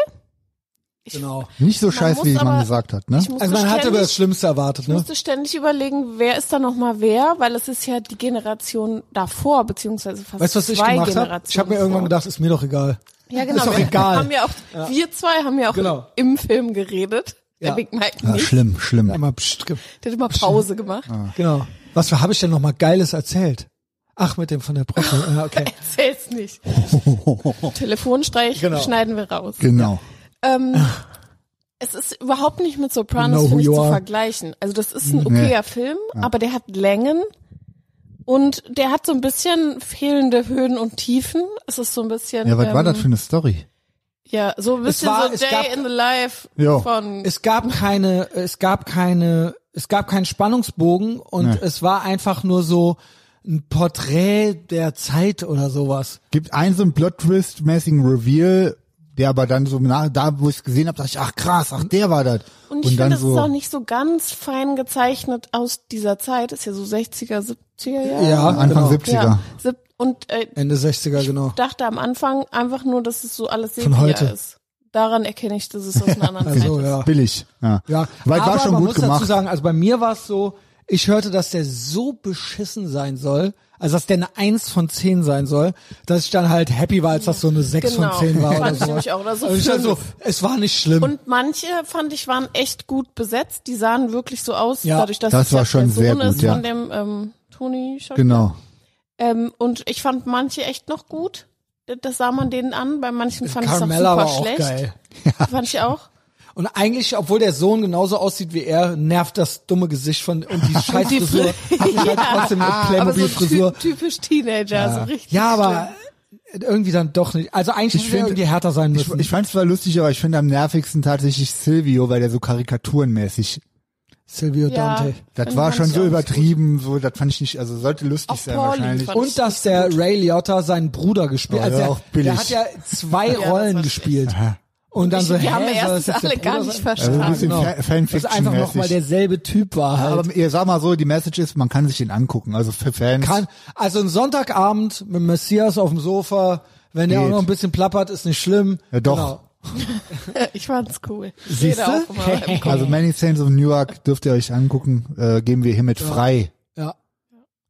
S1: genau.
S2: Nicht so scheiße, wie
S4: muss
S2: man
S4: aber-
S2: gesagt hat, ne?
S4: Ich musste
S1: Also man hatte
S4: ständig-
S1: das Schlimmste erwartet,
S4: Ich
S1: ne?
S4: musste ständig überlegen, wer ist da nochmal wer, weil es ist ja die Generation davor, beziehungsweise fast
S1: Weißt du, was
S4: zwei
S1: ich gemacht habe?
S4: Generationen.
S1: Ich habe mir irgendwann
S4: vor.
S1: gedacht, ist mir doch egal.
S4: ja, genau,
S1: ist doch
S4: wir,
S1: egal.
S4: Haben ja auch, Wir zwei haben ja auch
S1: Genau.
S4: im Film geredet.
S1: Ja.
S4: Der Big Mike
S2: Ja,
S4: nicht.
S2: schlimm, schlimm.
S1: Immer pst, ge-
S4: Der hat immer Pause gemacht.
S1: genau. Was habe ich denn noch mal Geiles erzählt? Ach, mit dem von der Brücke. Ja, okay.
S4: Erzähl's nicht. Telefonstreich
S1: Genau.
S4: schneiden wir raus.
S2: Genau.
S4: Ähm, es ist überhaupt nicht mit Sopranos
S1: Know who
S4: finde ich,
S1: you
S4: zu
S1: are.
S4: vergleichen. Also das ist ein okayer Film, aber der hat Längen und der hat so ein bisschen fehlende Höhen und Tiefen. Es ist so ein bisschen
S2: Ja, was
S4: ähm,
S2: war das für eine Story?
S4: ja so ein bisschen
S1: war-
S4: so
S1: es
S4: Day
S1: gab-
S4: in the Life
S2: Ja.
S4: von
S1: Es gab keine, es gab keine, es gab keinen Spannungsbogen und es war einfach nur so ein Porträt der Zeit oder sowas.
S2: Gibt einen so einen Plot-Twist-mäßigen Reveal, der aber dann so nach, da, wo ich es gesehen habe, dachte ich, ach krass, ach der war das.
S4: und ich finde,
S2: dann
S4: das
S2: so,
S4: ist auch nicht so ganz fein gezeichnet aus dieser Zeit. Ist ja so 60er, 70er Jahre.
S1: Ja,
S2: Anfang
S1: genau.
S2: 70er.
S4: ja. Sieb- Und äh,
S1: Ende 60er, genau.
S4: dachte am Anfang einfach nur, dass es so alles
S1: Von
S4: Sepia
S1: heute.
S4: ist. Daran erkenne ich, dass es aus einer anderen Zeit
S1: Also,
S4: ist.
S1: ja.
S2: Billig. Ja.
S1: Ja,
S2: Weil war
S1: aber
S2: schon
S1: man
S2: gut
S1: muss
S2: gemacht.
S1: dazu sagen, also bei mir war es so, ich hörte, dass der so beschissen sein soll, also dass der eine 1 von 10 sein soll, dass ich dann halt happy war, als das so eine 6
S4: Genau.
S1: von 10 war
S4: Fand
S1: oder
S4: ich
S1: so.
S4: nämlich auch, oder so
S1: also ich dann so,
S4: fünf.
S1: es war nicht schlimm.
S4: Und manche, fand ich, waren echt gut besetzt. Die sahen wirklich so aus,
S1: Ja,
S4: dadurch, dass
S2: das
S4: es
S2: war
S4: ja
S2: schon
S4: der Sohn
S2: sehr gut,
S4: ist
S2: ja.
S4: von dem ähm, Toni Schott.
S2: Genau.
S4: Ähm, und ich fand manche echt noch gut. Das sah man denen an. Bei manchen fand ich es auch super
S1: Äh, Carmella war auch
S4: schlecht.
S1: geil.
S4: Fand ich auch.
S1: Und eigentlich, obwohl der Sohn genauso aussieht wie er, nervt das dumme Gesicht von und die Scheißfrisur hat mich halt trotzdem mit
S4: aber so
S1: Playmobil-Frisur.
S4: ty typisch Teenager, so richtig.
S1: Ja, aber irgendwie dann doch nicht. Also eigentlich hätte der
S2: find-
S1: irgendwie härter sein
S2: Ich,
S1: müssen.
S2: ich fand zwar lustig, aber ich finde am nervigsten tatsächlich Silvio, weil der so karikaturenmäßig.
S1: Silvio
S4: Ja.
S1: Dante.
S2: Das
S4: Dann
S2: war
S4: fand
S2: schon
S4: ich
S2: so
S4: auch
S2: übertrieben, so, das fand ich nicht, also sollte lustig
S4: Auch
S2: sein
S4: Pauline
S2: wahrscheinlich.
S4: fand
S1: Und
S4: ich
S1: dass der Ray Liotta seinen Bruder gespielt
S2: Ja,
S1: hat. Also
S2: ja,
S1: der,
S2: auch billig.
S1: der hat ja zwei
S4: das
S1: Rollen
S4: war
S1: gespielt. Und dann so,
S4: Wir
S1: hä,
S4: haben
S1: soll das
S4: erstens
S1: jetzt der
S4: alle gar
S1: Bruder
S4: nicht
S1: sein?
S2: also ein
S4: verstanden.
S2: bisschen
S1: Genau.
S2: Fa-
S1: Dass einfach nochmal
S2: Fanfiction-mäßig.
S1: derselbe Typ war halt.
S2: Aber ihr sag mal so, die Message ist, man kann sich den angucken, also für Fans.
S1: Kann, also ein Sonntagabend mit Messias auf dem Sofa, wenn der
S2: Geht.
S1: auch noch ein bisschen plappert, ist nicht schlimm. Genau.
S2: Ja, doch.
S4: Ich fand's cool. Ich
S1: Siehste?
S4: rede auch immer im Kopf.
S2: Also Many Saints of Newark dürft ihr euch angucken, äh, geben wir hiermit frei.
S1: Genau. Ja.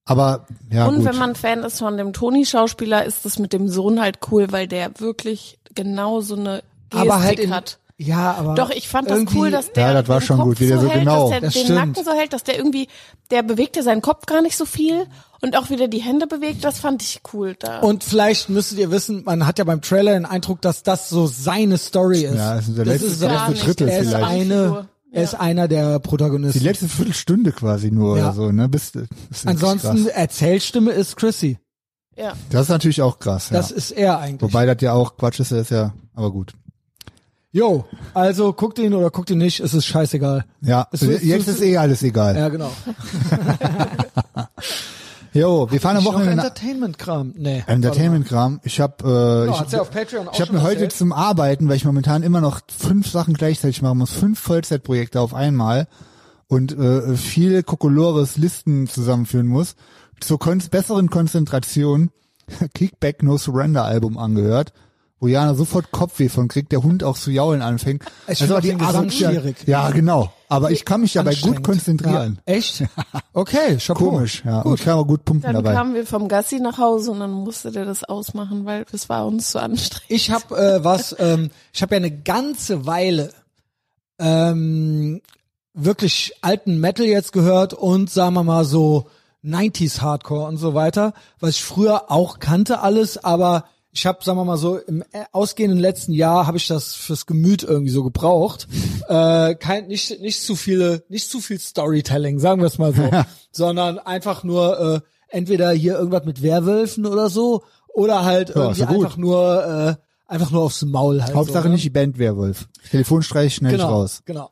S2: Aber ja
S4: und
S2: gut.
S4: wenn man Fan ist von dem Toni-Schauspieler, ist das mit dem Sohn halt cool, weil der wirklich genau so eine Gestik
S1: aber halt in,
S4: hat.
S1: ja, aber
S4: Doch, ich fand das
S1: irgendwie-
S4: cool, dass der
S2: Ja, das war
S4: den
S2: schon
S4: Kopf
S2: gut, wie der so
S4: hält,
S2: genau-
S4: dass der
S1: das
S4: den
S1: stimmt.
S4: Nacken so hält, dass der irgendwie, der bewegte seinen Kopf gar nicht so viel und auch wieder die Hände bewegt, das fand ich cool. Da.
S1: Und vielleicht müsstet ihr wissen, man hat ja beim Trailer den Eindruck, dass das so seine Story ist.
S2: Ja, das ist der letzte-
S1: so-
S2: letzte Gar nicht. Drittel
S1: er ist
S2: vielleicht.
S1: eine, er ist einer der
S2: die
S1: Protagonisten.
S2: letzte Viertelstunde quasi nur
S1: Ja.
S2: oder so, ne? Bis, das ist
S1: Ansonsten
S2: Krass.
S1: Erzählstimme ist Chrissy.
S4: ja.
S2: Das ist natürlich auch krass, ja.
S1: Das ist er eigentlich.
S2: Wobei das ja auch Quatsch ist, das ist ja, aber gut.
S1: Jo, also guckt ihn oder guckt ihn nicht, es ist scheißegal.
S2: Ja,
S1: Es ist-
S2: jetzt
S1: es
S2: ist eh alles egal.
S1: Ja, genau.
S2: Jo, wir fahren am
S1: Ich noch
S2: Wochenende
S1: Entertainment-Kram. Nee.
S2: Entertainment-Kram. Ich habe äh,
S1: hat's ja Genau, auf
S2: ich,
S1: Patreon auch
S2: ich hab
S1: schon
S2: mir heute
S1: erzählt.
S2: zum Arbeiten, weil ich momentan immer noch fünf Sachen gleichzeitig machen muss, fünf Vollzeitprojekte auf einmal und äh, viel Kokolores Listen zusammenführen muss, zur kon besseren Konzentration Kickback No Surrender Album angehört, wo Jana sofort Kopfweh von kriegt, der Hund auch zu jaulen anfängt.
S1: Ich find auch den Gesang
S2: asozial-
S1: schwierig.
S2: Ja, genau. Aber ich kann mich dabei gut
S1: Anstrengend.
S2: konzentrieren.
S1: Ja, echt? Okay, Chapeau.
S2: Komisch, ja. Und ich kann auch gut pumpen
S4: Dann
S2: dabei.
S4: kamen wir vom Gassi nach Hause und dann musste der das ausmachen, weil es war uns zu anstrengend.
S1: Ich habe äh, was, ähm, ich habe ja eine ganze Weile ähm, wirklich alten Metal jetzt gehört und sagen wir mal so 90s Hardcore und so weiter, was ich früher auch kannte alles, aber ich habe, sagen wir mal so, im äh, ausgehenden letzten Jahr habe ich das fürs Gemüt irgendwie so gebraucht. Äh, kein, nicht, nicht zu viele, nicht zu viel Storytelling, sagen wir es mal so, sondern einfach nur äh, entweder hier irgendwas mit Werwölfen oder so oder halt irgendwie
S2: so gut.
S1: einfach nur äh, einfach nur aufs Maul halt.
S2: Hauptsache
S1: so, ne?
S2: nicht die Band Werwolf. Telefonstreich schnell
S1: genau,
S2: ich raus.
S1: Genau.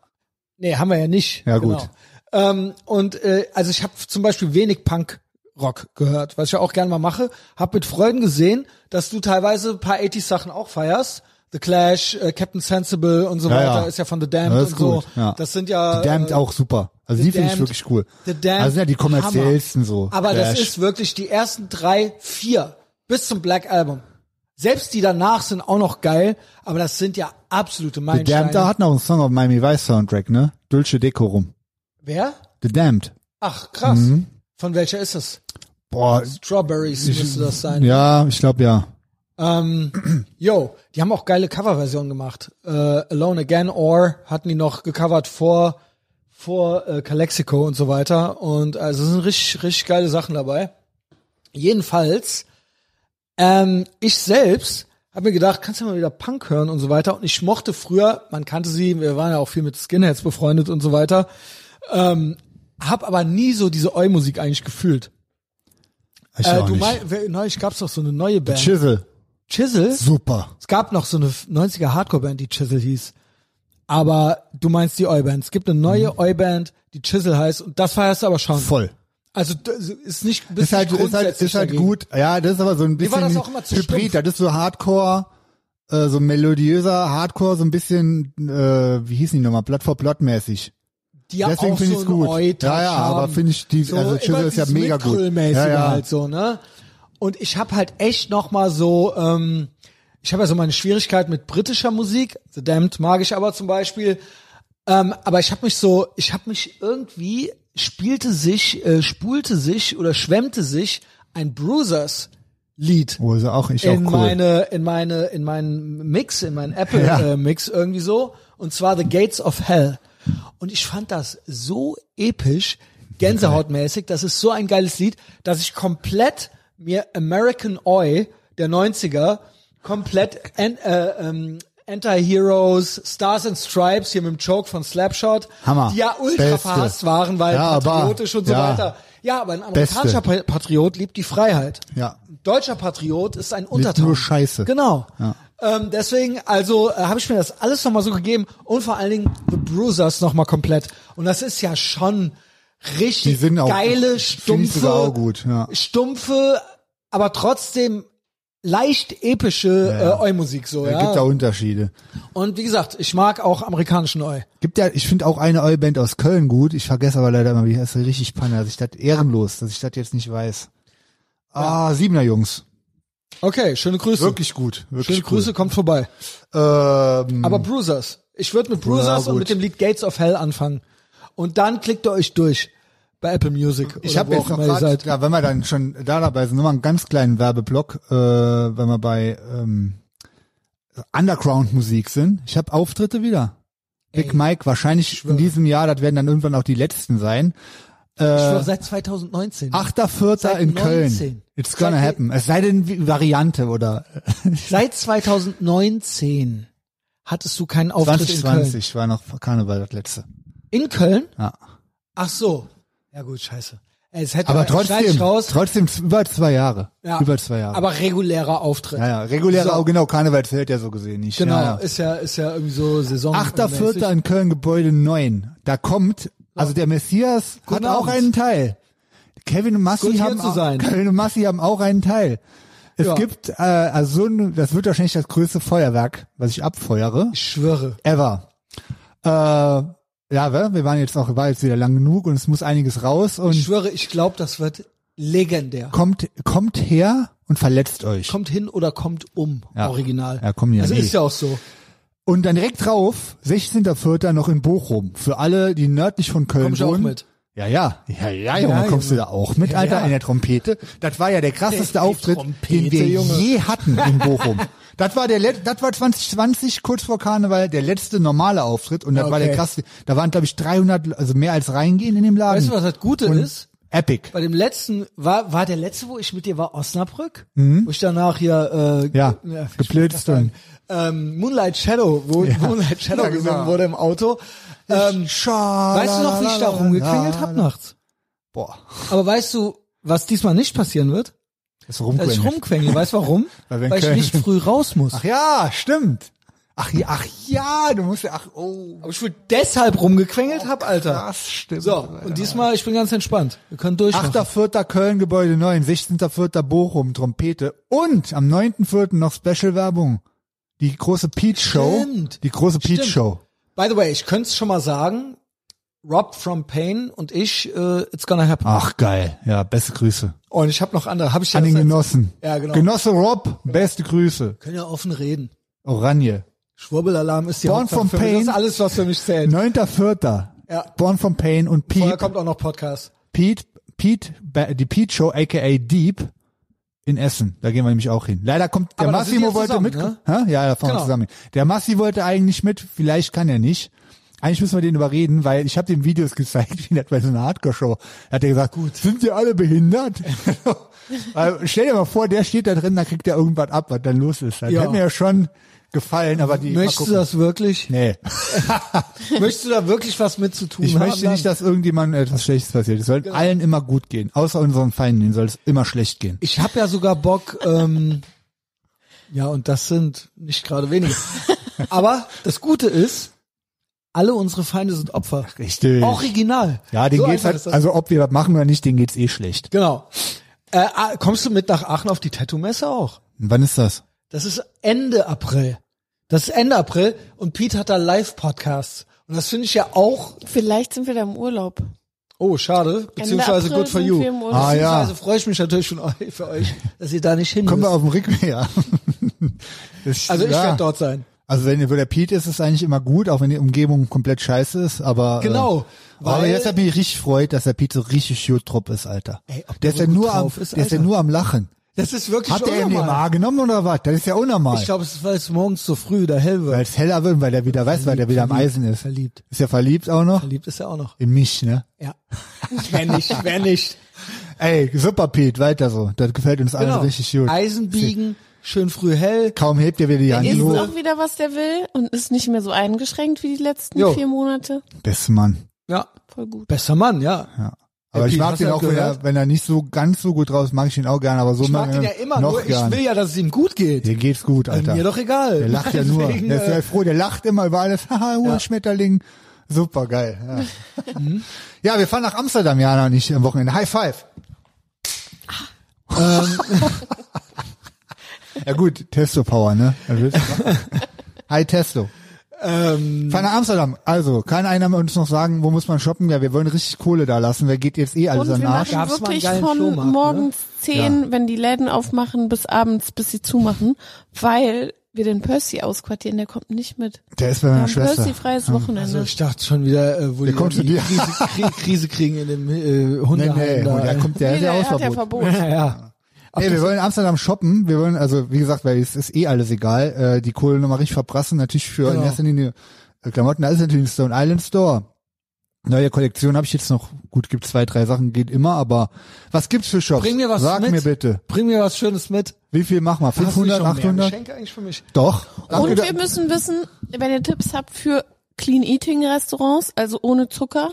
S1: Nee, haben wir ja nicht.
S2: Ja,
S1: genau.
S2: gut.
S1: Ähm, und äh, also ich habe zum Beispiel wenig Punk. Rock gehört, was ich ja auch gerne mal mache. Hab mit Freuden gesehen, dass du teilweise ein paar 80s Sachen auch feierst. The Clash, äh, Captain Sensible und so
S2: Ja,
S1: weiter
S2: ja.
S1: ist ja von The Damned
S2: Ja,
S1: und
S2: ist
S1: so.
S2: gut, ja.
S1: Das sind ja
S2: Die Damned
S1: äh,
S2: auch super. Also die finde ich
S1: Damned-
S2: wirklich cool.
S1: The Damned,
S2: also sind ja die kommerziellsten
S1: Hammer.
S2: so.
S1: Aber das
S2: Clash.
S1: ist wirklich die ersten drei, vier bis zum Black Album. Selbst die danach sind auch noch geil, aber das sind ja absolute
S2: The
S1: Meilensteine.
S2: Damned da hat noch einen Song auf Miami Vice Soundtrack, ne? Dulce Decorum.
S1: Wer?
S2: The Damned.
S1: Ach, krass.
S2: Mhm.
S1: Von welcher ist es?
S2: Boah,
S1: Strawberries müsste das sein.
S2: ja, ich glaube ja.
S1: Yo, die haben auch geile Coverversionen gemacht. Äh, Alone Again or hatten die noch gecovert vor vor äh, Calexico und so weiter. Und also es sind richtig, richtig geile Sachen dabei. Jedenfalls, ähm, ich selbst habe mir gedacht, kannst du mal wieder Punk hören und so weiter. Und ich mochte früher, man kannte sie, wir waren ja auch viel mit Skinheads befreundet und so weiter. Ähm, hab aber nie so diese Eu-Musik eigentlich gefühlt.
S2: Ich
S1: Äh,
S2: auch
S1: du
S2: nicht.
S1: mein, wer- neulich gab's doch so eine neue Band.
S2: Chisel.
S1: Chisel?
S2: Super.
S1: Es gab noch so eine 90er Hardcore-Band, die Chisel hieß. Aber du meinst die Oi-Band. Es gibt eine neue Oi-Band, die Chisel heißt. Und das feierst du aber schon.
S2: Mhm. Voll.
S1: Also d- ist nicht bist
S2: Ist halt,
S1: nicht
S2: ist halt,
S1: grundsätzlich
S2: ist halt
S1: dagegen.
S2: gut. Ja, das ist aber so ein
S1: war
S2: bisschen
S1: das auch immer zu
S2: Hybrid.
S1: stumpf?
S2: Das ist so Hardcore, äh, so melodiöser Hardcore, so ein bisschen, äh, wie hießen die nochmal? Blood for Blood mäßig.
S1: Die ja
S2: Deswegen
S1: auch
S2: finde
S1: so
S2: ich's
S1: einen
S2: gut.
S1: Oi-Touch
S2: Ja, ja, aber
S1: haben.
S2: finde ich die- also Chisel
S1: immer
S2: ist ja
S1: dieses
S2: mega gut.
S1: Mitgrillmäßige
S2: Ja, ja.
S1: halt so, ne? Und ich habe halt echt noch mal so, ähm, ich habe ja so meine Schwierigkeit mit britischer Musik. The Damned mag ich aber zum Beispiel. Ähm, aber ich habe mich so, ich habe mich irgendwie spielte sich, äh, spulte sich oder schwemmte sich ein Bruisers Lied
S2: Oh, ist auch, ich auch
S1: in
S2: cool.
S1: meine in meine in meinen Mix in meinen Apple
S2: Ja.
S1: äh, Mix irgendwie so und zwar The Gates of Hell und ich fand das so episch Gänsehautmäßig das ist so ein geiles Lied dass ich komplett mir American Oi der 90er komplett en, äh, ähm, Anti-Heroes, Stars and Stripes, hier mit dem Joke von Slapshot,
S2: Hammer.
S1: die ja ultra
S2: Beste.
S1: verhasst waren, weil
S2: Ja, aber-
S1: patriotisch und so
S2: ja.
S1: weiter. Ja, aber ein amerikanischer Pa- Patriot liebt die Freiheit.
S2: Ja.
S1: Ein deutscher Patriot ist ein Untertan.
S2: nur Scheiße.
S1: Genau. Ähm, deswegen, also äh, habe ich mir das alles nochmal so gegeben und vor allen Dingen The Bruisers nochmal komplett. Und das ist ja schon
S2: Die
S1: richtig
S2: sind auch-
S1: geile,
S2: find ich
S1: stumpfe,
S2: sogar auch gut, ja.
S1: stumpfe, aber trotzdem leicht epische äh, Oi-Musik so,
S2: Es gibt da
S1: ja.
S2: Unterschiede.
S1: Und wie gesagt, ich mag auch amerikanischen Oi.
S2: Gibt ja, ich finde auch eine eure Band aus Köln gut. Ich vergesse aber leider immer, wie die heißt richtig Panne, dass ich das ehrenlos, dass ich das jetzt nicht weiß. Ah, Siebener Jungs.
S1: Okay, schöne Grüße.
S2: Wirklich gut. Wirklich
S1: Schöne Grüße, kommt vorbei.
S2: Cool. Ähm,
S1: Aber Bruisers. Ich würde mit Bruisers
S2: Ja, gut.
S1: und mit dem Lied Gates of Hell anfangen. Und dann klickt ihr euch durch. bei Apple Music.
S2: Ich
S1: oder
S2: habe
S1: wo
S2: jetzt
S1: auch
S2: noch
S1: immer ihr
S2: gerade,
S1: seid.
S2: ja, wenn wir dann schon da dabei sind, nochmal einen ganz kleinen Werbeblock, äh, wenn wir bei ähm, Underground-Musik sind. Ich habe Auftritte wieder. Big Mike, wahrscheinlich in diesem Jahr, das werden dann irgendwann auch die letzten sein.
S1: Ich schwör, seit 2019.
S2: 8.4.
S1: Seit
S2: in Köln.
S1: 19.
S2: It's gonna
S1: Seit-
S2: happen. Es sei denn, wie- Variante oder
S1: Seit 2019 hattest du keinen Auftritt in
S2: 2020 war noch Karneval das letzte.
S1: Köln. In Köln?
S2: Ja.
S1: Ach so. Ja gut, scheiße. Es hätte
S2: Aber
S1: schneid ich
S2: trotzdem,
S1: raus.
S2: trotzdem z- über zwei Jahre.
S1: Ja,
S2: Über zwei Jahre.
S1: Aber regulärer Auftritt.
S2: ja, ja. Regulärer,
S1: So.
S2: oh, genau, Karneval zählt ja so gesehen nicht.
S1: Genau,
S2: Ja, ja.
S1: ist ja ist ja irgendwie so Saison.
S2: 8.4. in Köln, Gebäude 9. Da kommt, also der Messias
S1: Guten
S2: hat auch
S1: Abend.
S2: einen Teil. Kevin und Massi
S1: Gut, hier
S2: haben
S1: zu
S2: auch,
S1: sein.
S2: Kevin und Massi haben auch einen Teil. Es
S1: Ja.
S2: gibt, äh, also so ein, das wird wahrscheinlich das größte Feuerwerk, was ich abfeuere,
S1: Ich schwöre.
S2: ever. Äh, ja, wa? wir waren jetzt auch, war jetzt wieder lang genug und es muss einiges raus und
S1: Ich schwöre, ich glaube, das wird legendär.
S2: kommt, kommt her und verletzt euch.
S1: Kommt hin oder kommt um,
S2: Ja.
S1: original.
S2: Ja, kommen ja
S1: Also
S2: nie.
S1: ist ja auch so.
S2: Und dann direkt drauf, 16.04. noch in Bochum. Für alle, die nördlich von Köln
S1: Komm ich auch
S2: wohnen.
S1: mit.
S2: Ja, ja. Ja, ja, Junge,
S1: Ja,
S2: kommst
S1: Junge.
S2: du da auch mit, Alter,
S1: ja.
S2: in der Trompete. Das war ja der krasseste Auftritt, den
S1: Trompete,
S2: wir
S1: Junge.
S2: je hatten in Bochum. das war der let das war 2020, kurz vor Karneval, der letzte normale Auftritt. Und das war der
S1: Okay.
S2: krasseste. Da waren, glaube ich, 300, also mehr als reingehen in dem Laden.
S1: Weißt du, was das Gute
S2: Und
S1: ist?
S2: Epic.
S1: Bei dem letzten, war, war der letzte, wo ich mit dir war, Osnabrück? Wo ich danach hier, äh,
S2: Mhm. Ja,
S1: ge- ich
S2: geblitzt
S1: wollte
S2: und-
S1: gerade sagen, Ähm, Moonlight Shadow, wo Moonlight Shadow
S2: ja,
S1: gesungen
S2: genau.
S1: wurde im Auto. Ähm, weißt
S2: weißt
S1: du noch, wie ich da rumgeklingelt habe nachts?
S2: Boah,
S1: Aber weißt du, was diesmal nicht passieren wird?
S2: das
S1: Dass ich
S2: rumquengelt.
S1: rumquengel. Weißt du warum?
S2: Weil wir in
S1: Weil ich
S2: Köln
S1: nicht
S2: sind.
S1: früh raus muss.
S2: Ach ja, stimmt. Ach, ja, ach ja, du musst ja, ach, oh.
S1: Aber ich wohl deshalb rumgequengelt hab, Alter.
S2: Das stimmt.
S1: So, und diesmal, ich bin ganz entspannt. Wir können durchmachen.
S2: 8.4. Köln, Gebäude 9, 16.4. Bochum, Trompete und am 9.4. noch Special-Werbung. Die große Peach Show.
S1: Stimmt.
S2: Die große Peach
S1: Stimmt.
S2: Show.
S1: By the way, ich könnte es schon mal sagen. Rob from Pain und ich, äh, it's gonna happen.
S2: Ach geil, ja, beste Grüße.
S1: Und ich habe noch andere. Habe ich ja
S2: An den
S1: das-
S2: Genossen.
S1: Ja, genau.
S2: Genosse Rob, beste Grüße.
S1: Können ja offen reden.
S2: Oranje.
S1: Schwurbelalarm ist die
S2: Born
S1: Hauptsache
S2: from
S1: für mich.
S2: Pain.
S1: Das ist alles, was für mich zählt.
S2: 9.4.
S1: Ja.
S2: Born from Pain und
S1: Vorher
S2: Pete,
S1: kommt auch noch Podcast.
S2: Pete, Pete, Ba- die Pete Show, aka Deep, in Essen. Da gehen wir nämlich auch hin. Leider kommt, der
S1: Aber da sind die
S2: Massimo
S1: ja
S2: wollte
S1: zusammen,
S2: mit. Hä? Ja, da fahren wir
S1: Genau.
S2: zusammen hin. Der Massi wollte eigentlich mit, vielleicht kann er nicht. Eigentlich müssen wir den überreden, weil ich habe dem Videos gezeigt, wie das bei so einer Hardcore-Show. Da hat er gesagt, Gut. sind die alle behindert? Weil, stell dir mal vor, der steht da drin, da kriegt er irgendwas ab, was dann los ist. Das
S1: Ja.
S2: hätte mir ja schon gefallen, aber die. mal
S1: Möchtest du
S2: gucken.
S1: das wirklich?
S2: Nee.
S1: Möchtest du da wirklich was mit zu tun
S2: Ich
S1: haben?
S2: möchte nicht, dass irgendjemandem etwas Schlechtes passiert. Es soll
S1: Genau.
S2: allen immer gut gehen. Außer unseren Feinden, denen soll es immer schlecht gehen.
S1: Ich habe ja sogar Bock, ähm, ja, und das sind nicht gerade wenige. Aber das Gute ist, alle unsere Feinde sind Opfer.
S2: Richtig.
S1: Original.
S2: ja, denen
S1: So
S2: geht's
S1: einfach
S2: halt,
S1: ist das.
S2: also ob wir was machen oder nicht, denen geht's eh schlecht.
S1: Genau. Äh, ah, kommst du mit nach Aachen auf die Tattoo-Messe auch?
S2: Und wann ist das?
S1: Das ist Ende April. Das ist Ende April und Pete hat da Live-Podcasts. Und das finde ich ja auch,
S4: Vielleicht sind wir da im Urlaub.
S1: oh, schade, beziehungsweise
S4: April
S1: good for
S4: sind
S1: you.
S4: wir im Urlaub.
S2: Ah, ja.
S1: Beziehungsweise freue ich mich natürlich schon eu- für euch, dass ihr da nicht hin
S2: Kommen wir
S1: müsst.
S2: auf den Rückweg. Das-
S1: Also ich
S2: ja.
S1: werde dort sein.
S2: Also wenn ihr bei der Pete ist, ist es eigentlich immer gut, auch wenn die Umgebung komplett scheiße ist, aber
S1: Genau,
S2: Äh, aber
S1: weil-
S2: jetzt hat mich richtig freut, dass der Pete so richtig gut drauf ist, Alter.
S1: Ey, ob
S2: der
S1: der
S2: ist ja
S1: so gut
S2: nur am,
S1: drauf ist,
S2: der ist ja
S1: Alter.
S2: nur am Lachen.
S1: Das ist wirklich
S2: Hat der
S1: unnormal.
S2: MDMA genommen oder was? Das ist ja unnormal.
S1: Ich glaube, es ist, weil es morgens so früh da hell
S2: weil
S1: wird.
S2: es heller wird, weil der wieder weiß, weil der wieder am Eisen ist.
S1: Verliebt.
S2: Ist ja verliebt auch noch.
S1: Verliebt ist er auch noch.
S2: In mich, ne?
S1: Ja. wenn nicht, wenn nicht.
S2: Ey, super Pete, weiter so. Das gefällt uns allen
S1: Genau.
S2: richtig gut.
S1: Eisen biegen, schön früh hell.
S2: Kaum hebt ihr wieder die Hand
S4: Ist
S2: hoch.
S4: auch wieder, was der will und ist nicht mehr so eingeschränkt wie die letzten
S1: Jo.
S4: vier Monate.
S2: Beste Mann.
S1: Ja.
S4: Voll gut.
S1: Besser Mann, ja.
S2: Aber
S1: Ey,
S2: ich
S1: Pete,
S2: mag
S1: hast
S2: den
S1: du
S2: auch,
S1: das
S2: wenn er,
S1: gehört?
S2: wenn er nicht so ganz so gut drauf ist, mag ich ihn auch gern, aber so
S1: Ich mag
S2: mag
S1: ihn ja
S2: ihn
S1: immer,
S2: noch
S1: nur
S2: gern.
S1: ich will ja, dass es ihm gut geht.
S2: Dir geht's gut, Alter.
S1: Mir doch egal.
S2: Der lacht ja nur.
S1: Deswegen,
S2: Der ist
S1: äh,
S2: ja froh, der lacht immer über alles. Haha,
S1: Ja.
S2: Urschmetterling. Super geil. Ja. ja, wir fahren nach Amsterdam, Jana und ich am Wochenende. High five.
S4: Ah.
S2: Ähm. ja gut, Testo Power, ne? Was willst du machen? Hi Testo.
S1: ähm,
S2: Fahren nach Amsterdam. Also, kann einer uns noch sagen, wo muss man shoppen? Ja, wir wollen richtig Kohle da lassen. Wer geht jetzt eh alles
S4: Und
S2: an
S4: wir
S2: den Arsch?
S4: machen
S1: Also Gab's mal einen
S4: wirklich
S1: geilen
S4: von
S1: Flohmarkt, ne?
S4: morgens zehn, wenn die Läden aufmachen, bis abends, bis sie zumachen, weil wir den Percy ausquartieren, der kommt nicht mit.
S2: Der ist bei
S4: Wir
S2: meiner
S4: haben
S2: Schwester.
S4: Percy freies Wochenende.
S1: Ah, Also ich dachte schon wieder, äh, wo die
S2: kommt
S1: irgendwie
S2: zu dir.
S1: Krise, Krie- Krise kriegen in dem äh,
S2: Nee,
S1: Hundeheim.
S2: nee,
S1: da.
S2: der kommt, der
S4: nee,
S2: ist ja
S4: der ne? hat ja
S2: Hausverbot.
S4: Verbot.
S1: ja, ja.
S2: Ey, wir wollen in Amsterdam shoppen. Wir wollen, also wie gesagt, weil es ist eh alles egal. Äh, die Kohle nochmal richtig verprassen. Natürlich für in
S1: Genau.
S2: erster Linie äh, Klamotten. Da ist natürlich ein Stone Island Store. Neue Kollektion habe ich jetzt noch. Gut, gibt zwei, drei Sachen, geht immer. Aber was gibt's für Shops?
S1: Bring mir was
S2: Sag
S1: mit.
S2: mir bitte.
S1: Bring mir was Schönes mit.
S2: Wie viel machen wir?
S1: Hast du nicht
S2: 500,
S1: schon Mehr
S2: 800?
S1: Geschenke eigentlich für mich?
S2: Doch.
S4: Und wir müssen wissen, wenn ihr Tipps habt für Clean Eating Restaurants, also ohne Zucker,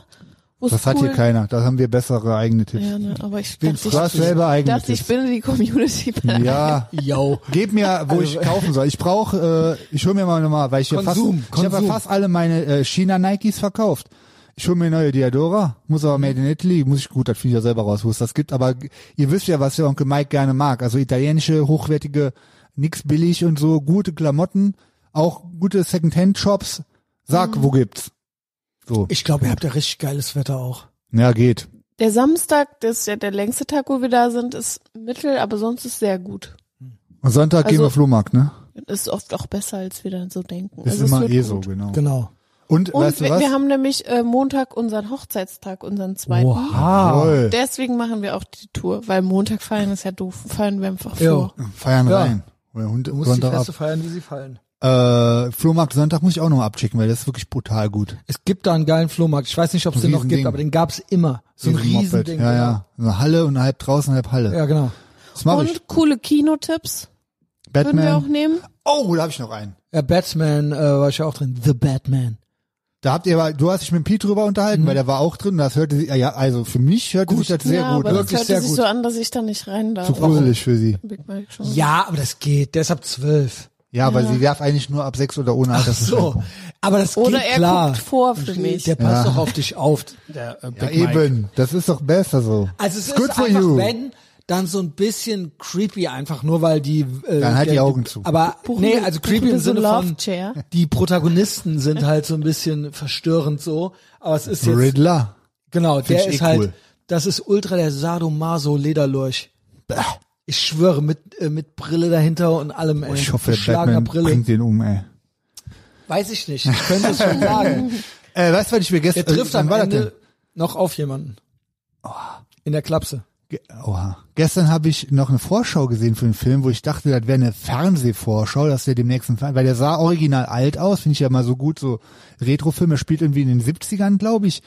S4: wo es
S2: das hat
S4: cool,
S2: hier keiner. Da haben wir bessere eigene Tipps.
S4: Ja, ne, aber ich
S2: Wen
S4: dachte,
S2: du hast
S4: ich,
S2: selber eigene
S4: dachte, ich
S2: Tipps.
S4: bin die Community.
S2: Ja.
S1: Yo. Also,
S2: Gib mir, wo ich kaufen soll. Ich brauche, äh, ich hole mir mal nochmal, weil ich hier fast,
S1: Konsum,
S2: ich habe ja
S1: Konsum.
S2: fast alle meine äh, China Nikes verkauft. Ich hole mir neue Diadora, muss aber made in Italy, muss ich gut, das finde ich ja selber raus, wo es das gibt. Aber g- ihr wisst ja, was der Onkel Mike gerne mag. Also italienische, hochwertige, nix billig und so, gute Klamotten, auch gute Second-Hand-Shops. Sag,
S4: Mhm.
S2: wo gibt's? So.
S1: Ich glaube, ihr habt ja richtig geiles Wetter auch.
S2: Ja, geht.
S4: Der Samstag, das ist ja der längste Tag, wo wir da sind, ist mittel, aber sonst ist sehr gut.
S2: Und Sonntag gehen
S4: Also-
S2: wir Flohmarkt, ne?
S4: Ist oft auch besser, als wir dann so denken.
S2: Ist
S4: Also es
S2: immer
S4: wird
S2: eh
S4: gut.
S2: so, genau.
S1: Genau.
S2: Und,
S4: Und
S2: weißt du
S4: wir,
S2: was?
S4: wir haben nämlich äh, Montag unseren Hochzeitstag, unseren zweiten.
S1: Wow.
S2: Jawohl.
S4: Deswegen machen wir auch die Tour, weil Montag feiern ist ja doof. Feiern wir einfach
S1: Jo.
S4: vor.
S2: Feiern
S1: Ja.
S2: rein. Oder Hund,
S1: Du musst
S2: Sonntag
S1: die
S2: ab.
S1: Feste feiern, wie sie fallen.
S2: Äh, Flohmarkt Sonntag muss ich auch noch abchecken, weil das ist wirklich brutal gut.
S1: Es gibt da einen geilen Flohmarkt. Ich weiß nicht, ob es
S2: Ein
S1: den noch gibt,
S2: Riesending.
S1: aber den gab's immer. So ein
S2: Riesen- Moped.
S1: Riesending.
S2: Ja, ja. Eine Halle und halb draußen, halb Halle.
S1: Ja, genau.
S2: Das mache ich.
S4: Und coole Kinotipps würden wir auch
S2: Batman.
S4: nehmen.
S2: Oh, da habe ich noch einen.
S1: Ja, Batman äh, war ich ja auch drin. The Batman.
S2: Da habt ihr, aber- du hast dich mit Piet drüber
S1: Mhm.
S2: unterhalten, weil der war auch drin. Das hörte sich, ja, ja, also für mich hörte sich das sehr
S4: ja,
S2: gut.
S4: aber
S2: an.
S4: das
S1: Wirklich
S4: hört
S1: sehr
S4: sich
S1: gut.
S4: so an, dass ich da nicht rein darf.
S2: Zu gruselig für sie.
S4: Big Mike schon.
S1: Ja, aber das geht. Der ist ab zwölf.
S2: Ja, weil sie darf eigentlich nur ab sechs oder ohne Alter.
S1: So. Aber das
S4: Oder
S1: geht
S4: er
S1: klar.
S4: guckt vor für mich.
S1: Der passt doch auf dich auf. Der, äh,
S2: Ja,
S1: Big Mike.
S2: eben. Das ist doch besser so.
S1: Also es
S2: It's
S1: ist einfach, wenn, dann so ein bisschen creepy einfach, nur weil die... Äh,
S2: Dann halt die
S1: der-
S2: Augen zu.
S1: Aber
S4: Buchen
S1: nee,
S4: wir-
S1: also
S4: buchen
S1: creepy
S4: wir
S1: im
S4: so
S1: Sinne
S4: Love
S1: von,
S4: Chair?
S1: die Protagonisten sind halt so ein bisschen verstörend so, aber es ist jetzt...
S2: Riddler.
S1: Genau, der
S2: ich eh
S1: ist halt...
S2: cool.
S1: Das ist ultra der Sadomaso-Lederlurch. Ich schwöre, mit, äh, mit Brille dahinter und allem, ey.
S2: Oh, Ich hoffe,
S1: Schlagener
S2: Batman
S1: Brille.
S2: bringt den um, ey.
S1: Weiß ich nicht, ich könnte es schon sagen.
S2: Äh, weißt du, was ich mir gestern...
S1: Der trifft
S2: äh, wann
S1: am
S2: war das denn? Oh.
S1: Ende noch auf jemanden. In der Klapse.
S2: Ge- Oha. Gestern habe ich noch eine Vorschau gesehen für den Film, wo ich dachte, das wäre eine Fernsehvorschau, dass der demnächst ein Fer- weil der sah original alt aus, finde ich ja mal so gut, so Retrofilme spielt irgendwie in den 70ern, glaube ich.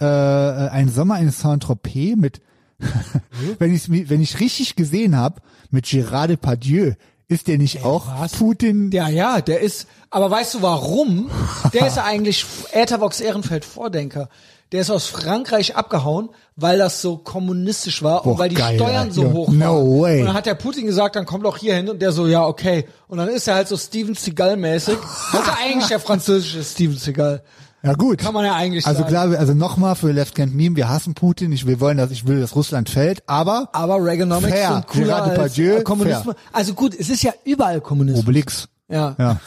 S2: Äh, äh, ein Sommer in Saint-Tropez mit wenn ich wenn ich richtig gesehen habe, mit Gérard Depardieu, ist der nicht auch Putin?
S1: Ja, ja, der ist, aber weißt du warum? Der ist eigentlich Äthervox Ehrenfeld Vordenker. Der ist aus Frankreich abgehauen, weil das so kommunistisch war und
S2: Boah,
S1: weil die
S2: geil,
S1: Steuern
S2: ey.
S1: so hoch
S2: No
S1: waren.
S2: way.
S1: Und dann hat der Putin gesagt, dann komm doch hier hin und der so, ja, okay. Und dann ist er halt so Steven Seagal-mäßig. Das ist eigentlich der französische Steven Seagal.
S2: Ja gut.
S1: Kann man ja eigentlich
S2: Also
S1: sagen.
S2: klar, wir- also nochmal für Left Hand Meme, wir hassen Putin, ich will wollen, dass ich will, dass Russland fällt, aber
S1: Aber Reaganomics
S2: Fair.
S1: sind cooler
S2: Gerard
S1: als
S2: Depardieu,
S1: äh, Kommunismus. Also gut, es ist ja überall Kommunismus.
S2: Obelix.
S1: Ja.
S2: Ja.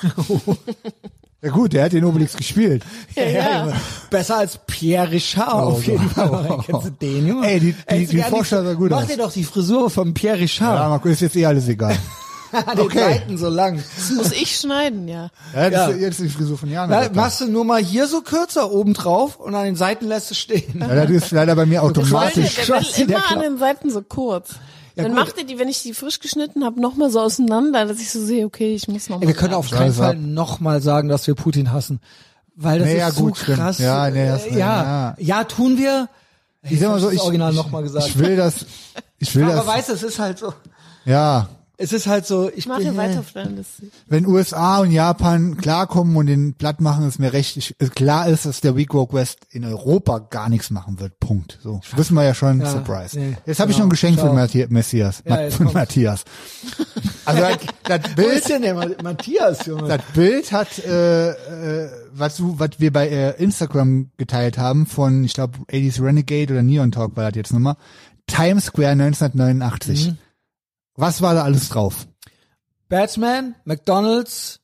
S2: ja gut, der hat den Obelix gespielt.
S4: Ja, ja.
S1: Junge. Besser als Pierre Richard auf jeden Fall. Kennst du den, Junge?
S2: Oh, Ey, die- die-
S1: Ey, ist
S2: die
S1: egal,
S2: Vorschau sah gut
S1: Mach
S2: aus.
S1: dir doch die Frisur von Pierre
S2: Ja,
S1: Richard.
S2: Marco, ist jetzt eh alles egal.
S1: An den
S2: okay.
S1: Seiten so lang.
S4: Das muss ich schneiden, ja.
S2: Ja, das
S1: Ja.
S2: Ist jetzt die Frisur von Jana.
S1: Na,
S2: Alter.
S1: machst du nur mal hier so kürzer oben drauf und an den Seiten lässt du stehen.
S2: Ja, das ist leider bei mir
S4: Leute,
S2: automatisch.
S4: der
S1: Schwarz
S4: will
S1: in der
S4: immer an
S1: Klappe.
S4: den Seiten so kurz. dann
S1: gut.
S4: macht ihr die, wenn ich die frisch geschnitten habe, nochmal so auseinander, dass ich so sehe, okay, ich muss nochmal.
S1: Ey, wir können auf keinen
S2: Scheiß ab.
S1: Fall nochmal sagen, dass wir Putin hassen. Weil das
S2: Nee, ja,
S1: ist
S2: gut,
S1: so
S2: stimmt.
S1: krass.
S2: Ja, nee, das-
S1: Äh, ja.
S2: ja.
S1: ja, tun wir.
S2: ich sag mal so,
S1: das
S2: ich,
S1: Original
S2: ich,
S1: noch mal gesagt.
S2: ich will das, ich will
S1: Aber
S2: das,
S1: weißt du, es ist halt so.
S2: ja,
S1: Es ist halt so, ich
S4: Ich mache
S1: bin,
S4: weiter auf deiner Liste.
S2: wenn USA und Japan klarkommen und den platt machen, ist mir recht, ich, klar ist, dass der Week Walk West in Europa gar nichts machen wird, Punkt, so. Wissen wir ja schon,
S1: Ja,
S2: Surprise.
S1: nee,
S2: jetzt habe ich
S1: genau.
S2: noch ein Geschenk für
S1: Ciao.
S2: Matthi Messias,
S1: Ja,
S2: Ma-
S1: jetzt
S2: für
S1: kommt's.
S2: Matthias. Also, das, das
S1: Wo
S2: Bild,
S1: ist denn der Ma- Matthias, Junge?
S2: Das Bild hat, äh, äh, was, du, was wir bei äh, Instagram geteilt haben von, ich glaube, 80s Renegade oder Neon Talk war das jetzt nochmal, Times Square 1989.
S1: Mhm.
S2: Was war da alles drauf?
S1: Batman, McDonalds,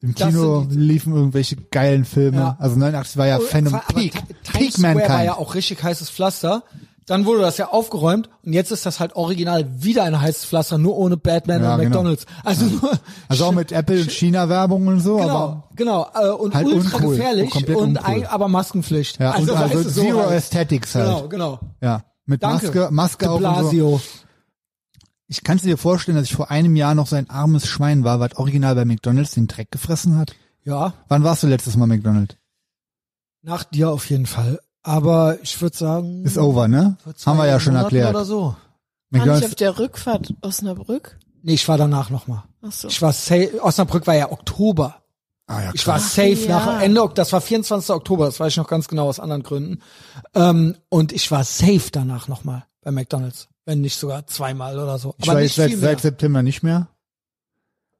S2: Im
S1: Das
S2: Kino
S1: sind
S2: liefen irgendwelche geilen Filme.
S1: Ja.
S2: Also 89 war ja
S1: Oh,
S2: Phantom
S1: aber
S2: Peak.
S1: Ti- Times
S2: Peak
S1: Square war
S2: Mankind.
S1: ja auch richtig heißes Pflaster. Dann wurde das ja aufgeräumt und jetzt ist das halt original wieder ein heißes Pflaster, nur ohne Batman
S2: Ja,
S1: und
S2: genau.
S1: McDonalds. Also, nur,
S2: Also auch mit Apple und China-Werbung und so, aber
S1: genau, genau, äh, und
S2: Halt
S1: ultra
S2: uncool,
S1: gefährlich
S2: komplett
S1: und
S2: uncool.
S1: ein, aber Maskenpflicht.
S2: ja, und
S1: weißt
S2: also
S1: du, so
S2: Zero
S1: halt.
S2: Aesthetics halt.
S1: Genau, genau.
S2: Ja, mit
S1: Danke.
S2: Maske, Maske
S1: De
S2: auf und so.
S1: Blasio.
S2: Ich kannst dir vorstellen, dass ich vor einem Jahr noch so ein armes Schwein war, was original bei McDonalds den Dreck gefressen hat?
S1: Ja,
S2: Wann warst du letztes Mal McDonalds?
S1: nach dir auf jeden Fall. Aber ich würde sagen,
S2: Ist over, ne?
S1: Hm, vor zwei
S2: Haben wir ja schon
S1: Monaten
S2: erklärt.
S1: Oder so.
S4: War nicht auf
S2: McDonalds,
S4: der Rückfahrt Osnabrück?
S1: Nee, ich war danach nochmal.
S4: Ach so.
S1: Ich war safe, Osnabrück war ja Oktober.
S2: ah, ja,
S1: Ich
S2: krass.
S1: war safe
S4: ja.
S1: nach Ende, Ok- das war 24. Oktober, das weiß ich noch ganz genau aus anderen Gründen. Ähm, und ich war safe danach nochmal bei McDonalds. Wenn nicht sogar zweimal oder so.
S2: Ich
S1: Aber
S2: war
S1: nicht
S2: jetzt seit,
S1: viel mehr.
S2: seit September nicht mehr.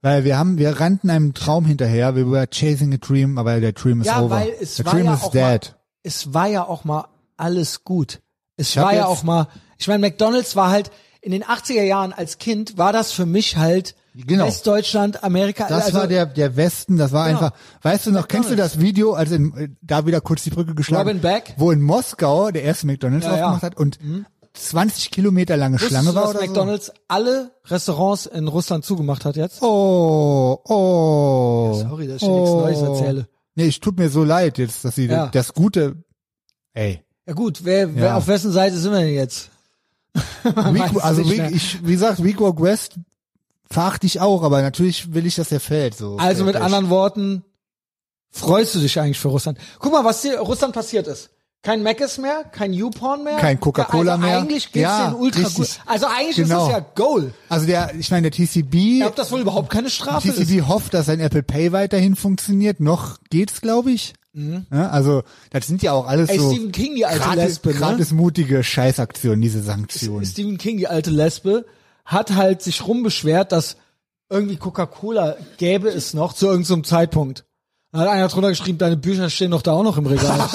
S2: Weil wir haben, wir rannten einem Traum hinterher, wir were chasing a dream, aber der Dream ist
S1: Ja,
S2: over.
S1: weil es
S2: der
S1: war
S2: dream
S1: ja
S2: is
S1: auch
S2: dead.
S1: es war ja auch mal alles gut. Es
S2: hab
S1: war ja
S2: jetzt-
S1: auch mal, ich meine, McDonalds war halt in den 80er Jahren als Kind war das für mich halt
S2: Genau.
S1: Westdeutschland, Amerika.
S2: Das
S1: also, Genau.
S2: war der, der Westen, das war einfach, weißt du noch, kennst du
S1: McDonald's.
S2: das Video, als in, äh, da wieder kurz die Brücke geschlagen,
S1: Robin Beck?
S2: wo in Moskau der erste McDonalds
S1: Ja, ja.
S2: aufgemacht hat und 20 Kilometer lange
S1: Wusstest
S2: Schlange
S1: du,
S2: war
S1: dass
S2: oder
S1: McDonalds alle Restaurants in Russland zugemacht hat jetzt.
S2: so? Oh, oh.
S1: Ja, sorry, dass ich dir nichts Neues erzähle.
S2: Nee, ich tut mir so leid jetzt, dass sie
S1: Ja.
S2: das Gute, ey.
S1: Ja gut, wer, wer
S2: Ja.
S1: auf wessen Seite sind wir denn jetzt? Weiß
S2: Week,
S1: es
S2: also
S1: nicht
S2: Week,
S1: mehr.
S2: ich, wie gesagt, Week Walk West verachte ich auch, aber natürlich will ich, dass er fällt. So
S1: Also mit
S2: Fällt
S1: anderen Worten, freust du dich eigentlich für Russland? Guck mal, was dir Russland passiert ist. Kein Mc's mehr, kein YouPorn mehr,
S2: Kein Coca-Cola
S1: also
S2: mehr.
S1: Eigentlich geht's
S2: Ja,
S1: denen ultra
S2: richtig.
S1: gut. Also eigentlich
S2: Genau.
S1: ist das ja Goal.
S2: echt. Also der, ich meine, der
S1: Ich
S2: TCB,
S1: glaube, das wohl überhaupt keine Strafe ist.
S2: TCB hofft, dass sein Apple Pay weiterhin funktioniert. Noch geht's, glaube ich. Ja, also das sind ja auch alles
S1: Mhm. Ey,
S2: so
S1: Stephen King, die alte
S2: gratis,
S1: Lesbe, ne?
S2: gratis mutige Scheißaktionen, diese Sanktionen.
S1: Stephen King, die alte Lesbe, hat halt sich rumbeschwert, dass irgendwie Coca-Cola gäbe es noch zu irgendeinem Zeitpunkt. Dann hat einer drunter geschrieben, deine Bücher stehen doch da auch noch im Regal. das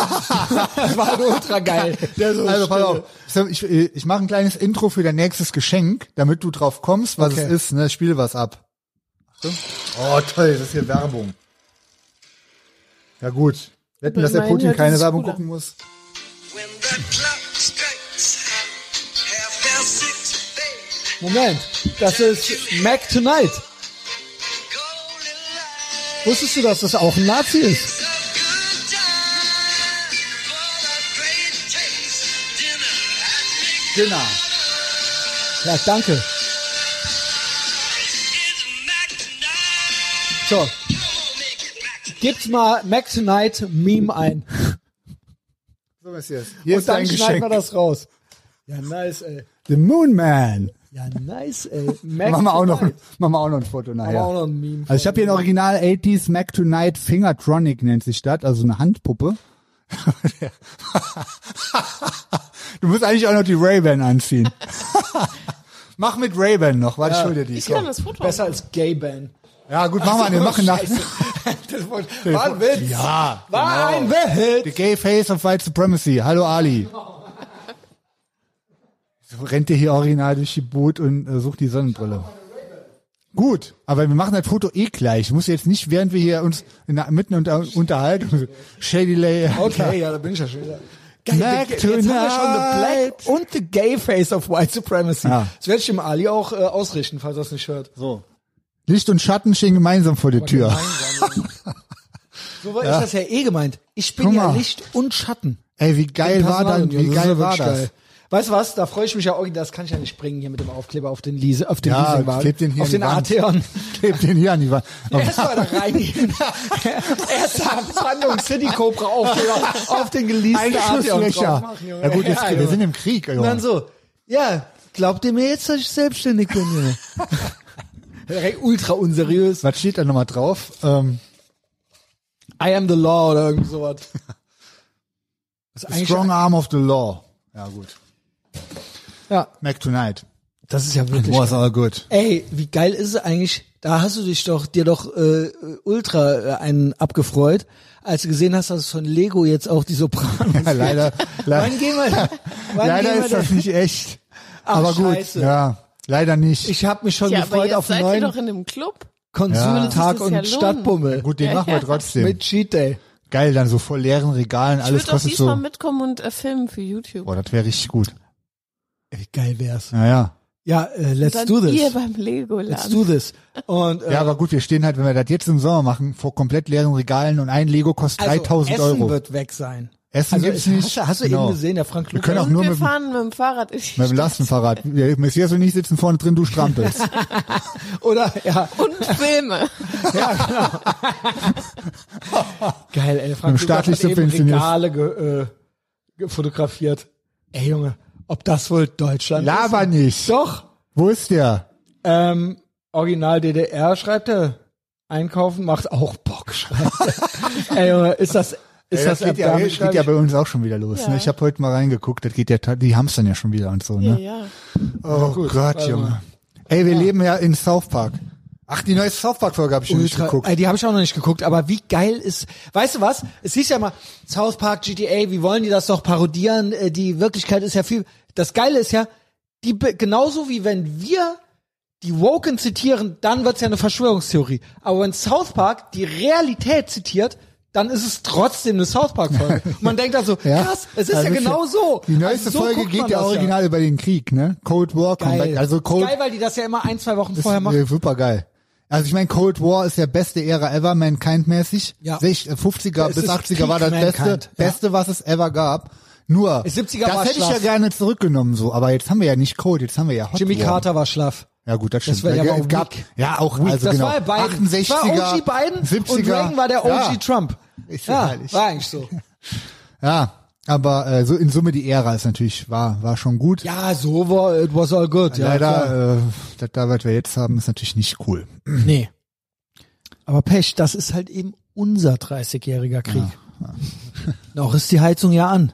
S1: war halt ultra geil.
S2: also pass auf, Sam, ich, ich mache ein kleines Intro für dein nächstes Geschenk, damit du drauf kommst, was
S1: Okay.
S2: es ist. Ne? Spiel was ab. Achtung. Oh toll, das ist hier Werbung. Ja gut, wetten, dass der
S4: Immerhin
S2: Putin
S4: hört
S2: keine
S4: es
S2: Werbung
S4: cooler.
S2: gucken muss.
S6: When the clock strikes half past six, they
S1: Moment, das ist Mac Tonight.
S6: go to light.
S1: Wusstest du, dass das auch ein Nazi ist?
S6: It's a good time for a great taste dinner at
S2: Genau.
S1: Ja, danke.
S6: McDonald's. Mac tonight.
S1: So,
S6: Come on, make it Mac tonight.
S1: gibt's mal Mac Tonight Meme ein.
S2: So Messias, hier
S1: Und
S2: ist
S1: dann
S2: dein
S1: schneiden wir
S2: Geschenk.
S1: das raus. Ja, nice, ey.
S2: The Moon Man.
S1: Ja, nice, ey. Mac
S2: Machen wir auch noch,
S1: Tonight.
S2: machen wir auch noch ein Foto
S1: Machen
S2: nachher.
S1: wir auch noch ein Meme.
S2: Also ich habe hier ein Original 80s Mac Tonight Fingertronic nennt sich das, also eine Handpuppe. du musst eigentlich auch noch die Ray-Ban anziehen. mach mit Ray-Ban noch, warte, ich schulde dir die.
S4: Ich
S2: Komm.
S4: kann das Foto.
S1: Besser als Gay Ban.
S2: Ja gut, machen wir, wir machen nach.
S1: Scheiße. Das war war ein Witz.
S2: Ja,
S1: War
S2: genau.
S1: ein Witz.
S2: The Gay Face of White Supremacy. Hallo Ali. So rennt ihr hier original durch die Boot und äh, sucht die Sonnenbrille. Gut, aber wir machen das Foto eh gleich. Muss jetzt nicht, während wir hier uns in der, mitten unter, unterhalten, Shady Lay.
S1: Okay, ja, da bin ich ja schon wieder. Geil,
S2: Black
S1: the- jetzt haben wir
S2: tonight.
S1: schon The Black und The Gay Face of White Supremacy.
S2: Ja.
S1: Das werde ich dem Ali auch äh, ausrichten, falls er es nicht hört. So.
S2: Licht und Schatten stehen gemeinsam vor der Tür.
S1: So war ist das ja eh gemeint. Ich bin
S2: Guck
S1: ja
S2: mal.
S1: Licht und Schatten.
S2: Ey, wie geil war dann,
S1: Personalunion, das
S2: wie
S1: ist
S2: geil
S1: ja
S2: war
S1: wirklich
S2: das?
S1: geil. Weißt du was? Da freue ich mich ja auch. Das kann ich ja nicht bringen hier mit dem Aufkleber auf den Lise, auf den
S2: Ja,
S1: Leasingwagen,
S2: kleb den hier
S1: auf
S2: an die
S1: den
S2: Wand.
S1: Arteon.
S2: Klebt den hier an die Wand.
S1: Erstmal da reingehen. Erstmal Fandung City Cobra Aufkleber auf den
S2: Ein
S1: geleasten Arteon drauf
S2: Schussfächer.
S1: machen, Junge.
S2: Ja gut, jetzt,
S1: Ja,
S2: wir
S1: Junge.
S2: sind im Krieg.
S1: Und dann
S2: Junge.
S1: so, ja, glaubt ihr mir jetzt, dass ich selbstständig bin? Junge? Direkt Ultra unseriös.
S2: Was steht da nochmal drauf? Ähm,
S1: I am the law oder irgend sowas. Das ist eigentlich,
S2: Strong Arm of the Law. Ja, gut.
S1: ja,
S2: Mac Tonight.
S1: das ist ja wirklich.
S2: Was all good.
S1: Ey, wie geil ist es eigentlich? Da hast du dich doch dir doch äh, ultra äh, einen abgefreut, als du gesehen hast, dass es von Lego jetzt auch die Sopranos.
S2: Ja, leider le
S1: Wann gehen wir? Wann
S2: leider
S1: gehen wir
S2: ist das
S1: denn?
S2: nicht echt.
S1: Ach,
S2: aber gut,
S1: Scheiße.
S2: ja. Leider nicht.
S1: Ich habe mich schon
S4: ja, aber
S1: gefreut
S4: jetzt
S1: auf
S4: seid
S1: einen
S4: ihr
S1: neuen
S4: doch in dem Club.
S1: Konsumtag
S4: Das ist
S1: und
S4: ja lohnen.
S1: Stadtbummel
S2: gut, den
S4: Ja,
S2: machen wir
S4: ja.
S2: trotzdem.
S1: mit Cheat Day.
S2: Geil, dann so voll leeren Regalen,
S4: Ich
S2: alles
S4: würde auch
S2: kostet
S4: diesmal
S2: so.
S4: mitkommen und äh, filmen für YouTube.
S2: Boah, das wäre richtig gut.
S1: Ey, Geil wär's.
S2: Ja, ja.
S1: Ja, äh, let's
S4: Dann
S1: do
S4: ihr
S1: this.
S4: beim
S1: Let's
S4: Legoland.
S1: do this. Und äh,
S2: Ja, aber gut, wir stehen halt, wenn wir das jetzt im Sommer machen, vor komplett leeren Regalen und ein Lego kostet
S1: also
S2: 3000
S1: Essen
S2: Euro.
S1: wird weg sein.
S2: Essen
S1: Also
S2: gibt's
S1: hast,
S2: nicht.
S1: du- hast du
S2: Genau.
S1: eben gesehen, der Frank
S2: Wir
S1: Lukas.
S2: können auch
S4: Und
S2: nur
S4: wir
S2: mit, mit
S4: fahren mit dem Fahrrad in die
S2: dem Lastenfahrrad. Der Messias und ich sitzen vorne drin, du strampelst.
S1: Oder ja,
S4: und Filme.
S1: geil, ey. Frank
S2: Mit dem
S1: Lukas hat
S2: staatlich
S1: eben
S2: subventioniert.
S1: Regale ge, äh, ge- fotografiert. Ey Junge, ob das wohl Deutschland ist?
S2: Laber nicht.
S1: Doch.
S2: Wo ist der?
S1: Ähm, Original DDR schreibt er. Einkaufen macht auch Bock, schreibt er. Ey Junge, ist das ist
S2: Ey,
S1: das, eh
S2: geht, ja,
S1: Abgabe-
S2: das geht ja bei uns auch schon wieder los.
S4: Ja.
S2: Ne? Ich habe heute mal reingeguckt, das geht ja, ta- die haben's dann ja schon wieder und so. Ne?
S4: Ja, ja.
S2: Oh Gott,
S1: warte
S2: Junge.
S1: mal.
S2: Ey, wir leben ja in South Park. Ach, die neue South Park Folge habe ich noch nicht
S1: Ultra,
S2: geguckt.
S1: Ey, die habe ich auch noch nicht geguckt, aber wie geil ist, weißt du was? Es hieß ja mal South Park GTA, wie wollen die das doch parodieren? Äh, Die Wirklichkeit ist ja viel das geile ist ja, die be- genauso wie wenn wir die Woken zitieren, dann wird's ja eine Verschwörungstheorie, aber wenn South Park die Realität zitiert, dann ist es trotzdem eine South Park Folge. Und man denkt also,
S2: Ja.
S1: krass, es ist
S2: Also
S1: ja
S2: ist
S1: genau
S2: ja-
S1: so.
S2: Die neueste
S1: also so
S2: Folge
S1: guckt
S2: geht
S1: man
S2: ja
S1: das
S2: original über den Krieg, ne? Cold War Comeback.
S1: Geil.
S2: Also Cold
S1: geil, weil die das ja immer ein, zwei Wochen
S2: ist
S1: vorher machen.
S2: äh, super geil. Also ich meine, Cold War ist der beste Ära ever, Mankind-mäßig.
S1: Ja.
S2: Sech- äh, 50er
S1: Es
S2: bis
S1: ist
S2: 80er
S1: Peak
S2: war das
S1: Mankind,
S2: Beste,
S1: ja.
S2: Beste, was es ever gab. Nur, das
S1: 70er war
S2: hätte ich ja
S1: Schlaf.
S2: gerne zurückgenommen, so. Aber jetzt haben wir ja nicht Cold, jetzt haben wir ja Hot
S1: Jimmy
S2: War.
S1: Carter war schlaff.
S2: Ja gut, das stimmt.
S1: war ja
S2: Da
S1: aber auch
S2: gab,
S1: weak.
S2: ja auch
S1: Weak.
S2: also
S1: das
S2: genau.
S1: war ja Biden.
S2: 68er,
S1: war OG Biden
S2: 70er.
S1: und Reagan war der OG
S2: ja.
S1: Trump.
S2: Ist ja
S1: ja,
S2: herrlich.
S1: war eigentlich so.
S2: Ja, aber äh, so in Summe die Ära ist natürlich war war schon gut.
S1: Ja, so war, it was all good. Ja, klar.
S2: Leider, äh, das da, was wir jetzt haben, ist natürlich nicht cool.
S1: nee. Aber Pech, das ist halt eben unser 30-jähriger Krieg. Noch ist die Heizung ja an.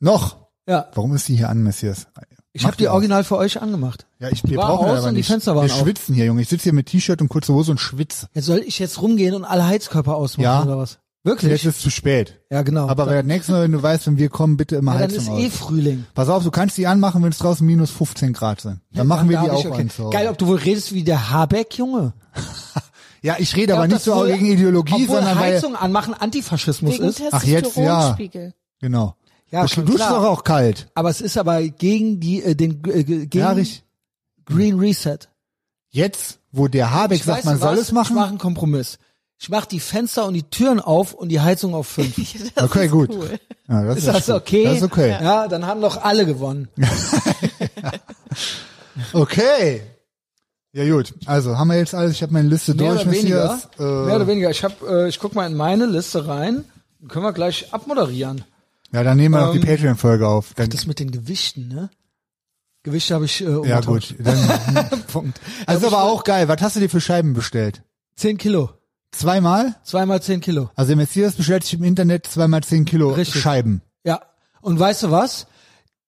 S2: Noch.
S1: Ja,
S2: Warum ist die hier an, Messias?
S1: ich habe die original für euch angemacht.
S2: Ja, ich wir
S1: War
S2: brauchen
S1: aus
S2: das aber
S1: und die
S2: nicht.
S1: Fenster waren
S2: wir
S1: auf.
S2: schwitzen hier, Junge. Ich sitze hier mit T-Shirt und kurzer Hose und schwitze.
S1: Jetzt soll ich jetzt rumgehen und alle Heizkörper ausmachen
S2: Ja.
S1: oder was?
S2: Jetzt
S1: Wirklich?
S2: ist zu spät.
S1: Ja, genau.
S2: Aber
S1: ja,
S2: wer nächstes Mal, wenn du weißt, wenn wir kommen, bitte immer
S1: dann ist
S2: Heizung
S1: eh
S2: aus.
S1: Frühling.
S2: Pass auf, du kannst die anmachen, wenn es draußen minus 15 Grad sind. Dann machen wir
S1: Da
S2: die
S1: hab
S2: auch
S1: ich- okay.
S2: an. zu Hause.
S1: Geil, ob du wohl redest wie der Habeck, Junge.
S2: Ja, ich rede aber
S1: Ob
S2: nicht
S1: das
S2: so
S1: wohl-
S2: gegen Ideologie,
S1: obwohl
S2: sondern weil
S1: Heizung anmachen Antifaschismus
S4: Wegen
S1: ist.
S2: Ach, jetzt, ja.
S4: Testosteronspiegel.
S2: genau.
S1: Ja,
S2: du
S1: schon
S2: duschst
S1: klar.
S2: doch auch kalt.
S1: Aber es ist aber gegen die äh, den äh, ge- gegen
S2: Ja, richtig.
S1: Green Reset.
S2: Jetzt, wo der Habeck
S1: Ich
S2: sagt,
S1: weiß was,
S2: man soll es
S1: Ich mache
S2: machen.
S1: einen Kompromiss. Ich mache die Fenster und die Türen auf und die Heizung auf fünf. ist
S4: Das
S2: okay,
S4: ist
S2: gut.
S4: cool.
S2: Ja, das ist,
S1: das
S2: gut.
S1: okay?
S2: Das ist okay.
S1: Ja, dann haben doch alle gewonnen.
S2: Okay. Ja gut, also haben wir jetzt alles, ich habe meine Liste
S1: Mehr
S2: durch,
S1: oder weniger.
S2: Messias.
S1: Mehr oder
S2: Äh,
S1: weniger. Ich hab, äh, ich guck mal in meine Liste rein. Dann können wir gleich abmoderieren.
S2: ja, dann nehmen wir
S1: Ähm,
S2: noch die Patreon-Folge auf. Dann,
S1: Das mit den Gewichten, ne? Gewichte habe ich äh,
S2: ja
S1: umgetauscht.
S2: gut, dann,
S1: Punkt.
S2: also aber auch geil. Was hast du dir für Scheiben bestellt?
S1: Zehn Kilo.
S2: Zweimal?
S1: Zweimal zehn Kilo.
S2: Also der Messias bestellt sich im Internet zweimal 10 Kilo
S1: Richtig.
S2: Scheiben.
S1: Ja. Und weißt du was?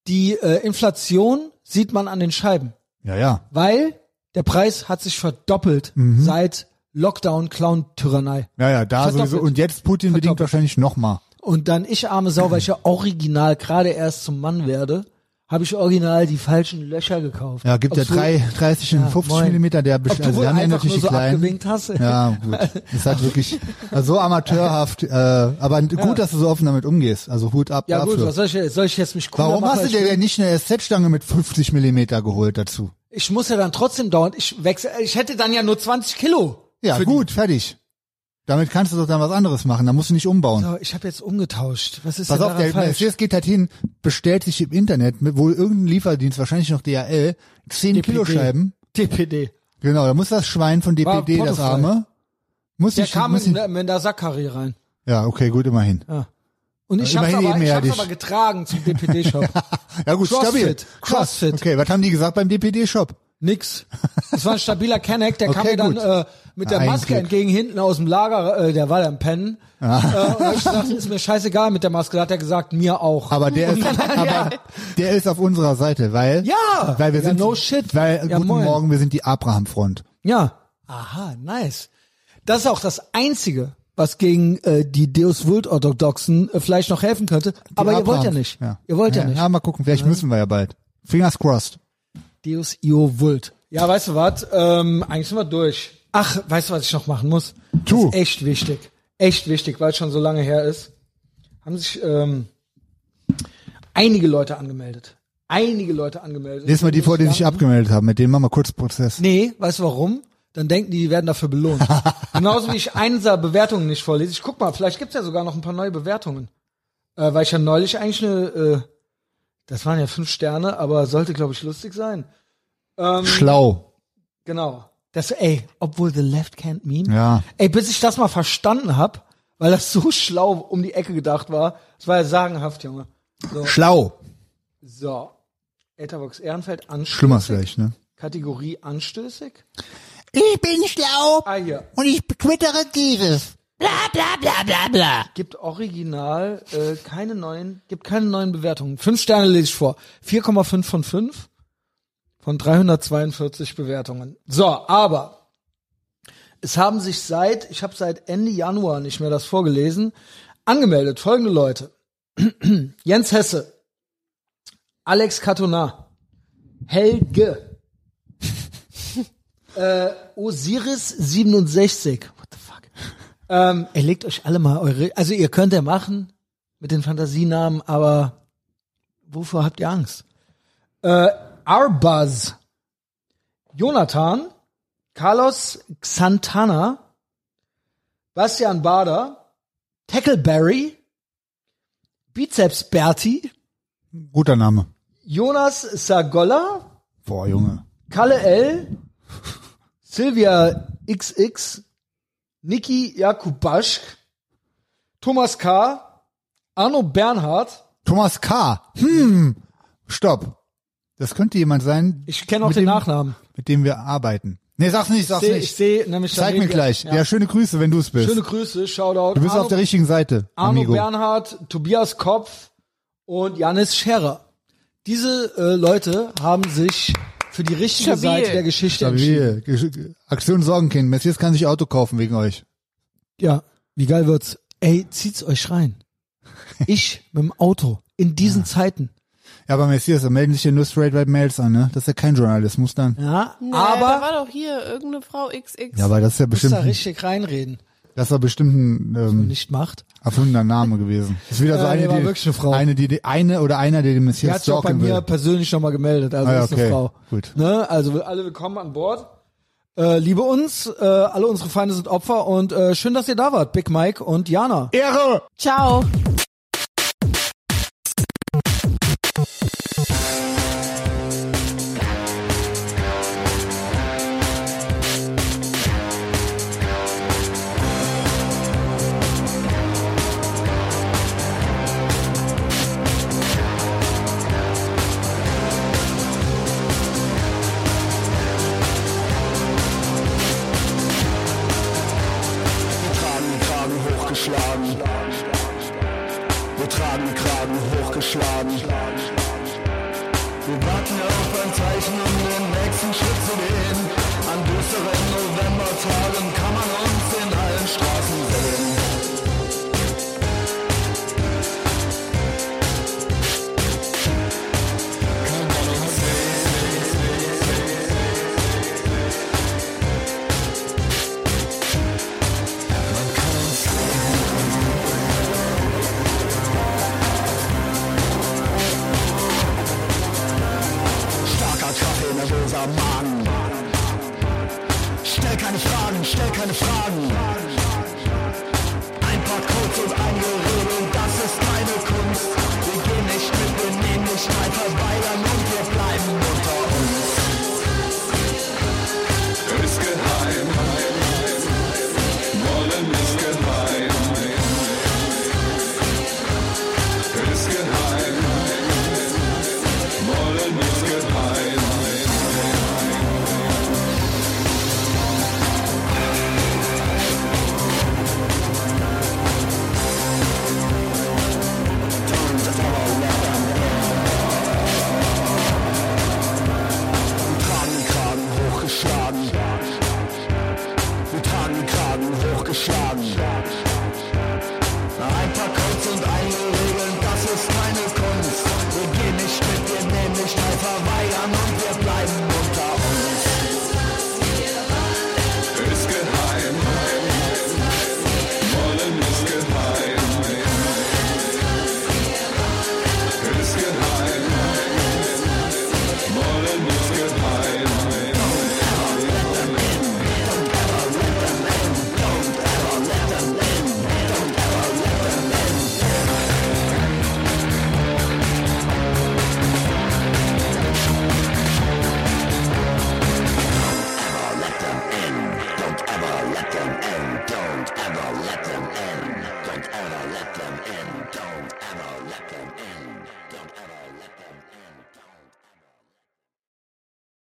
S1: Die äh, Inflation sieht man an den Scheiben.
S2: Ja, ja.
S1: weil der Preis hat sich verdoppelt
S2: Mhm.
S1: seit Lockdown Clown Tyrannei.
S2: Ja, ja, da
S1: Verdoppelt.
S2: sowieso. Und jetzt Putin bedingt wahrscheinlich nochmal.
S1: Und dann ich arme Sau, weil ich ja original gerade erst zum Mann werde, habe ich original die falschen Löcher gekauft.
S2: Ja, gibt ja
S1: Obwohl-
S2: drei, 30 und
S1: Ja,
S2: 50
S1: moin.
S2: Millimeter, der
S1: Ob
S2: best-
S1: du
S2: also
S1: wohl
S2: wir haben ja
S1: einfach
S2: natürlich
S1: nur so
S2: die kleinen.
S1: abgewinkt hast.
S2: Ja, gut. Ist halt wirklich also so amateurhaft, äh, aber gut, dass du so offen damit umgehst. Also Hut ab
S1: Ja
S2: dafür.
S1: gut, was soll ich, jetzt- soll ich jetzt mich cool
S2: Warum hast du dir denn nicht eine SZ-Stange mit 50 Millimeter geholt dazu?
S1: Ich muss ja dann trotzdem dauernd, ich wechsle, ich hätte dann ja nur 20 Kilo.
S2: Ja,
S1: für
S2: gut, fertig. Damit kannst du doch dann was anderes machen, da musst du nicht umbauen.
S1: Die. So, ich habe jetzt umgetauscht. Was ist
S2: Pass
S1: denn
S2: auf,
S1: daran
S2: der
S1: falsch?
S2: Messias geht halt hin, bestellt sich im Internet, mit, wohl irgendein Lieferdienst, wahrscheinlich noch DHL, 10
S1: DPD.
S2: Kilo Scheiben.
S1: DPD.
S2: Genau, da muss das Schwein von
S1: War
S2: DPD, das
S1: portofrei.
S2: Arme, muss
S1: Der
S2: sich,
S1: kam
S2: muss
S1: in,
S2: sich,
S1: in der Sackkarre rein.
S2: ja, okay, gut, immerhin.
S1: Und ich habe aber,
S2: Immerhin
S1: ich hab's
S2: ebenerdig.
S1: aber getragen zum DPD-Shop.
S2: Ja gut,
S1: Crossfit.
S2: stabil. Krass.
S1: Crossfit.
S2: Okay, was haben die gesagt beim DPD-Shop?
S1: Nix. Das war ein stabiler Kenneck, der kam
S2: Okay,
S1: mir dann
S2: gut.
S1: äh, mit der
S2: Ein
S1: Maske
S2: Glück.
S1: entgegen hinten aus dem Lager, äh, der war da im Pennen.
S2: Ah.
S1: Äh, und hab ich gesagt, ist mir scheißegal mit der Maske, da hat er gesagt, mir auch.
S2: Aber der ist, aber der ist auf unserer Seite, weil
S1: Ja!
S2: weil wir
S1: Ja,
S2: sind
S1: no shit.
S2: weil
S1: Ja,
S2: guten
S1: moin.
S2: Morgen, wir sind die Abraham Front.
S1: ja. Aha, nice. Das ist auch das Einzige, was gegen äh, die Deus Vult Orthodoxen äh, vielleicht noch helfen könnte.
S2: Die
S1: Aber ihr
S2: Abraham-
S1: wollt ja nicht. Ihr wollt ja, nicht.
S2: Ja, mal gucken, vielleicht müssen wir ja bald. Fingers crossed.
S1: Deus Io Vult. Ja, weißt du was? Ähm, eigentlich sind wir durch. Ach, weißt du, was ich noch machen muss?
S2: Tu.
S1: Das ist echt wichtig. Echt wichtig, weil es schon so lange her ist. Haben sich ähm, einige Leute angemeldet. einige Leute angemeldet.
S2: Lest mal die vor, die sich abgemeldet haben. Mit denen machen wir kurz Prozess.
S1: Nee, weißt du warum? Dann denken die, die werden dafür belohnt. Genauso wie ich einser Bewertungen nicht vorlese. Ich guck mal, vielleicht gibt's ja sogar noch ein paar neue Bewertungen. Äh, weil ich ja neulich eigentlich eine, äh, das waren ja fünf Sterne, aber sollte, glaube ich, lustig sein. Mhm.
S2: Schlau.
S1: Genau. Das, ey, obwohl The Left Can't Meme.
S2: Ja.
S1: Ey, bis ich das mal verstanden hab, weil das so schlau um die Ecke gedacht war, das war ja sagenhaft, Junge.
S2: Schlau.
S1: So. Etherbox Ehrenfeld anstößig.
S2: Schlimmer vielleicht, ne?
S1: Kategorie anstößig.
S2: Ich bin schlau
S1: Ah, hier.
S2: und ich twittere dieses. Bla bla bla bla bla.
S1: Gibt original äh, keine neuen, gibt keine neuen Bewertungen. Fünf Sterne lese ich vor. 4,5 von 5 von 342 Bewertungen. So, aber es haben sich seit, ich habe seit Ende Januar nicht mehr das vorgelesen, angemeldet folgende Leute. Jens Hesse, Alex Katona, Helge, äh, Osiris 67. What the fuck? Ähm, ey, legt euch alle mal eure, also ihr könnt ja machen mit den Fantasienamen, aber wovor habt ihr Angst? Äh, Arbaz, Jonathan, Carlos Xantana, Bastian Bader, Tackleberry, Bizeps Berti,
S2: Guter Name.
S1: Jonas Sagolla,
S2: Boah, Junge.
S1: Kalle L, Silvia XX, Niki Jakubaschk, Thomas K., Arno Bernhard.
S2: Thomas K. Hm. Stopp. Das könnte jemand sein,
S1: Ich kenne auch
S2: Mit
S1: den
S2: dem-
S1: Nachnamen.
S2: mit dem wir arbeiten. Nee, sag's nicht, sag's
S1: Seh-
S2: nicht.
S1: ich sehe nämlich
S2: Zeig mir
S1: daneben-
S2: gleich. Ja.
S1: Ja.
S2: schöne Grüße, wenn du es bist.
S1: Schöne Grüße, Shoutout.
S2: du bist
S1: Arno,
S2: auf der richtigen Seite,
S1: Arno
S2: Amigo.
S1: Bernhard, Tobias Kopf und Janis Scherer. Diese äh, Leute haben sich für die richtige
S4: Stabil.
S1: Seite der Geschichte entschieden.
S2: Stabil. Ge- Aktion Sorgenkind. Messias kann sich Auto kaufen wegen euch.
S1: Ja, wie geil wird's? Ey, zieht's euch rein. Ich mit dem Auto in diesen Zeiten.
S2: Ja, aber Messias, da melden sich ja nur straight white Mails an, ne? Das ist ja kein Journalismus dann.
S1: Ja,
S4: Nee, da
S1: aber
S4: war doch hier irgendeine Frau XX.
S2: Ja, aber das ist ja
S1: muss
S2: bestimmt,
S1: da richtig reinreden.
S2: das ist ja bestimmt ein ähm,
S1: Nicht macht.
S2: erfundener Name gewesen. Das ist wieder so
S1: Ja,
S2: eine,
S1: nee, war
S2: die,
S1: wirklich eine Frau.
S2: eine, die, die, eine oder einer, der den
S1: Die
S2: Messias
S1: hat sich auch bei
S2: stalken
S1: mir
S2: will.
S1: persönlich nochmal gemeldet, also
S2: Ah, ja,
S1: ist eine
S2: okay.
S1: Frau.
S2: Gut.
S1: Ne? Also alle willkommen an Bord. Äh, liebe uns, äh, alle unsere Feinde sind Opfer und äh, schön, dass ihr da wart, Big Mike und Jana.
S2: Ehre!
S4: Ciao.
S7: Wir tragen den Kragen hochgeschlagen. Wir tragen den Kragen hochgeschlagen. Wir warten auf ein Zeichen, um den nächsten Schritt zu gehen. An düsteren Novembertagen kann man uns in allen Straßen sehen. Kann man uns Starker Kaffee, nervöser Magen. Stell keine Fragen, stell keine Fragen. Ein paar Codes und ein Gerede, das ist keine Kunst. Wir gehen nicht mit Benehmlichkeit verweigern und wir bleiben unter uns. Ist geheim. Wollen ist geheim. Ist geheim. Wollen ist geheim. tragen den Kragen hochgeschlagen. Wir tragen den Kragen hochgeschlagen. Ein paar Codes und einige Regeln, das ist keine Kunst. Wir gehen nicht mit, wir nehmen nicht teil, verweigern und wir bleiben